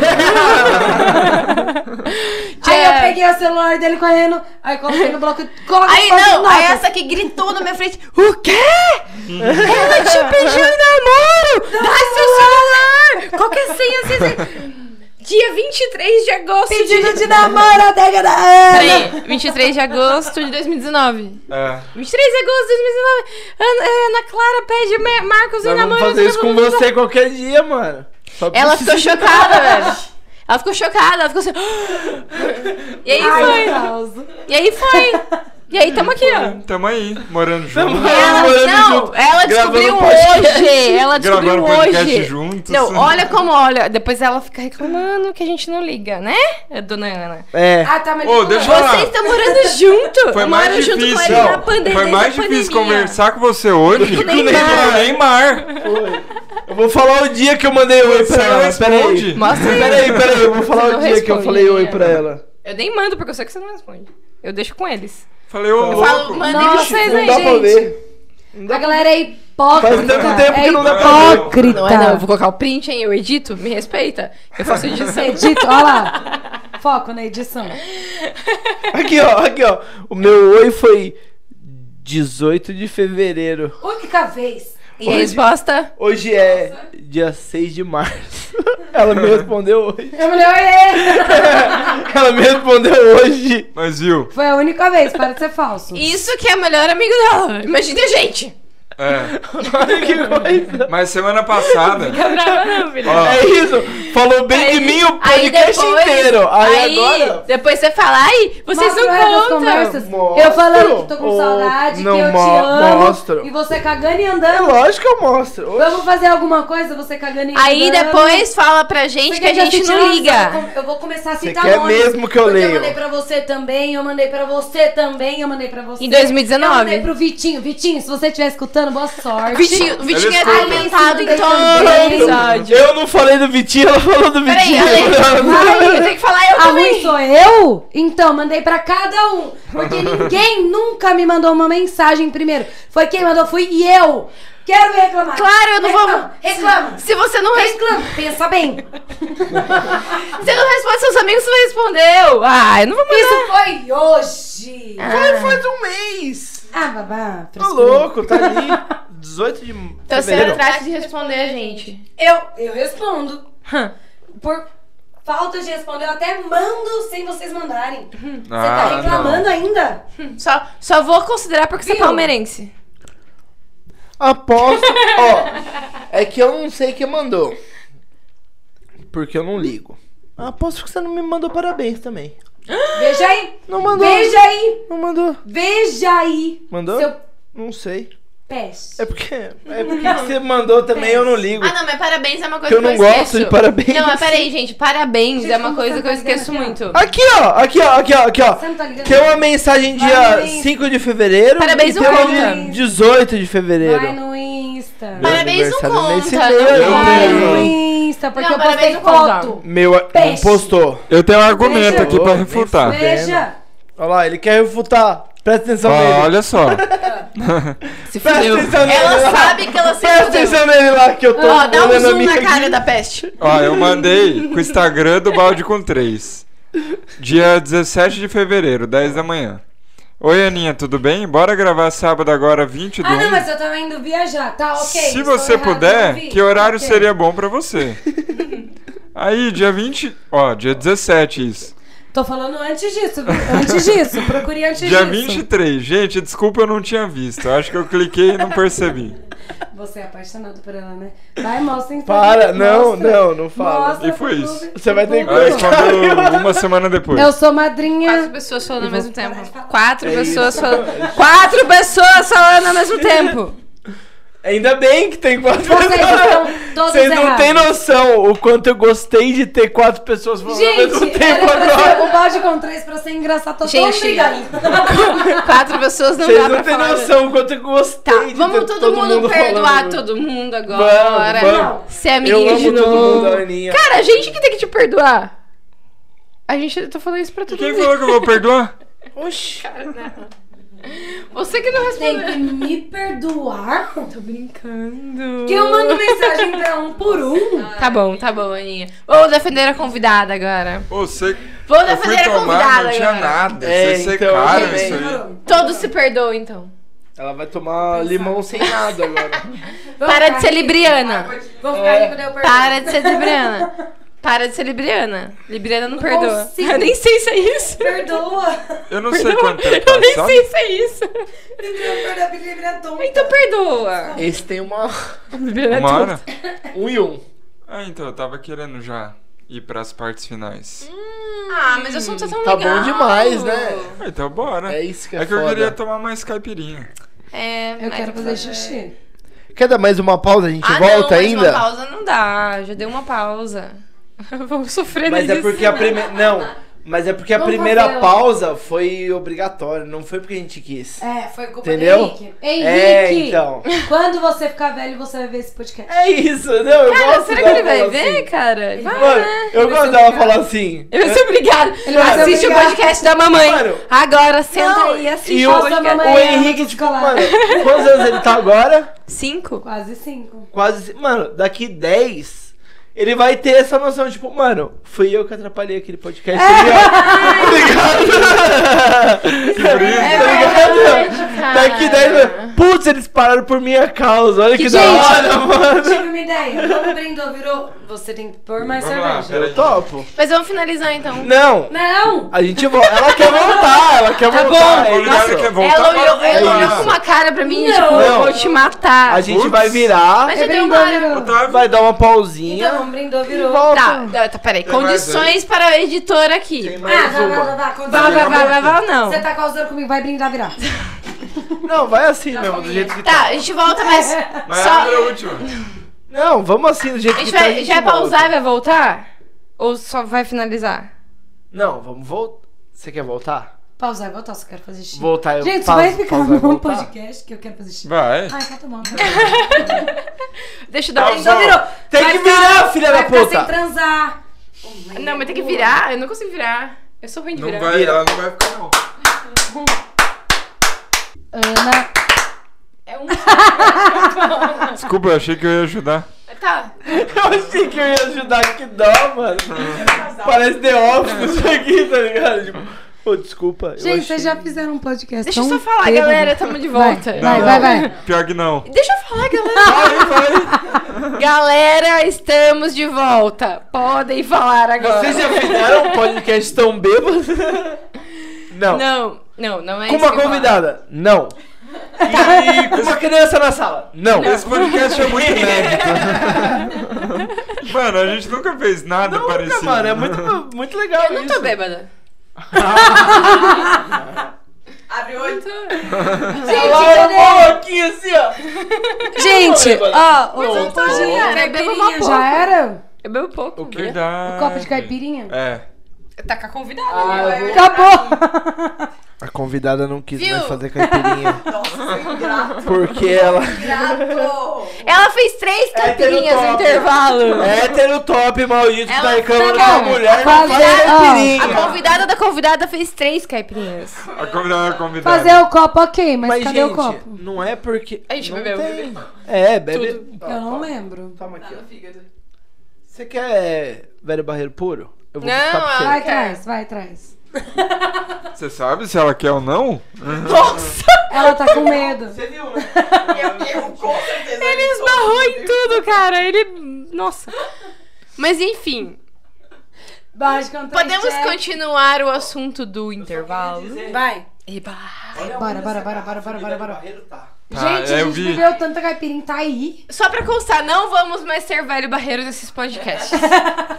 S5: Aí eu
S2: Tchau.
S5: peguei o celular dele correndo, aí coloquei no bloco. Coloca
S2: Aí
S5: no bloco de
S2: não, aí
S5: notas.
S2: essa que gritou na minha frente, o quê? Ela te pediu em namoro! Dá seu é celular! Qual que é a senha? Assim, assim. Dia 23 de agosto
S5: Pedido
S2: de...
S5: de namoro, a década da Ana.
S2: Peraí, 23 de agosto de 2019.
S3: É.
S2: 23 de agosto de 2019. Ana, Ana Clara pede Ma- Marcos em
S4: Nós vamos
S2: namoro.
S4: fazer isso com
S2: blá, blá, blá, blá.
S4: você qualquer dia, mano. Só
S2: Ela
S4: precisa-
S2: ficou chocada, velho. Ela ficou chocada, ela ficou assim. [GASPS] E aí
S5: Ai,
S2: foi.
S5: causa.
S2: E aí foi. E aí tamo aqui, ó.
S3: Tamo aí, morando junto.
S4: Tamo-
S2: Ela,
S4: Morando
S2: não,
S4: junto,
S2: ela
S4: gravando
S2: descobriu
S3: um
S4: podcast.
S2: hoje. Ela descobriu
S3: [LAUGHS] Gravaram um podcast
S2: um hoje.
S3: juntos. assim.
S2: Não, olha como olha. Depois ela fica reclamando que a gente não liga, né, dona Ana?
S4: É.
S5: Ah, tá, mas
S3: Ô,
S5: ele
S3: deixa
S5: falou.
S3: eu falar.
S2: Vocês estão morando junto.
S3: [LAUGHS] Foi
S2: Moram
S3: mais
S2: junto com
S3: difícil.
S2: ele na pandemia.
S3: Foi mais
S2: desde a
S3: difícil
S2: pandemia.
S3: conversar com você hoje
S2: Do que o
S3: do que o
S2: Neymar.
S3: Neymar.
S4: Eu vou falar o dia que eu mandei oi
S3: Você
S4: pra
S3: não
S4: ela. Pera
S3: responde.
S4: aí.
S2: Mostra aí.
S4: Pera aí, pera aí. Eu vou falar
S2: Você
S4: o
S2: não
S4: dia que eu
S2: responde,
S4: falei oi
S2: né?
S4: pra ela.
S2: Eu nem mando, porque eu sei que você não responde. Eu deixo com eles.
S3: Falei, ô
S2: Eu falo,
S3: louco.
S2: mandei pra vocês
S4: Não
S2: aí,
S4: dá pra
S2: gente.
S4: ver.
S5: A galera é hipócrita.
S4: Faz tanto tempo
S5: é
S4: que não dá pra ver.
S5: hipócrita.
S2: Não é não, eu vou colocar o print, hein? Eu edito, me respeita. Eu faço edição.
S5: Edito, olha lá. Foco na edição.
S4: Aqui, ó, aqui, ó. O meu oi foi 18 de fevereiro.
S5: Única vez.
S2: E a [LAUGHS] resposta?
S4: Hoje é dia 6 de março. [LAUGHS] Ela me respondeu hoje. [LAUGHS]
S5: Eu falei, "Oiê!"
S4: Ela me respondeu hoje. [LAUGHS]
S3: Mas viu?
S5: Foi a única vez, para de ser falso.
S2: Isso que é o melhor amigo dela. Imagina a
S3: [LAUGHS]
S2: gente.
S3: É.
S4: Olha que coisa.
S3: Mas semana
S2: [LAUGHS]
S3: passada.
S2: Tá brava não, filha.
S3: Ó.
S4: É isso. Falou bem de mim o podcast inteiro. Aí, agora.
S2: Depois você fala, ai, vocês
S5: Mostra essas
S2: não contam.
S5: conversas.
S4: Mostra.
S5: Eu falando que tô com
S4: Oh,
S5: saudade,
S4: não
S5: que eu
S4: mo-
S5: te amo.
S4: mostra.
S5: E você cagando e
S4: É
S5: andando.
S4: lógico que eu mostro. Oxe.
S5: Vamos fazer alguma coisa, você cagando e andando.
S2: Aí depois fala pra gente que a gente
S5: assistiu?
S2: não
S5: Eu
S2: liga.
S5: vou com- Eu vou começar a citar
S4: quer
S5: nomes,
S4: mesmo que eu
S5: porque
S4: leio?
S5: Eu mandei pra você também, eu mandei pra você também, eu mandei pra você.
S2: Em 2019.
S5: Eu mandei pro Vitinho. Vitinho, se você estiver escutando, boa sorte.
S2: Vitinho, Vitinho é
S3: escuta.
S2: comentado em
S5: Ele
S2: todo
S5: também.
S2: episódio.
S4: Eu não falei do Vitinho, ela falou do
S2: Peraí,
S4: Vitinho.
S2: Ale, ai, eu tenho que falar eu
S5: A ruim
S2: também.
S5: Ah, um sou eu? Então, mandei pra cada um. Porque ninguém nunca me mandou uma mensagem primeiro. Foi quem mandou, fui eu. Quero me reclamar.
S2: Claro, eu não vou-
S5: Reclama, Reclama.
S2: Se você não, res...
S5: Reclama. Pensa bem.
S2: você não responde seus amigos, você não respondeu. Ah, eu não vou mandar.
S5: Isso foi hoje.
S4: Foi faz um mês.
S5: Ah, babá.
S4: Tá louco, tá ali. 18 de
S2: Então você
S4: fevereiro.
S2: trata de responder a gente.
S5: Eu, eu respondo.
S2: Hã.
S5: Por falta de responder, eu até mando sem vocês mandarem. Você
S3: Ah,
S5: tá reclamando ainda?
S2: Só, só vou considerar porque você é
S5: Viu?
S2: palmeirense.
S4: Aposto. Ó, é que eu não sei quem mandou. Porque eu não ligo. Aposto que você não me mandou parabéns também.
S5: Veja aí.
S4: Não mandou.
S5: Veja aí.
S4: Não mandou.
S5: Veja aí.
S4: Mandou?
S5: Seu
S4: Não sei.
S5: peste.
S4: É porque, é porque você mandou também, eu não ligo.
S2: Ah, não, mas parabéns é uma
S4: Porque
S2: coisa
S4: eu não
S2: que
S4: gosto
S2: esqueço.
S4: de parabéns.
S2: Não, mas peraí, gente. Parabéns
S5: Gente,
S2: é uma
S5: como
S2: coisa
S5: você
S2: que eu
S5: tá fazendo
S2: esqueço
S5: aqui, ó?
S2: muito.
S4: Aqui, ó, aqui, ó, aqui, ó, aqui, ó.
S5: Você não tá ligando?
S4: Tem uma mensagem dia
S5: Parabéns.
S4: 5 de fevereiro.
S2: Parabéns,
S4: e
S2: não
S4: tem uma
S2: conta.
S4: de 18 de fevereiro.
S5: Vai no Insta.
S4: Meu
S2: Parabéns não
S4: aniversário é nesse
S2: conta,
S4: mês.
S2: não
S4: né?
S3: Eu
S5: Vai no
S3: tenho.
S5: Insta, porque
S2: Não,
S5: eu postei
S2: parabéns no convidado.
S5: foto.
S4: Meu, não
S5: Peixe.
S4: postou.
S3: Eu tenho um argumento
S5: Veja.
S3: aqui pra refutar.
S4: Veja.
S5: Veja.
S4: Olha lá, ele quer refutar. Presta atenção nele.
S3: Ah, olha só.
S2: Se
S4: Presta
S2: fudeu.
S4: atenção nele.
S2: Ela
S4: lá.
S2: sabe que ela se
S4: Presta
S2: fudeu.
S4: atenção nele lá que eu tô
S2: Ó, dá um
S4: olhando a
S2: zoom
S4: minha
S2: na cara
S4: aqui.
S2: da peste.
S3: Ó, eu mandei com o Instagram do Balde com 3. Dia 17 de fevereiro, 10 da manhã. Oi, Aninha, tudo bem? Bora gravar sábado agora, 20 do
S5: Ah, não,
S3: um?
S5: mas eu tava indo viajar. Tá, ok.
S3: Se
S5: estou
S3: você
S5: errada,
S3: puder,
S5: não vi.
S3: que horário
S5: Ok.
S3: seria bom pra
S5: [LAUGHS]
S3: você? Aí, dia 20. Ó, dia 17 isso.
S5: Tô falando antes disso, viu? Antes disso. Procurei antes
S3: Dia
S5: disso. [LAUGHS]
S3: 23. Gente, desculpa, eu não tinha visto. Eu Acho que eu cliquei e não percebi.
S5: Você é apaixonado por ela, né? Vai, mostra então.
S4: Para, não,
S5: Mostra.
S4: não, não fala.
S5: Mostra
S3: E foi
S5: pro
S3: isso.
S5: público.
S4: Você vai ter que-
S3: Ela respondeu uma semana depois.
S5: Eu sou madrinha.
S2: Quatro pessoas falando ao mesmo tempo. Quatro
S4: [LAUGHS] É
S2: pessoas
S4: isso.
S2: falando. Quatro pessoas falando ao mesmo tempo.
S4: Ainda bem que tem quatro
S5: Vocês estão
S4: pessoas.
S5: todos
S4: Vocês não
S5: errados.
S4: têm noção o quanto eu gostei de ter quatro pessoas falando ao mesmo
S5: Gente,
S4: tempo
S5: era pra ser,
S4: agora.
S5: o balde com três pra ser engraçado. Tô
S2: Gente.
S5: tão obrigada.
S2: Quatro pessoas não
S4: Vocês
S2: dá
S4: não
S2: pra
S4: têm
S2: falar. né?
S4: noção o quanto eu gostei
S2: Tá,
S4: de
S2: vamos
S4: ter
S2: todo,
S4: todo
S2: mundo, perdoar
S4: falando.
S2: todo mundo agora.
S4: Vamos, vamos.
S2: Ser
S4: Eu
S2: amiguinho
S4: amo
S2: de
S4: todo
S2: novo.
S4: mundo, a Aninha.
S2: Cara, a gente que tem que te perdoar. A gente, eu tô falando isso pra todo
S3: Quem
S2: mundo.
S3: falou que eu vou perdoar?
S4: Oxi.
S2: Você que não
S5: Tem
S2: respondeu.
S5: que me perdoar. [LAUGHS] Tô
S2: brincando.
S5: Que eu mando mensagem pra um por um.
S2: Tá bom, tá bom, Aninha. Vamos defender a convidada agora.
S3: Ô, você.
S2: Vamos
S3: Eu fui
S2: defender a
S3: tomar,
S2: convidada
S3: não tinha
S2: agora.
S3: nada.
S4: É,
S3: Você é
S4: então,
S3: cara
S4: também.
S3: isso aí.
S2: Todos se perdoam, então.
S4: Ela vai tomar limão sem nada agora.
S2: Para de ser
S4: Ah,
S2: libriana.
S5: Vou ficar rico, daí eu perdoar.
S2: Para de ser
S5: [LAUGHS]
S2: libriana. Para de ser libriana. Libriana não perdoa.
S5: consigo.
S2: Eu nem sei se é isso.
S5: Perdoa.
S3: Eu não sei quanto tempo
S2: Eu nem
S3: passa, sabe?
S2: sei se é isso.
S5: Então,
S2: Então perdoa.
S4: Esse tem uma.
S1: né?
S2: Libriana é
S1: Tipo,
S3: Uma
S2: tudo.
S3: hora?
S4: Um e um.
S3: Ah, então, eu tava querendo já ir pras partes finais.
S2: Ah, mas o assunto é tão
S4: Tá
S2: legal.
S4: bom demais, né?
S3: Ah, Então, bora.
S4: É isso que é,
S3: É que eu
S4: foda.
S3: queria tomar mais caipirinha.
S2: É,
S5: Eu
S2: mas-
S5: quero fazer xixi.
S4: Quer dar mais uma pausa? A gente
S2: Ah, não,
S4: volta
S2: mais
S4: ainda?
S2: Uma pausa não dá. Já deu uma pausa. [LAUGHS] Vamos sofrer
S4: Mas
S2: nisso.
S4: é porque a primeira. Não, mas é porque a
S5: Vamos fazer
S4: primeira
S5: um-
S4: pausa foi obrigatória, não foi porque a gente quis.
S5: É, foi culpa
S4: Entendeu?
S5: do Henrique.
S4: É,
S5: Henrique,
S4: então.
S5: quando você ficar velho, você vai ver esse podcast.
S4: É isso, não, eu
S2: Cara,
S4: gosto
S2: [LAUGHS] será que
S4: dela
S2: ele vai
S4: falar
S2: ver,
S4: assim.
S2: cara? Vai,
S4: Mano,
S2: né?
S4: eu
S2: Ele vai
S4: gosto
S2: ser
S4: dela
S2: obrigado.
S4: falar assim.
S2: Eu vou ser obrigada.
S5: vai ser
S2: Assiste o
S5: obrigado.
S2: podcast da mamãe.
S4: Mano,
S2: Agora, senta
S4: Não,
S2: aí assim. e assiste
S4: e
S2: o
S4: o-
S5: Nossa,
S2: podcast.
S5: mamãe é
S4: o
S5: ama
S4: Henrique,
S5: nos
S4: tipo,
S5: colar.
S4: mano, quantos anos ele tá agora?
S2: Cinco?
S4: Tá
S5: Quase cinco.
S4: Quase. Mano, daqui 10. Ele vai ter essa noção, tipo, mano, fui eu que atrapalhei aquele
S2: É.
S4: podcast. tá ligado? [LAUGHS] Tá
S2: É,
S4: ligado? Tá né? Daqui 10 anos. Putz, eles pararam por minha causa. Olha que, da
S5: gente,
S4: hora, mano.
S5: Tive uma ideia. Como brindou, virou. Você tem que pôr mais
S3: Vamos lá,
S5: cerveja.
S3: peraí.
S4: Topo.
S2: Mas vamos finalizar então.
S4: Não,
S5: Não!
S4: a gente volta. Ela quer voltar, ela quer
S2: Tá bom.
S4: voltar. é
S3: O Leonardo
S4: isso.
S3: quer voltar.
S2: Ela olhou,
S3: pra
S2: ela
S1: é
S3: falar.
S2: olhou com uma cara pra mim,
S5: Não.
S2: tipo, eu
S4: Não.
S2: vou te matar.
S4: A gente
S3: Putz.
S4: vai virar,
S2: Mas já deu uma
S5: É Brindou,
S2: hora.
S5: virou.
S3: Otávio,
S4: vai dar uma pausinha.
S5: Então, como brindou,
S4: e
S5: virou.
S4: volta.
S2: Tá, tá, tá, peraí.
S3: Tem mais
S2: Condições para a editora aqui.
S4: Tem
S5: Ah, vai,
S4: mais
S2: tá,
S5: vai, vai,
S4: uma.
S5: vai. Quando
S2: Vá, vá, vá, vá, vá, não.
S5: Você tá causando comigo, vai brindar, [LAUGHS] virar.
S4: Não, vai assim mesmo, do jeito que
S2: Tá, a gente volta, mas.
S3: mas
S2: só-
S3: agora é a última.
S4: Não, vamos assim do jeito
S2: A
S4: que
S2: gente
S4: tá.
S2: vai, já vai
S4: volta.
S2: pausar e vai voltar? Ou só vai finalizar?
S4: Não, vamos voltar. Você quer voltar?
S5: Pausar e voltar, só quero fazer xixi.
S4: Voltar eu
S5: Gente, isso
S4: pauso,
S5: vai ficar
S4: pausar e
S5: no
S4: voltar?
S5: podcast que eu quero fazer xixi.
S3: Vai.
S5: Ai, tá
S4: [LAUGHS]
S5: tomando.
S2: Deixa eu dar um-
S5: Então virou.
S4: Tem
S5: Vai
S4: que
S5: ficar-
S4: virar, filha
S5: vai
S4: da
S5: ficar Tá sem
S4: puta.
S5: transar.
S2: Não, mas tem que virar. Eu não consigo virar. Eu sou ruim de
S3: Não
S2: virar.
S3: vai, ela não vai ficar, não.
S5: Ana.
S2: É um. [LAUGHS]
S3: Desculpa, eu achei que eu ia ajudar.
S2: Tá.
S4: [LAUGHS] Eu achei que eu ia ajudar, que dó, mano. Parece The Office isso aqui, tá ligado? Tipo, pô, desculpa. eu
S5: Gente,
S4: achei-
S5: vocês já fizeram um podcast.
S2: Deixa eu
S5: tão
S2: só falar,
S5: bêbado.
S2: galera. Tamo de
S5: Vai,
S2: volta.
S5: Vai,
S3: Não.
S5: vai, vai.
S3: Pior que não.
S2: Deixa eu falar, galera. [LAUGHS] galera, estamos de volta. Podem falar agora.
S4: Vocês já fizeram um podcast tão bêbado? Não.
S2: Não, não, não é
S4: Com
S2: isso.
S4: uma
S2: que eu ia falar.
S4: convidada? Não. E com uma criança na sala? Não.
S3: Esse podcast é muito
S4: [LAUGHS]
S3: inédito. [LAUGHS] Mano, a gente nunca fez nada
S4: Não,
S3: parecido.
S4: mano,
S3: [LAUGHS]
S4: é muito, muito legal
S2: Eu não tô
S4: isso. [LAUGHS]
S2: bêbada.
S6: Abre oito.
S4: Ela é um pouquinho assim, ó.
S5: Gente, ó. o-
S4: Não, Ah, tô-
S2: Cara, eu bebo uma
S5: Caipirinha,
S2: pouco.
S5: Já era?
S2: Eu bebo pouco.
S3: Verdade.
S5: O copo de caipirinha?
S3: É.
S2: Tá com a convidada.
S4: Ah, eu vou-
S5: Acabou!
S4: A convidada não quis
S2: Viu?
S4: mais fazer caipirinha.
S6: Nossa, sem grato.
S4: Porque ela.
S6: Grato.
S2: Ela fez três
S4: É, teve
S2: caipirinhas no
S4: top.
S2: intervalo.
S4: [LAUGHS] Hétero top, maldito, que
S2: Ela
S4: tá reclamando
S2: tá-
S4: da mulher, não
S5: Fazer-
S4: faz caipirinha.
S2: A convidada da convidada fez três caipirinhas.
S3: A convidada, a convidada.
S5: [LAUGHS] Fazer o copo, ok, mas,
S4: Mas,
S5: cadê
S4: gente,
S5: o copo?
S4: não é porque.
S2: A gente
S4: não
S2: bebeu,
S4: tem. É, bebe. Ó,
S5: Eu não
S4: toma.
S5: lembro.
S4: Toma aqui,
S6: No
S4: ó.
S6: fígado.
S4: Você quer velho barreiro puro? Eu vou
S2: Não,
S4: buscar pra você.
S2: ela-
S5: Vai, traz, vai, traz.
S3: Você sabe se ela quer ou não?
S5: Ela tá com
S4: [LAUGHS]
S5: medo.
S6: Você viu,
S2: [LAUGHS]
S6: né? Eu, eu com certeza.
S2: Ele esbarrou em tudo, cara. Ele. Nossa. Mas enfim,
S5: Baixa, conta aí,
S2: podemos
S5: Jack.
S2: continuar o assunto do intervalo.
S5: Vai.
S2: Eba.
S5: Bora, bora, bora, bora, bora, bora, bora.
S4: barreiro tá.
S3: Tá,
S5: gente,
S3: é,
S5: a
S3: eu
S5: gente
S3: vi.
S5: bebeu tanta caipirinha tá em Taí.
S2: Só pra constar, não vamos mais ser velho barreiro nesses [LAUGHS] podcasts.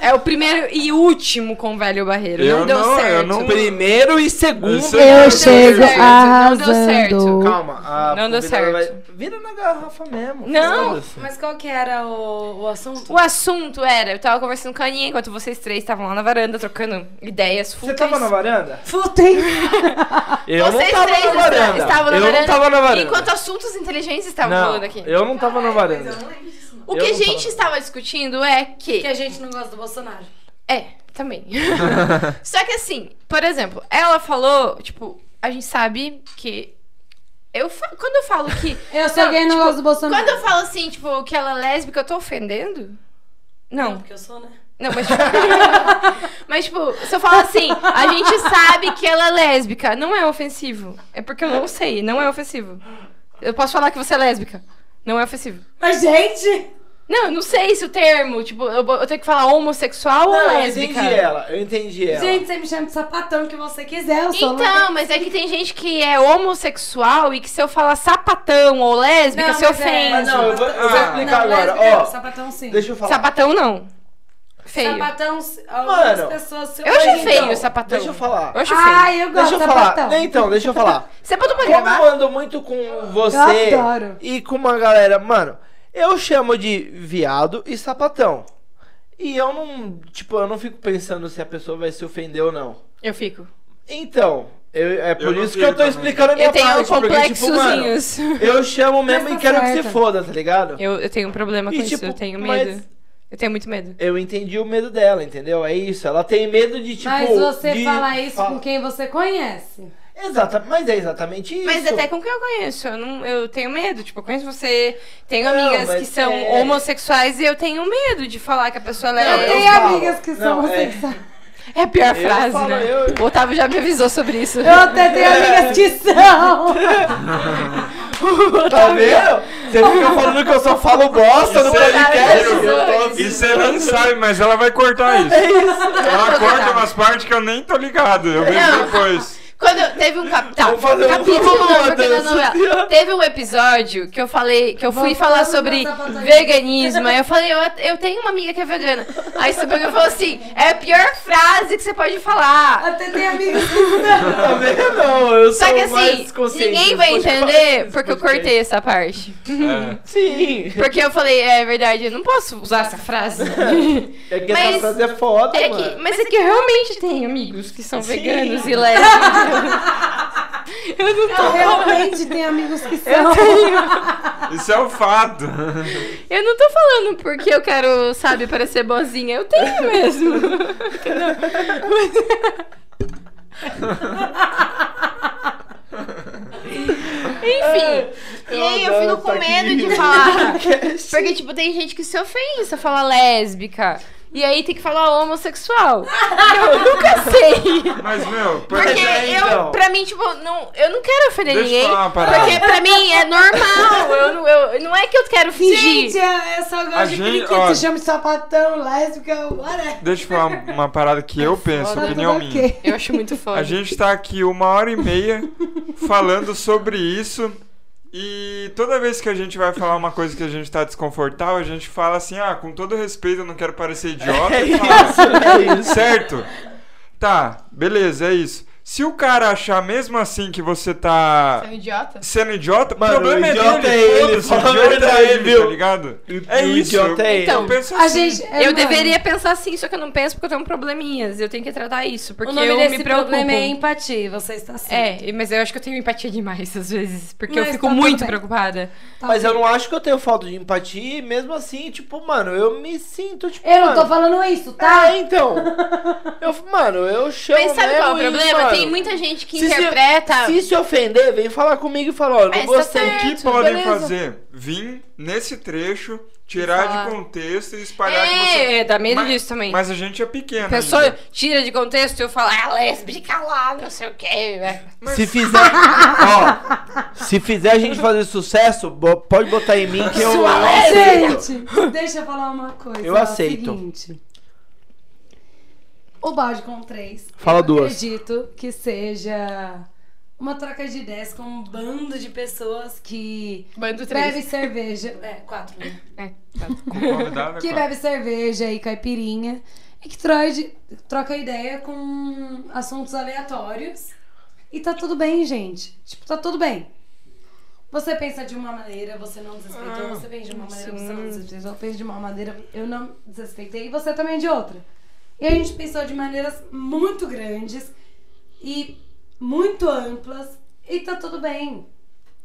S2: é o primeiro e último com velho barreiro.
S3: Eu
S2: não deu
S3: não, eu
S2: certo.
S3: não-
S4: Primeiro e segundo.
S3: Eu Eu
S2: Não deu
S3: chego
S2: certo, não deu certo.
S4: Calma. a
S2: Não deu
S4: convidada
S2: certo.
S4: vai- Vira na garrafa mesmo.
S2: Não,
S4: foda-se.
S5: Mas qual que era o, o assunto?
S2: O assunto era, eu tava conversando com a Aninha enquanto vocês três estavam lá na varanda trocando ideias
S4: Você
S2: fúteis.
S4: tava na varanda?
S5: Fútem.
S4: Eu
S2: Vocês
S4: não
S2: três
S4: tava na varanda.
S2: estavam na
S4: eu
S2: varanda.
S4: não tava na varanda.
S2: Enquanto assuntos inteligentes estavam
S4: não,
S2: falando aqui.
S4: Eu não tava na varanda.
S2: O
S4: eu
S2: que a
S4: não tava.
S2: gente estava discutindo é que...
S5: Que a gente não gosta do Bolsonaro.
S2: É, também. [LAUGHS] Só que assim, por exemplo, ela falou, tipo, a gente sabe que. Eu fa- Quando eu falo que.
S5: [LAUGHS]
S2: tipo,
S5: Eu sou gay e não gosto do Bolsonaro.
S2: Quando eu falo assim, tipo, que ela é lésbica, eu tô ofendendo? Não.
S5: Porque eu sou, né?
S2: Não, mas
S5: [LAUGHS]
S2: tipo. mas, tipo, se eu falo assim, a gente sabe que ela é lésbica, não é ofensivo. É porque eu não sei, não é ofensivo. Eu posso falar que você é lésbica. Não é ofensivo.
S5: Mas, gente!
S2: Não, eu não sei se o termo, tipo, eu, eu tenho que falar homossexual ou
S4: Não, eu
S2: lésbica.
S4: entendi ela. Eu entendi ela.
S5: Gente, você me chama de sapatão que você quiser, eu sou
S2: Então, mas é que tem gente que é homossexual e que se eu falar sapatão ou lésbica,
S5: Não,
S2: se
S5: mas é-
S4: Mas
S2: ofende.
S4: não, eu vou, eu vou
S3: Ah.
S4: explicar
S5: Não,
S4: agora.
S5: lésbica,
S4: Ó,
S5: sapatão sim.
S4: deixa eu falar.
S2: Sapatão não. Feio.
S5: Sapatão, algumas
S4: Mano,
S5: pessoas se
S2: Eu achei
S5: ofendem.
S2: feio o sapatão.
S4: Deixa eu falar.
S2: Eu acho feio.
S5: Ai, eu gosto
S4: Deixa
S5: de
S4: eu falar.
S5: sapatão.
S4: Não, Então, deixa eu falar.
S2: Você [LAUGHS] pode uma
S4: Como
S2: gravar?
S4: eu ando muito com você
S5: Eu adoro.
S4: e com uma galera, mano, eu chamo de viado e sapatão. E eu não, tipo, eu não fico pensando se a pessoa vai se ofender ou não.
S2: Eu fico.
S4: Então, eu- é por
S3: não
S4: isso
S3: fico
S4: que eu tô
S3: também.
S4: explicando a minha
S2: Eu tenho
S4: parte, porque, tipo, mano,
S2: complexozinhos.
S4: eu chamo mesmo
S5: Mas
S4: e
S5: tá
S4: quero que
S5: certa.
S4: se foda, tá ligado?
S2: Eu, eu tenho um problema com
S4: E,
S2: isso.
S4: tipo,
S2: eu tenho
S4: mas-
S2: medo. Eu tenho muito medo.
S4: Eu entendi o medo dela, entendeu? É isso, ela tem medo de, tipo...
S5: Mas você
S4: de...
S5: fala isso
S4: fala-
S5: com quem você conhece.
S4: Exata, mas é exatamente isso.
S2: Mas até com quem eu conheço, eu, não, eu tenho medo. Tipo, eu conheço você, tenho
S4: Não,
S2: amigas
S4: mas
S2: que são
S4: é-
S2: homossexuais e eu tenho medo de falar que a pessoa ela
S4: Não,
S5: Eu
S2: é.
S5: tenho
S4: falo.
S5: amigas que são assim,
S4: Não, é.
S5: homossexuais.
S2: É a pior
S4: Eu
S2: frase,
S4: falo,
S2: né?
S4: eu-
S2: O Otávio já me avisou sobre isso.
S5: Eu até tenho amigas que são.
S4: Tá vendo? Você
S5: [LAUGHS]
S4: fica falando que eu só falo bosta no
S3: Isso é
S4: podcast. tá
S3: isso.
S4: Eu tô
S3: E você não sabe, mas ela vai cortar isso. Ela corta umas partes que eu nem tô ligado. Eu vejo
S2: Não.
S3: depois.
S2: Quando teve um cap... tá,
S4: Vamos fazer um-
S2: capítulo
S4: vamos
S2: não,
S4: lá,
S2: porque não é
S4: dança.
S2: novela. Teve um episódio que eu falei, que eu fui
S5: Vamos
S2: falar
S5: falar
S2: sobre
S5: da sapatão.
S2: veganismo. Aí eu falei, eu, eu tenho uma amiga que é vegana. Aí você pegou e falou assim: é a pior frase que você pode falar.
S5: Até tenho amigas que são.
S4: Tá vendo? Não, eu sou
S2: Só que
S4: mais
S2: assim,
S4: consciente
S2: ninguém
S4: dos
S2: vai
S4: podcasts,
S2: entender
S4: dos
S2: porque eu
S4: podcasts.
S2: cortei essa parte.
S3: É.
S4: Sim.
S2: Porque eu falei, é verdade, eu não posso usar essa frase.
S4: [LAUGHS] É que essa
S2: Mas-
S4: frase é foda,
S2: É que,
S4: mano.
S2: mas é que eu realmente tenho amigos que são
S4: Sim.
S2: veganos [LAUGHS] e lésbicos. Eu não tô
S5: Eu realmente tenho amigos que são.
S3: Isso é o fato.
S2: Eu não tô falando porque eu quero, sabe, parecer boazinha. Eu [LAUGHS] tenho mesmo. Entendeu? Mas- Enfim. E aí eu tá fico com medo [LAUGHS] de falar. Porque, tipo, tem gente que se ofende se eu falar lésbica. E aí tem que falar homossexual. Eu nunca sei.
S3: Mas, meu, por
S2: Porque
S3: exemplo.
S4: é,
S2: eu,
S4: então.
S2: pra mim, tipo, não, eu não quero ofender
S3: Deixa eu
S2: ninguém.
S3: falar uma parada.
S2: Porque pra mim é normal. Eu, não- eu, não é que eu quero fingir.
S5: Gente, eu eu só
S3: A
S5: gosto de
S3: gente-
S5: periquito.
S3: ó.
S5: Se chama de sapatão, lésbica, whatever.
S3: Deixa eu falar uma parada que eu penso,
S5: Tá tudo
S3: opinião minha.
S5: ok.
S2: Eu acho muito foda.
S3: A gente tá aqui uma hora e meia falando sobre isso. E toda vez que a gente vai falar uma coisa que a gente tá desconfortável, a gente fala assim: ah, com todo respeito, eu não quero parecer idiota. [LAUGHS]
S4: É
S3: e fala, assim,
S4: isso, é isso.
S3: Certo? Tá, beleza, é isso. Se o cara achar mesmo assim que você tá
S2: um idiota?
S3: sendo idiota,
S4: Mano,
S3: o problema
S4: o idiota
S3: é
S4: é
S3: dele.
S4: ele,
S3: foda-se,
S4: fala
S3: o
S4: a
S3: idiota
S4: verdade,
S3: é ele,
S4: viu?
S3: tá ligado?
S4: O-
S3: É
S4: o
S3: isso.
S4: idiota é ele.
S3: eu penso
S5: A
S3: assim.
S5: gente. é,
S2: eu
S5: mano,
S2: deveria pensar assim, só que eu não penso porque eu tenho probleminhas. Eu tenho que tratar isso, porque
S5: O nome
S2: eu
S5: desse
S2: me preocupo.
S5: problema é empatia. Você está certo.
S2: É, e- mas eu acho que eu tenho empatia demais às vezes, porque eu
S5: Mas
S2: fico
S5: tá tudo
S2: muito
S5: bem.
S2: preocupada.
S5: Tá
S4: Mas eu
S5: bem.
S4: não acho que eu tenho falta de empatia e mesmo assim, tipo, mano, eu me sinto, tipo,
S5: Eu não tô
S4: mano,
S5: falando isso, tá?
S3: é,
S2: [LAUGHS]
S4: Tá, então. Eu, mano, eu chamo
S2: Mas sabe
S4: mesmo
S2: qual é o
S4: e,
S2: problema?
S4: mano,
S2: Tem muita gente que
S4: se se-
S2: interpreta.
S4: Se se ofender, vem falar comigo e fala, ó, eu não
S2: É, você tá
S4: gostei.
S3: O que
S2: certo,
S3: podem
S4: beleza.
S3: fazer? Vir nesse trecho, tirar
S2: Falar.
S3: de contexto e espalhar que você
S2: É, dá medo
S3: Mas-
S2: disso também.
S3: Mas a gente é pequeno.
S2: a pessoa
S3: ainda.
S2: tira de contexto e eu falo, ah, lésbica lá, não sei o quê. né?
S4: Se fizer.
S2: [LAUGHS]
S4: ó, se fizer a gente fazer sucesso, bo- pode botar em mim que eu.
S5: Gente, deixa eu falar uma coisa.
S4: Eu
S5: ó,
S4: aceito.
S5: Seguinte. O balde com três.
S4: Fala
S5: eu
S4: duas.
S5: Acredito que seja uma troca de ideias com um bando de pessoas que
S2: Bando
S5: bebe
S2: três.
S5: cerveja. É, quatro, né?
S2: É, tá.
S3: Com convidado, é
S5: que
S3: claro.
S5: bebe cerveja e caipirinha e que troide- troca ideia com assuntos aleatórios. E tá tudo bem, gente. Tipo, tá tudo bem. Você pensa de uma maneira, você não
S4: Ah,
S5: desrespeitou, você pensa de uma maneira, você não desrespeitou, eu penso de uma maneira, eu não desrespeitei, e você também é de outra. E a gente pensou de maneiras muito grandes e muito amplas, e tá tudo bem.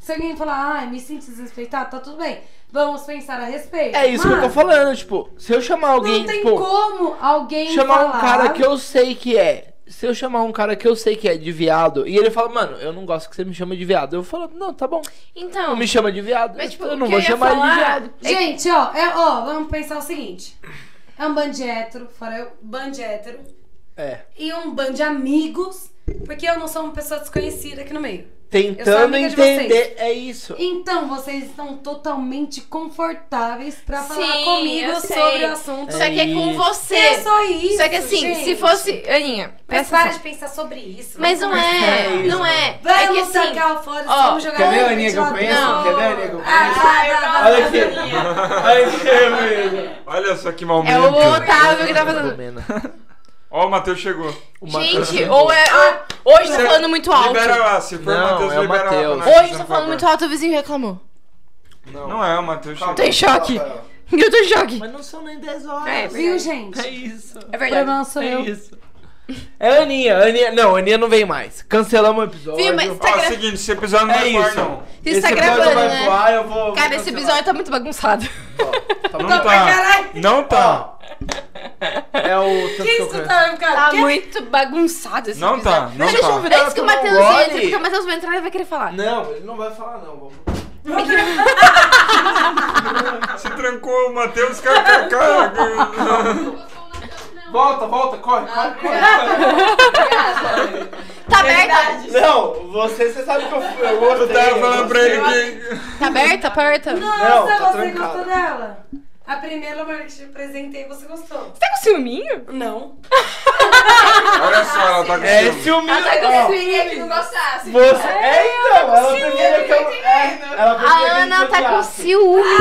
S5: Se alguém falar, ai, me sinto desrespeitado, tá tudo bem. Vamos pensar a respeito.
S4: É isso que eu tô
S5: Mas-
S4: falando, tipo, se eu chamar alguém,
S5: não tem
S4: tipo,
S5: como alguém
S4: chamar
S5: falar,
S4: um cara que eu sei que é. Se eu chamar um cara que eu sei que é de viado, e ele fala, mano, eu não gosto que você me chama de viado. Eu falo, não, tá bom.
S2: Então,
S4: Não me chama de viado.
S2: mas, tipo,
S4: eu
S2: o
S4: não
S2: que
S4: vou
S2: eu ia
S4: chamar ele de
S2: falar-
S4: viado.
S5: Gente, ó, é, ó, vamos pensar o seguinte. É um bando de hétero, fora eu, bando de hétero.
S4: É.
S5: E um bando de amigos, porque eu não sou uma pessoa desconhecida aqui no meio.
S4: Tentando
S5: amiga de
S4: entender.
S5: vocês.
S4: É isso.
S5: Então, vocês estão totalmente confortáveis pra falar
S2: Sim,
S5: comigo
S2: eu sei.
S5: sobre o assunto.
S2: Só que é com
S4: Isso.
S2: você.
S5: É só isso,
S2: Só que assim,
S5: gente.
S2: se fosse. Aninha,
S5: Mas
S2: presta
S5: para
S2: atenção.
S5: de pensar sobre isso.
S2: Mas não é,
S4: É isso.
S2: não é. é que
S5: Vamos
S2: assim.
S5: sacar o fora,
S2: ó,
S5: vamos jogar
S4: quer ver
S5: no
S4: a Aninha que eu
S5: ventilador.
S4: conheço?
S5: Não.
S4: Quer ver a Aninha que eu
S5: Ah,
S4: conheço?
S5: vai, vai, vai.
S4: Olha aqui.
S3: [LAUGHS]
S4: Olha aqui, amigo.
S3: Olha só que mal
S2: É o Otávio que tá fazendo.
S3: Ó, o Matheus chegou.
S4: O Matheus
S2: Gente,
S4: chegou.
S2: ou é. Ou, hoje tá falando muito alto.
S3: Libera lá, se for o
S4: Não,
S3: Matheus,
S4: é o
S3: libera lá.
S4: Matheus.
S3: pra nós,
S2: Hoje
S3: por
S2: tá
S3: favor.
S2: falando muito alto, o vizinho reclamou.
S3: Não é, o Matheus chegou.
S2: Tô em choque. [LAUGHS] Eu tô em choque.
S4: Mas não são nem 10 horas.
S2: É,
S5: Viu, gente?
S4: É isso.
S2: É
S5: O
S2: verdade.
S5: problema sou
S4: É
S5: eu.
S4: isso. É a Aninha, a Aninha. Não, a Aninha não vem mais. Cancelamos o episódio.
S2: Viu, mas tá
S3: Ó,
S2: gra-
S3: seguinte, esse episódio não
S4: É
S3: vai pro ar,
S4: isso.
S3: não.
S2: Você está
S4: episódio
S2: gravando,
S4: vai
S2: né?
S4: pro ar, eu vou,
S2: Cara, esse episódio tá muito bagunçado.
S3: Não tá. Não tá.
S4: É o. tanto que eu
S5: Isso
S4: conheço.
S5: tá, cara.
S2: Tá muito bagunçado esse
S3: Não tá,
S2: episódio.
S3: não
S2: Deixa
S3: tá.
S2: eu ver. Antes É que o
S4: Tomar um
S2: Matheus
S4: gole.
S2: entre, porque o Matheus vai entrar e vai querer falar.
S4: Não, ele não vai falar, não. Vamos.
S3: Se trancou o Matheus, cara, cara, cara.
S4: Volta, volta, corre,
S2: Ah,
S4: corre,
S2: Tá aberta?
S4: corre. Não, você, você sabe que eu fui. Eu
S3: Eu
S4: gostei,
S3: tava
S4: eu
S3: falando pra
S4: gostei.
S3: ele que.
S2: Tá aberta, aperta?
S5: Nossa,
S4: Não, tá
S5: você
S4: trancado.
S5: gostou dela? A primeira mulher que te apresentei, você gostou?
S2: Você tá com ciúminho?
S5: Não.
S3: Olha só, ela tá com
S4: É
S3: ciúme.
S4: ciúme.
S2: com
S4: Ó,
S6: Queria que não gostasse.
S4: Você. É, então, ela prefere que eu. É, ela
S2: A
S4: prefere que
S2: Ana
S4: eu
S2: tá com
S4: odiasse.
S2: ciúme.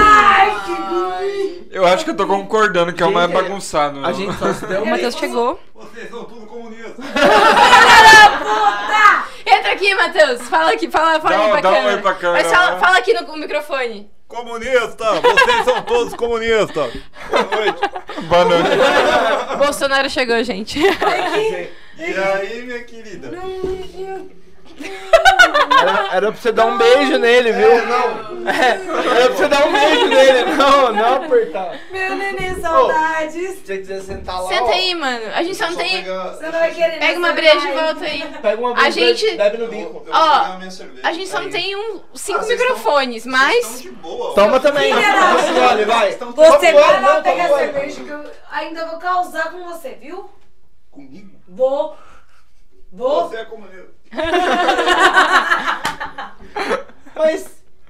S3: Eu acho que eu tô concordando que é o mais
S4: Gente,
S3: bagunçado.
S4: A
S3: [LAUGHS]
S4: gente só se deu
S2: O Matheus chegou.
S7: Vocês são
S2: [LAUGHS]
S7: tudo comunistas.
S2: Entra aqui, Matheus. Fala aqui, fala, fala
S3: Dá
S2: aí
S3: um-
S2: pra
S3: dá um
S2: câmera.
S3: oi pra câmera,
S2: Mas fala,
S3: né?
S2: fala aqui no microfone.
S7: Comunista! Vocês são todos comunistas. Boa noite.
S3: Boa noite.
S2: Bolsonaro chegou, gente.
S7: E aí, minha querida?
S4: Era, era pra você dar um beijo nele, viu?
S7: não.
S4: É, era pra você dar um beijo nele. Não, não apertar.
S5: Meu neném, saudades.
S4: Se você quiser sentar lá.
S2: [LAUGHS] Senta
S4: ó,
S2: aí, mano. A gente só não
S7: Só
S2: tem.
S7: pegar-
S5: Você não vai querer
S2: Pega uma
S5: nessa
S2: breja e
S5: vibe.
S2: volta aí.
S4: Pega uma
S2: A
S4: breja,
S2: gente-
S4: bebe no
S7: Eu, eu vou
S4: bico.
S2: Ó,
S7: pegar minha cerveja.
S2: A gente só não
S7: Aí.
S2: tem um,
S7: Ah,
S2: cinco
S7: vocês tão-
S2: microfones,
S7: vocês
S2: mas.
S7: tão de boa.
S4: Toma também.
S5: Filha
S7: da-
S4: Olha, vai.
S7: Vocês tão-
S5: Você
S4: Vamos
S5: vai
S4: embora,
S5: lá
S4: não, tá um
S5: pegar
S4: vamos embora.
S5: cerveja que eu ainda vou causar com você, viu?
S7: Comigo?
S5: Vou. Vou.
S7: Você é comunista.
S4: Mas,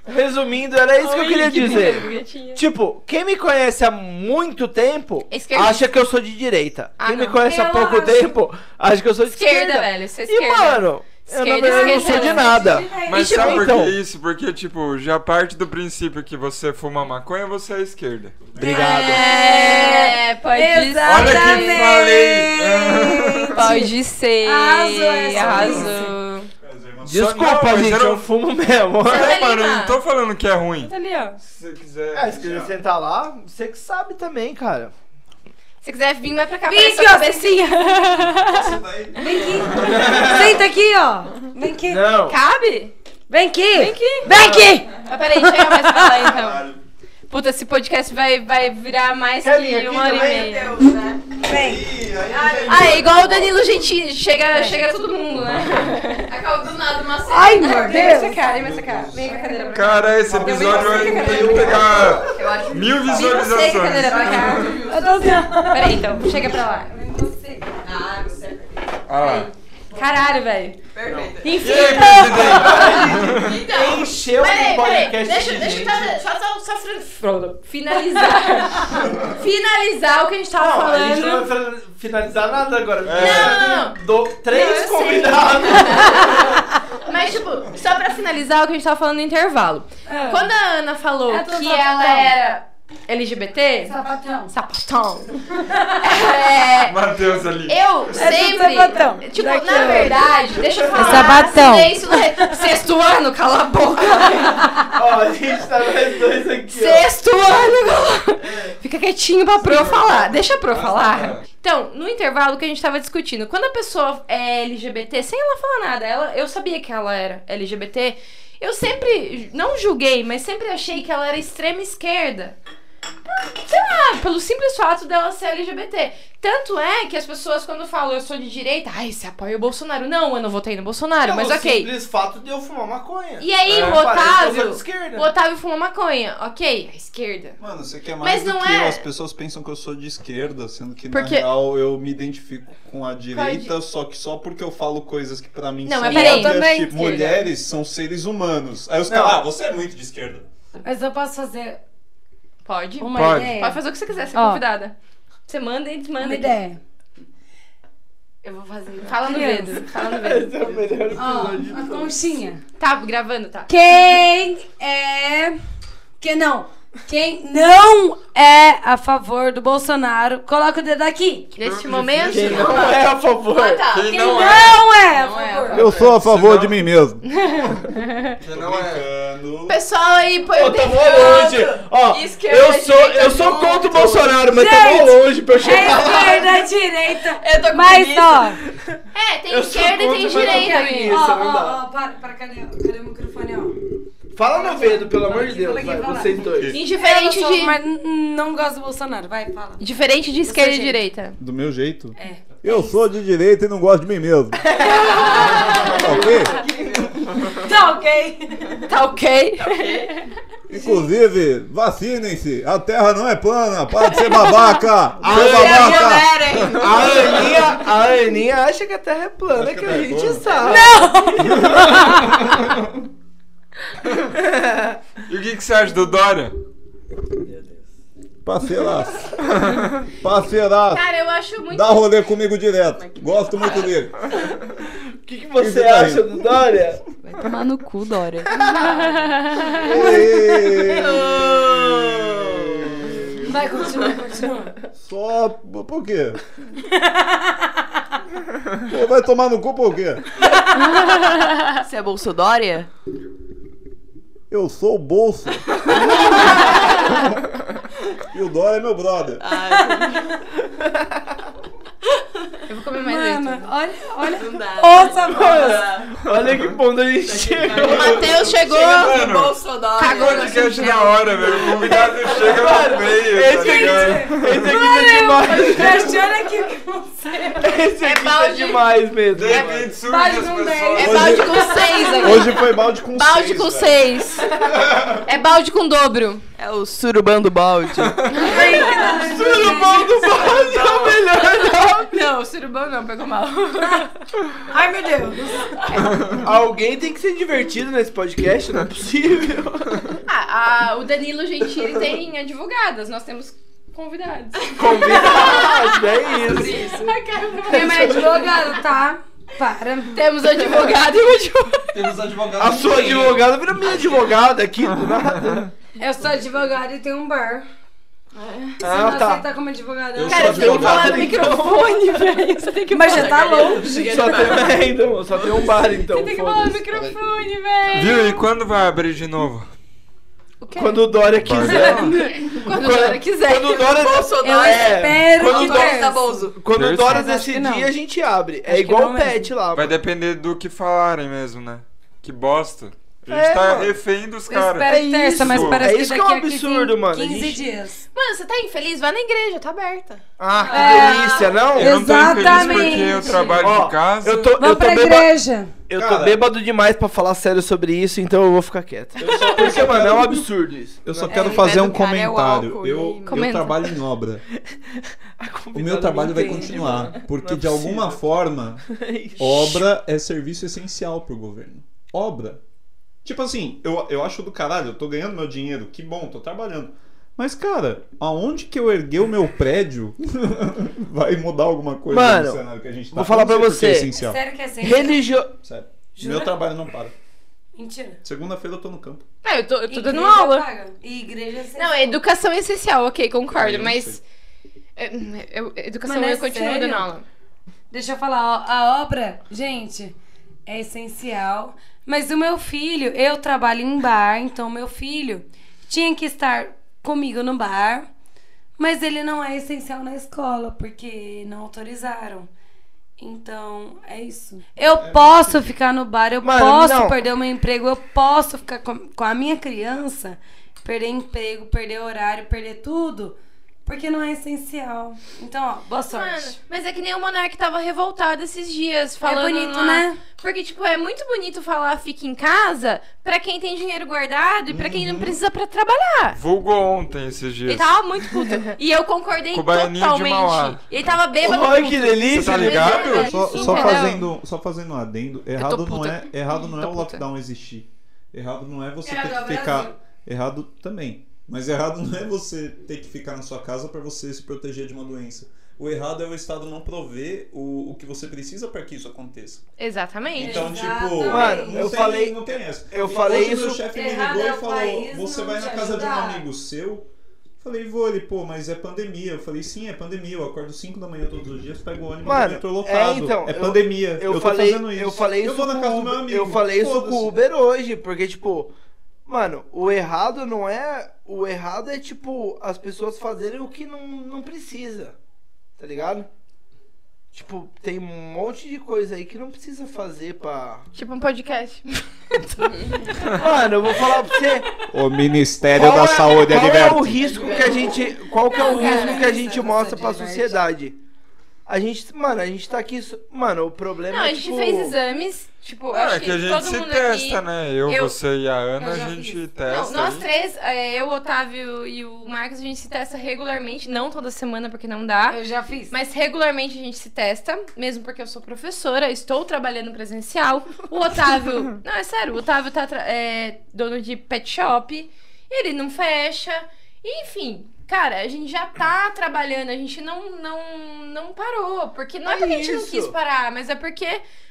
S4: resumindo, era isso que eu queria dizer. Tipo, quem me conhece há muito tempo
S2: Esquerda.
S4: acha que eu sou de direita.
S2: Ah,
S4: quem me
S2: não.
S4: conhece há
S5: Eu
S4: pouco
S5: acho.
S4: tempo acha que eu sou de esquerda.
S2: Esquerda, velho. Você é
S4: E,
S2: esquerda.
S4: mano, eu na
S2: Esquerda,
S4: verdade não sou
S2: esquerda.
S4: de nada.
S3: Mas
S4: E, tipo,
S3: sabe por
S4: então-
S3: que isso? Porque, tipo, já parte do princípio que você fuma maconha, você é à esquerda.
S4: Obrigado.
S2: É, pode
S5: Exatamente.
S3: Olha que É. falei!
S2: ser. Pode ser.
S5: Arrasou essa,
S2: Arrasou.
S7: Mas, irmão,
S3: Só- não,
S4: Desculpa,
S3: mas
S4: gente,
S3: era um-
S4: eu fumo mesmo.
S2: Vai
S3: Não, mano, eu
S2: lá.
S3: não tô falando que é ruim.
S2: Tá ali, ó.
S3: Se você quiser.
S4: Ah, se quiser sentar lá, você que sabe também, cara.
S2: Se quiser vir, vai pra cá.
S5: Vem
S2: aparece
S5: aqui,
S2: sua
S5: ó,
S2: cabeça.
S5: Cecinha.
S7: você tá vai-
S5: Vem aqui. Senta aqui, ó. Vem aqui.
S4: Não.
S2: Cabe?
S5: Vem aqui. Vem aqui.
S2: Vem aqui! Mas peraí, chega mais pra lá então.
S7: Caralho.
S2: Puta, esse podcast vai, vai virar mais
S4: Quer vir
S2: que
S4: aqui
S2: uma hora e
S4: também?
S2: meia.
S6: Deus, né?
S7: Ih, aí já é
S2: Ah, é igual o Danilo Gentili, chega, chega todo mundo, né?
S6: Acabou do nada uma cena.
S5: Ai, meu
S2: Vem pra
S5: Deus.
S2: essa cara, vem pra essa cara. Vem com a cadeira pra cá.
S3: Cara, esse episódio vai tem que pegar
S6: Eu acho
S3: mil
S2: Vem você com a cadeira
S3: visualizações.
S2: pra cá.
S5: Eu tô assim, ó.
S2: Peraí, então, chega pra lá.
S6: Ah, você é
S3: Ah lá.
S2: Caralho, velho.
S6: perfeita.
S3: E aí, presidente?
S4: [LAUGHS]
S6: Então,
S4: Encheu o podcast de
S2: deixa
S4: gente.
S2: eu fazer- só, só, só fran- finalizar. [LAUGHS] finalizar o que a gente tava
S4: Não, a
S2: falando.
S4: gente não vai fra- finalizar nada agora.
S2: Não, não, não.
S4: Dou
S2: [LAUGHS]
S4: três
S2: Não, eu sei.
S4: convidados.
S2: Mas, tipo, só pra finalizar o que a gente tava falando no intervalo.
S5: [LAUGHS] Ah.
S2: Quando a Ana falou
S5: É tudo
S2: que
S5: sapatão.
S2: ela era LGBT,
S5: Sapatão.
S2: sapatão. [LAUGHS] é,
S3: Matheus ali.
S2: eu sempre.
S5: sapatão.
S2: Tipo,
S5: Daqui,
S2: na
S5: ó.
S2: verdade, deixa eu falar.
S5: sapatão.
S2: Silêncio no re- Sexto ano, cala a boca.
S4: Ó, a gente tá mais dois aqui, ó.
S2: Sexto ano! Fica quietinho pra Pro falar. Deixa a Pro falar. Ah, Então, no intervalo que a gente tava discutindo, quando a pessoa é LGBT, sem ela falar nada, ela, eu sabia que ela era LGBT, eu sempre, não julguei, mas sempre achei que ela era extrema esquerda. Por- Sei lá, pelo simples fato dela ser LGBT. Tanto é que as pessoas, quando falam eu sou de direita, ai, você apoia o Bolsonaro. Não, eu não votei no Bolsonaro, mas
S4: O
S2: ok.
S4: simples fato de eu fumar maconha.
S2: E aí,
S4: É,
S2: o
S4: parece que eu sou de
S2: Otávio.
S4: esquerda.
S2: O Otávio fuma maconha, ok? A esquerda.
S7: Mano, você quer mais
S2: Mas
S7: do
S2: não
S7: que
S2: é.
S7: eu. As pessoas pensam que eu sou de esquerda, sendo que
S2: Porque-
S7: na real eu me identifico com a direita, só que só porque eu falo coisas que pra mim
S2: Não,
S7: são
S2: mas peraí.
S7: óbvias,
S5: Eu também,
S7: tipo,
S5: filha.
S7: mulheres são seres humanos. Aí os
S4: Não.
S7: caras, ah, você é muito de esquerda.
S5: Mas eu posso fazer
S2: Pode.
S5: uma
S3: Pode.
S5: ideia?
S2: Pode fazer o que você quiser, ser
S5: Ó.
S2: convidada. Você É. manda e desmanda.
S5: Uma
S2: aqui.
S5: ideia.
S2: Eu vou fazer. Fala no
S5: Criança.
S2: dedo. Fala no dedo.
S4: Esse é o melhor
S5: Ó,
S4: episódio de
S5: uma
S4: todos.
S5: conchinha.
S2: [LAUGHS] Tá gravando, tá?
S5: Quem é. Quem não? Quem não é a favor do Bolsonaro, coloca o dedo aqui.
S2: Neste momento.
S4: Quem não é a favor.
S2: Ah, tá.
S3: Quem
S5: Quem
S3: não
S5: não,
S3: é.
S5: é a
S2: Não é a
S5: favor.
S7: Eu sou a
S3: favor de mim
S7: mesmo.
S3: Quem
S7: Não
S3: não é.
S2: O
S7: brincando.
S2: pessoal aí põe
S4: Pô,
S2: o
S4: tá
S2: dedo.
S4: mó longe. Ó,
S2: Esquerda,
S4: eu sou,
S2: direita,
S4: eu sou
S2: junto.
S4: contra o Bolsonaro, mas tá mó
S5: Gente,
S4: longe pra eu
S5: É
S4: chegar lá.
S5: esquerda, direita.
S2: Eu tô com
S5: Mas
S2: preguiça.
S5: ó,
S2: É, tem
S4: Eu sou
S2: esquerda e tem
S4: contra, mas não
S2: direita,
S4: quero
S2: menino.
S4: isso. é
S5: ó,
S4: não dá.
S5: ó, ó, para, para, cadê, cadê o microfone, ó?
S4: Fala no dedo, pelo amor de Deus,
S5: Fala aqui,
S4: vai,
S5: fala.
S4: vocês dois.
S2: Indiferente
S5: É, Eu não sou,
S2: de.
S5: mas n- n- não gosto do Bolsonaro, vai, fala.
S2: Diferente de esquerda e
S5: gente.
S2: direita.
S7: Do meu jeito?
S5: É.
S7: Eu sou de direita e não gosto de mim mesmo. ok?
S5: Tá ok.
S2: Tá ok?
S7: Inclusive, vacinem-se. A terra não é plana. Para de ser babaca. Ai,
S4: [LAUGHS] A Aninha, a Aninha acha que a Terra é plana,
S7: Acha
S4: que,
S7: que a
S4: a
S7: Terra é
S4: gente
S7: plana.
S4: sabe.
S3: E o que, que você acha do Dória?
S7: Parceiraço. Parceiraço.
S2: Cara, eu acho muito.
S7: Dá rolê comigo direto. Gosto muito dele.
S4: O que, que você
S7: Isso tá
S4: acha
S7: rindo.
S4: do Dória?
S1: Vai tomar no cu, Dora.
S7: Ei.
S2: [LAUGHS]
S5: Vai, continua, continua.
S7: Só por por quê? Pô, vai tomar no cu por quê?
S8: Você é Bolsodória?
S7: Eu sou
S8: [LAUGHS]
S7: o bolso. e o Dória é meu brother.
S2: Eu vou comer mais leite.
S5: Mano, olha, olha.
S8: Não dá.
S5: Ouça, moça.
S4: Olha que ponto a gente chegou.
S2: O Matheus chegou.
S3: Mano,
S8: Bolsodória.
S3: que podcast da hora, velho. O convidado chega no meio, tá
S4: Esse
S3: ligado?
S4: aqui, esse aqui tá demais.
S5: Preste, olha aqui o que você.
S4: Esse aqui tá
S2: balde.
S4: demais mesmo.
S3: De repente surge as
S5: Mas não
S3: pessoas.
S2: É
S7: Hoje-
S2: balde
S1: um
S2: com seis aqui.
S7: Hoje foi balde com
S2: Balde
S7: seis,
S2: com
S7: velho.
S2: seis. É balde com dobro.
S8: É o surubão do
S5: [LAUGHS]
S8: balde.
S4: Surubão do balde é o melhor
S2: Não, surubão não, pegou mal.
S5: Ai, meu Deus.
S4: nome. Alguém tem que ser divertido nesse podcast, não é possível.
S2: Ah, ah, o Danilo Gentili tem advogadas, nós temos [LAUGHS] convidados.
S4: Convidado, é isso.
S5: Minha mãe é advogada, tá? Para.
S2: Temos advogado e um advogado.
S4: A sua advogada vira minha advogada aqui do nada.
S5: Eu sou advogada e tenho um bar. Você
S4: Ah,
S5: não
S4: tá.
S5: aceita como advogada.
S7: Eu
S5: não?
S7: sou
S2: Cara, você tem que falar no
S4: advogado, então.
S5: [LAUGHS]
S2: microfone, velho. Você tem que
S5: Mas já
S2: falar.
S5: tá longe.
S4: Só
S5: né?
S4: tem, é, então, só tem um bar, então.
S2: Tem que falar no
S4: foda-se.
S2: microfone, velho.
S3: Viu? E quando vai abrir de novo?
S2: O quê?
S4: Quando o Dória quiser.
S2: Quando o Dora quiser.
S4: Quando o Dória
S5: Eu
S8: Bolsodória.
S4: É,
S5: espero
S4: quando
S5: que
S4: o Dória
S5: dê.
S8: da Bolso.
S4: Quando o
S3: Terça.
S4: Dora
S5: Mas acho que
S4: decidir,
S5: não.
S4: a gente abre. É
S5: Acho que
S4: igual
S5: não
S4: o
S5: mesmo.
S4: pet lá.
S3: Vai depender do que falarem mesmo, né? Que bosta. A gente
S4: É,
S3: tá
S4: mano.
S3: refém dos
S5: Eu espero
S3: caras.
S4: É
S5: que terça, mas
S3: isso.
S5: parece
S4: É isso
S5: que
S4: que é um
S5: daqui a 15,
S4: absurdo, mano.
S5: 15
S4: Gente.
S5: dias.
S2: Mano, você tá infeliz? Vai na igreja, tá aberta.
S4: Ah, que
S5: É.
S4: delícia, não?
S3: Eu não tô infeliz porque eu
S5: Exatamente.
S3: trabalho
S4: Ó,
S3: de casa.
S4: eu tô, eu
S5: Vamos
S4: tô,
S5: pra
S4: bêba,
S5: igreja.
S4: eu tô
S7: Cara.
S4: bêbado demais pra falar sério sobre isso, então eu vou ficar quieto. Porque, mano, é um absurdo isso.
S7: Eu só
S8: É,
S7: quero
S8: o
S7: fazer
S8: pé
S7: um
S8: do cara é o
S7: comentário.
S8: álcool, né?
S7: eu, eu
S2: Comenta.
S7: trabalho em obra. O meu trabalho vai continuar. Porque
S4: Não é
S7: de alguma
S4: possível. [LAUGHS]
S7: forma, obra é serviço essencial pro governo. Obra. Tipo assim, eu, eu acho do caralho, eu tô ganhando meu dinheiro, que bom, tô trabalhando. Mas, cara, aonde que eu erguei o meu prédio [LAUGHS] vai mudar alguma coisa
S4: Mano,
S7: no cenário que a gente tá?
S4: vou falar
S7: Eu não
S4: pra
S7: sei porque
S4: você.
S7: É essencial.
S5: Sério que é assim?
S4: Religio...
S7: Sério.
S5: Jura?
S7: Meu trabalho não para.
S5: Mentira.
S7: Segunda-feira eu tô no campo.
S2: Ah, eu tô, eu tô dando
S5: Igreja
S2: aula.
S5: paga. E igreja sem.
S2: Não, educação é essencial, ok, concordo,
S7: Eu não
S2: mas.
S7: sei.
S2: é, eu- educação
S5: Mas não é
S2: eu continuo
S5: sério?
S2: dando aula.
S5: Deixa eu falar, ó, a obra, gente, é essencial. Mas o meu filho, eu trabalho em bar, então meu filho tinha que estar comigo no bar, mas ele não é essencial na escola, porque não autorizaram. Então, é isso. Eu posso ficar no bar, eu
S4: Mano,
S5: posso
S4: não.
S5: perder o meu emprego, eu posso ficar com, com a minha criança, perder emprego, perder horário, perder tudo, porque não é essencial. Então, ó, boa sorte.
S2: Mano, mas é que nem o Monark tava revoltado esses dias, falando.
S5: é bonito,
S2: lá.
S5: né?
S2: Porque, tipo, é muito bonito falar fique em casa pra quem tem dinheiro guardado e pra quem
S3: Uhum.
S2: não precisa pra trabalhar.
S3: Vulgo ontem esses
S2: Ele
S3: dias.
S2: tava muito puto. E eu concordei
S3: Com o baianinho de Mauá.
S2: totalmente. Ele tava bêbado.
S4: Olha
S2: puto.
S4: que delícia,
S3: Você tá ligado?
S2: Mas é,
S7: Só,
S2: sim,
S7: só
S2: entendeu?
S7: fazendo, só fazendo um adendo, errado não
S2: puta.
S7: é, errado não é
S2: Tô
S7: o
S2: puta.
S7: lockdown existir. Errado não é você
S5: Errado é
S7: ter
S5: o
S7: que
S5: Brasil.
S7: ficar. Errado também. Mas errado não é você ter que ficar na sua casa pra você se proteger de uma doença. O errado é o Estado não prover o, o que você precisa pra que isso aconteça.
S2: Exatamente.
S7: Então, tipo,
S5: Exatamente.
S4: Mano,
S7: não
S4: eu
S7: tem,
S4: falei-
S7: não tem essa.
S4: eu
S7: Hoje
S4: falei
S7: meu
S4: isso-
S7: chefe me
S5: Errado
S7: ligou
S5: é
S7: e
S5: o
S7: falou:
S5: país
S7: "Você
S5: não
S7: vai na
S5: te
S7: casa de um
S5: ajudar."
S7: amigo seu?" Falei, vou ele, pô, mas é pandemia. Eu falei, sim, é pandemia. Eu acordo 5 da manhã todos os dias, pego o ônibus
S4: Mano,
S7: e metrô
S4: é,
S7: lotado.
S4: então,
S7: é
S4: eu-
S7: pandemia.
S4: Eu,
S7: tô
S4: falei,
S7: fazendo isso.
S4: eu falei isso.
S7: vou na
S4: com
S7: casa
S4: o
S7: do meu
S4: Uber-
S7: amigo.
S4: Eu falei isso com
S7: Foda-se.
S4: o Uber hoje, porque, tipo, mano, o errado não é. O errado é, tipo, as pessoas fazerem o que não, não precisa. Tá ligado? Tipo, tem um monte de coisa aí que não precisa fazer pra.
S2: Tipo um podcast.
S4: Mano, eu vou falar pra você.
S7: O Ministério
S4: Qual é- qual é o risco que a gente qual que é o
S5: Não, cara,
S4: risco que a
S5: isso
S4: gente
S5: é
S4: mostra pra
S5: diverte.
S4: sociedade a gente mano a gente tá aqui so- mano o problema
S2: Não,
S4: é,
S2: a gente
S4: tipo,
S2: fez exames. Tipo,
S3: Ah,
S2: acho
S3: é que a gente
S2: todo
S3: se
S2: mundo
S3: testa,
S2: aqui...
S3: né? Eu,
S2: Eu-
S3: você e a Ana,
S5: Eu
S3: a
S5: já
S3: gente
S5: fiz.
S2: Não,
S3: testa.
S2: nós
S3: aí.
S2: três, é, eu, o Otávio e o Marcos, a gente se testa regularmente. Não toda semana, porque não dá.
S5: Eu já [LAUGHS] fiz.
S2: Mas regularmente a gente se testa, mesmo porque eu sou professora, estou trabalhando presencial. O Otávio. não, é sério, o Otávio tá tra- é, dono de pet shop, ele não fecha. Enfim, cara, a gente já tá trabalhando, a gente não, não, não parou. Porque não é,
S4: É
S2: porque a gente não
S4: isso.
S2: quis parar, mas é porque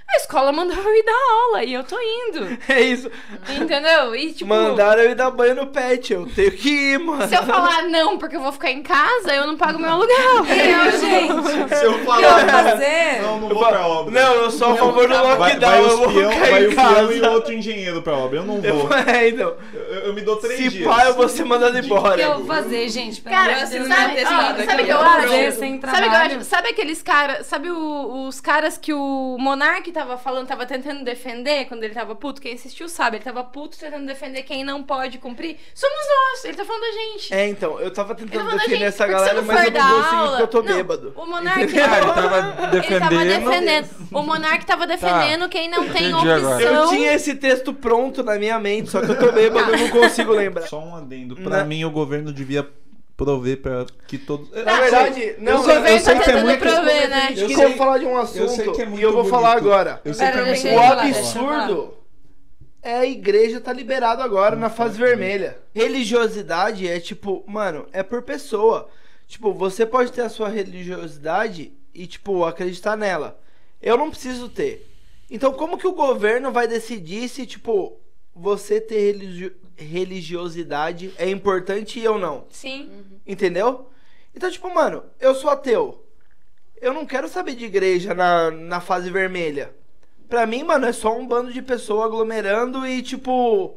S2: a escola [LAUGHS] mandou eu ir dar aula e eu tô indo.
S4: [LAUGHS] é isso
S2: Entendeu? E tipo. é
S4: mandaram eu ir dar banho no pet eu tenho que ir mano
S2: Se eu falar não porque eu vou ficar em casa, eu não pago meu
S5: [LAUGHS]
S2: aluguel.
S5: Eu, gente,
S7: Se eu
S5: o que eu vou
S7: falar,
S5: fazer?
S7: não, não
S4: Eu
S7: vou
S4: fa-
S7: pra obra.
S4: não eu sou a favor do lockdown
S7: É Vai, vai
S4: eu
S7: o
S4: vou
S7: peão,
S4: ficar
S7: vai
S4: em
S7: o
S4: casa
S7: peão e outro engenheiro pra obra. Eu não vou.
S4: eu, é, então,
S7: Eu, eu me dou três
S4: se
S7: dias.
S4: pá, eu vou ser mandado
S5: O que eu
S4: embora.
S5: vou fazer, gente? Pelo
S2: Cara,
S5: amor de
S2: sabe-
S5: Deus, não é
S2: ó,
S5: nada
S2: sabe
S5: que
S2: o que eu
S5: vou
S2: acho?
S5: fazer
S2: Sabe, o
S5: sem
S2: que eu
S5: trabalho?
S2: acho? Sabe aqueles caras, sabe o- os caras que o Monark tava falando, tava tentando defender quando ele tava puto? Quem assistiu sabe, ele tava puto tentando defender quem não pode cumprir. Somos nós, ele tá falando da gente.
S4: É, então, eu tava
S2: Ele tá
S4: tentando
S2: falando da
S4: defender
S2: gente.
S4: essa
S2: porque se
S4: galera,
S2: não
S4: mas
S2: for
S4: eu
S2: dar
S4: não consigo
S2: aula-
S4: porque eu tô
S2: Não,
S4: bêbado.
S2: O Monark.
S3: [LAUGHS] Ah, ele tava
S2: [LAUGHS] Ele tava
S3: defendendo. Tá.
S2: defendendo. O Monark tava defendendo quem não tem
S3: Entendi agora.
S4: Eu
S2: opção.
S4: tinha esse texto pronto na minha mente, só que eu tô bêbado, eu não consigo lembrar.
S7: Só um adendo. Pra
S4: Não.
S7: mim, o governo devia prover pra que todos. É,
S4: Na verdade, não,
S7: eu
S4: eu,
S7: sei-
S4: eu sei
S7: tá
S4: que é
S7: tentando
S4: muito...
S2: prover, né?
S4: Eu
S7: Eu
S4: queria
S7: sei-
S4: falar de um
S7: eu sei
S4: assunto
S7: que é muito
S4: e eu vou
S7: bonito.
S4: falar agora.
S7: Eu sei
S5: Pera,
S7: que é
S5: deixa
S7: muito
S5: eu
S4: O
S5: falar, deixa eu
S4: absurdo é a igreja tá liberado agora na fase vermelha. Religiosidade é tipo, mano, é por pessoa. Tipo, você pode ter a sua religiosidade e, tipo, acreditar nela. Eu não preciso ter. Então, como que o governo vai decidir se, tipo, você ter religio- religiosidade é importante e eu não?
S2: Sim.
S4: Entendeu? Então, tipo, mano, eu sou ateu. Eu não quero saber de igreja na, na fase vermelha. Pra mim, mano, é só um bando de pessoas aglomerando e, tipo,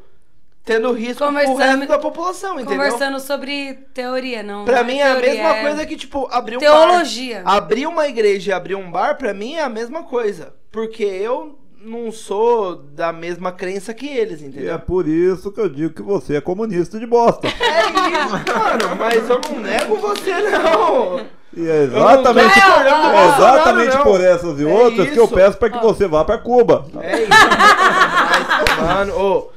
S4: tendo risco pro
S5: Conversando-
S4: resto da população, entendeu?
S5: Conversando sobre teoria, não.
S4: Pra
S5: não
S4: mim é a
S5: teoria,
S4: mesma
S5: é
S4: coisa que, tipo, abrir um
S5: Teologia.
S4: bar. Abrir uma igreja e abrir um bar, pra mim é a mesma coisa. Porque eu não sou da mesma crença que eles, entendeu?
S7: é por isso que eu digo que você é comunista de bosta.
S4: É isso, mano, mas eu não nego você, não.
S7: E é
S4: exatamente- Eu não tô discordando do é Bolsonaro, exatamente não. por
S7: essas
S4: e É outras que eu isso. peço
S5: Ah.
S7: para que você vá para Cuba.
S4: É isso. [LAUGHS] Mas, mano, ô,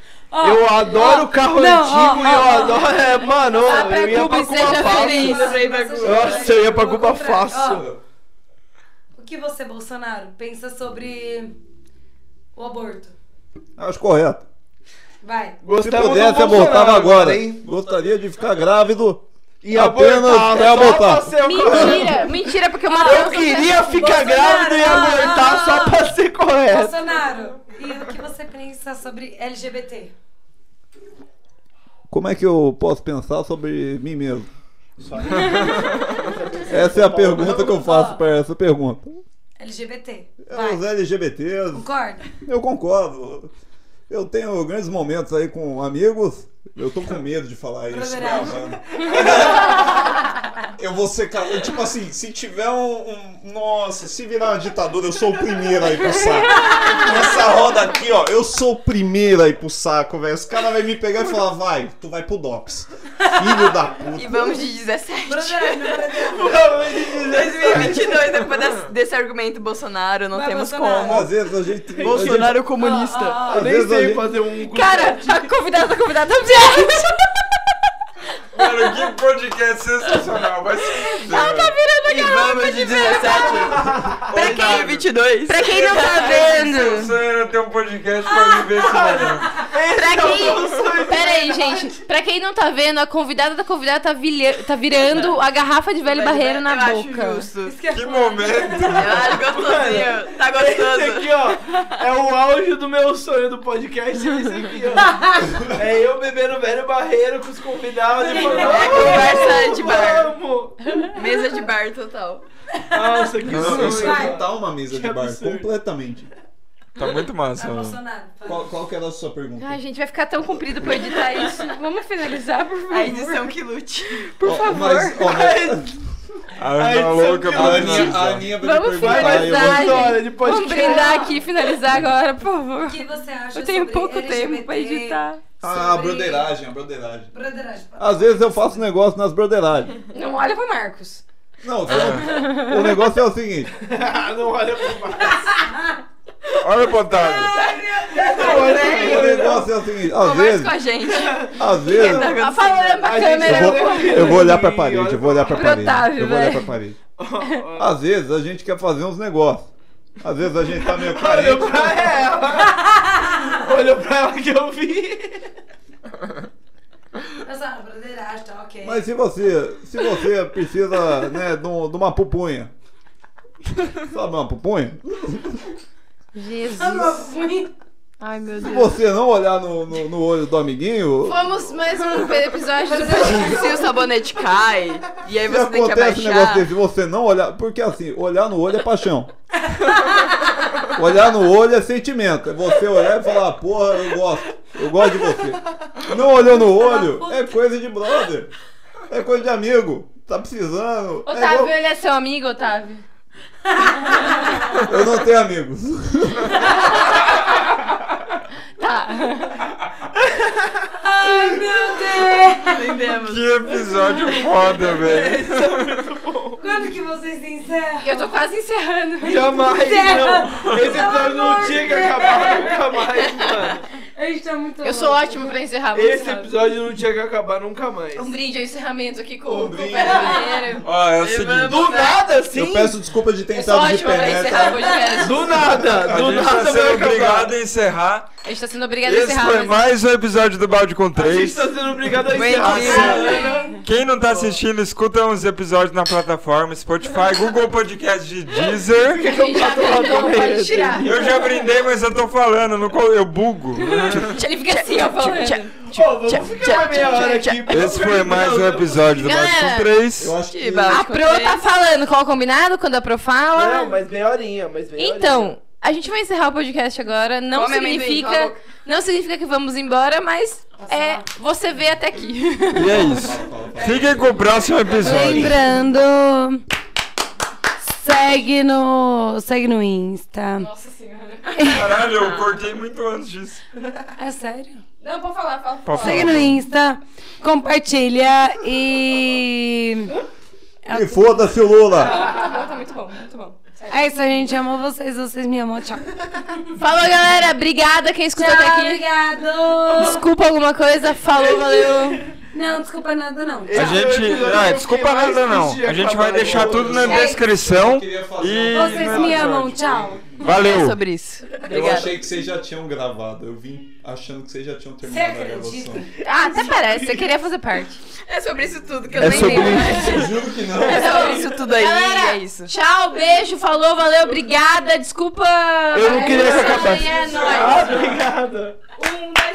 S4: eu adoro carro
S5: não,
S4: antigo
S5: ó,
S4: e eu
S5: ó,
S4: adoro. é, mano, ô,
S2: Vá Tá pra
S4: eu ia
S2: Cuba
S4: pra
S2: e
S4: Cuba
S2: seja feliz.
S4: fácil. Nossa, eu ia pra Cuba fácil.
S5: Ó, o que você, Bolsonaro, pensa sobre o aborto?
S7: Acho correto.
S5: Vai.
S4: Gostamos do Bolsonaro, hein?
S7: Gostaria de ficar grávido e apenas abortar.
S2: Mentira, mentira, porque o Matheus.
S4: Eu queria ficar
S5: Bolsonaro,
S4: grávida e
S5: ah,
S4: abortar
S5: ah,
S4: só pra ser correto.
S5: Bolsonaro, e o que você pensa sobre LGBT?
S7: Como é que eu posso pensar sobre mim mesmo? Essa é a pergunta que eu faço pra essa pergunta.
S5: LGBT.
S7: Os
S5: Vai.
S7: LGBTs,
S5: Concorda?
S7: eu concordo. Eu tenho grandes momentos aí com amigos. Eu tô com medo de falar isso.
S5: Broderagem.
S7: mano. [LAUGHS] Eu vou ser ca- eu, Tipo assim, se tiver um, um- Nossa, se virar uma ditadura, eu sou o primeiro a ir pro saco. Nessa roda aqui, ó, eu sou o primeiro a ir pro saco, velho. Os caras vão me pegar e falar, vai, tu vai pro DOPS. Filho da puta.
S8: E vamos de 17.
S4: Pelo de dizer.
S8: 2022, depois desse, desse argumento, Bolsonaro, não
S5: Vai,
S8: temos
S5: Bolsonaro.
S8: como.
S7: Às vezes a gente. a
S8: Bolsonaro comunista.
S5: Ah, ah,
S4: Eu nem sei fazer um.
S2: Cara, a convidada, a convidada, tá gente!
S3: Mano, que podcast sensacional. Vai se fuder. velho.
S8: E vamos de 17. Pra quem? 22.
S2: Pra quem não tá
S3: Meu
S2: vendo.
S3: sonho era ter um podcast pra viver esse momento.
S2: [LAUGHS] Pra quem. Pera aí, gente. Pra quem não tá vendo, a convidada da convidada tá, vilha- tá virando a garrafa de velho barreiro na
S8: Eu acho
S2: boca.
S8: justo.
S3: Que momento.
S8: Eu
S2: Ah,
S8: acho gostosinho. Tá
S4: Esse
S8: gostoso.
S4: aqui, ó, é o auge do meu sonho do podcast. É esse aqui, ó. É eu bebendo velho barreiro com os convidados e falando.
S8: É conversa de bar.
S4: Vamos!
S8: Mesa de bar total.
S4: Nossa, que
S7: Não, isso
S4: sonho.
S7: é
S4: cara.
S7: total uma mesa
S4: Que
S7: de bar,
S4: absurdo.
S7: completamente.
S3: Tá muito massa,
S5: Vai,
S3: mano.
S5: Bolsonaro. vai.
S7: Qual, qual que era a sua pergunta?
S2: Ai, gente, vai ficar tão comprido pra eu editar isso. Vamos finalizar, por
S8: A
S2: favor.
S8: edição que lute.
S7: Por favor. Mas, ó, mas-
S3: A
S4: Ai,
S3: Ana
S4: edição
S3: louca
S4: que
S7: a
S3: pra
S7: Aninha, a
S3: analisar.
S7: Aninha vai me
S2: Vamos
S7: perguntar. aí eu vou-
S2: finalizar,
S4: Bolsonaro,
S2: gente.
S4: de podcast.
S2: Vamos brindar aqui e finalizar agora, por favor.
S5: O que você acha
S2: Eu tenho
S5: sobre
S2: pouco
S5: LGBT?
S2: tempo pra editar.
S7: Ah, a
S5: Sobre-
S7: broderagem, a broderagem.
S5: Broderagem.
S7: Às vezes eu faço negócio nas broderagens.
S2: Não olha pro Marcos.
S7: Não, só- o negócio é o seguinte.
S4: Ah, [LAUGHS] não olha pro bar.
S3: Olha o Otávio.
S7: O negócio é o seguinte. Às
S8: Conversa com
S7: vezes,
S8: a
S4: [LAUGHS]
S8: gente.
S7: às vezes...
S2: Ela fala olhando Tá pra
S4: A gente
S7: Eu
S2: câmera.
S7: vou, eu vou olhar pra parede, eu vou olhar pra
S2: Pro
S7: parede.
S2: Otávio,
S7: Eu vou olhar
S2: velho.
S7: pra parede. Às vezes a gente quer fazer uns negócios. Às vezes a gente tá meio carente.
S4: Olhou pra ela. Olhou pra ela que eu vi.
S5: Mas, ah, broderagem, tá ok.
S7: Mas se você, se você precisa, né, de, um- de uma pupunha. Sabe uma pupunha?
S5: Ah,
S2: Jesus.
S5: mas fui.
S2: Ai, meu
S7: Se
S2: Deus.
S7: você não olhar no, no, no olho do amiguinho,
S2: Vamos mais um episódio do podcast.
S8: Se o sabonete cai, e aí
S7: se
S8: você tem que
S7: acontece um negócio
S8: abaixar.
S7: desse, você não olhar. Porque assim, olhar no olho é paixão. olhar no olho é sentimento. É você olhar e falar, porra, eu gosto. Eu gosto de você. Não olhou no olho, é coisa de brother. É coisa de amigo. Tá precisando. É
S8: tá
S2: Otávio,
S7: igual-
S2: ele é seu amigo, Otávio?
S7: eu não tenho amigos.
S2: Tá.
S8: Entendemos.
S3: Que episódio foda, velho.
S5: Quando que vocês encerram?
S2: Eu tô quase encerrando.
S4: Jamais, não. Esse episódio não
S5: amor
S4: tinha
S5: de
S4: que acabar nunca mais, mano.
S5: A gente tá muito
S2: Eu sou ótimo pra encerrar. vamos
S4: Esse
S2: encerrar.
S4: episódio não tinha que acabar nunca mais.
S2: Um brinde ao encerramento aqui com,
S7: Um
S2: com o
S7: brinde.
S2: Pedro
S3: Ó, é o seguinte.
S4: Do nada, assim?
S7: Eu peço desculpa de ter
S8: É
S2: Eu sou
S7: entrado de
S2: ótima é pra
S7: pé, né?
S2: encerrar o podcast.
S4: Do nada,
S3: A
S4: do
S3: gente tá
S4: nada vai
S3: sendo
S4: acabar.
S3: obrigado a encerrar.
S2: A gente tá sendo obrigado a
S3: Esse
S2: encerrar.
S3: foi
S2: mas-
S3: mais um episódio do Balde com
S4: A gente
S3: 3.
S4: tá sendo obrigado a
S8: Bem,
S4: encerrar.
S8: bem.
S4: Caralho.
S3: Quem não tá assistindo, escuta os episódios na plataforma Spotify, Google Podcast de Deezer.
S2: Gente, não, pode tirar.
S3: Eu já brindei, mas eu tô falando, não co- eu bugo.
S2: Ele fica assim, ó, falando.
S4: Ó, vamos ficar mais meia hora aqui. porque
S3: Esse
S4: eu
S3: foi
S4: perdi
S3: mais
S4: meu-
S3: um episódio do Balde com
S2: Galera.
S3: 3.
S7: Eu acho que.
S8: Tiba.
S2: A Pro tá falando, qual o combinado quando a Pro fala?
S4: Não, mas meia horinha, mas meia horinha.
S2: Então, a gente vai encerrar o podcast agora. Não
S8: Come amendoim, cala a
S2: significa, não significa que vamos embora, mas é você vê até aqui.
S3: E é isso. Fiquem com o próximo episódio.
S5: Lembrando. Segue no. Segue no Insta.
S2: Nossa senhora.
S3: Caralho, eu cortei muito antes disso.
S5: É sério?
S2: Não, pode falar, fala.
S3: Pra falar.
S5: Segue no Insta. Compartilha e.
S7: E foda-se o Lula!
S2: Tá bom, tá muito bom, muito bom.
S5: É isso, gente. Amo vocês. Vocês me amam. Tchau. tá
S2: Falou, galera. Obrigada quem escutou até aqui.
S5: obrigado.
S2: Desculpa alguma coisa. Falou, valeu.
S5: Não, desculpa nada, não.
S3: A gente. Ah, desculpa nada não. A gente vai deixar tudo na descrição. E.
S5: Vocês me amam, tchau.
S3: Valeu!
S8: É sobre isso.
S7: Eu
S8: Obrigada.
S7: achei que vocês já tinham gravado. Eu vim achando que vocês já tinham terminado a gravação.
S2: Ah, até parece, você queria fazer parte.
S6: É sobre isso tudo que eu
S3: É
S6: nem
S3: sobre
S6: lembro.
S3: isso.
S7: Eu juro que não.
S8: É sobre isso tudo aí, é
S2: Galera,
S8: isso.
S2: Tchau, beijo, falou, valeu, obrigada, desculpa.
S4: Eu não queria que acabasse.
S2: É nóis.
S4: Obrigado.
S2: Um, dois,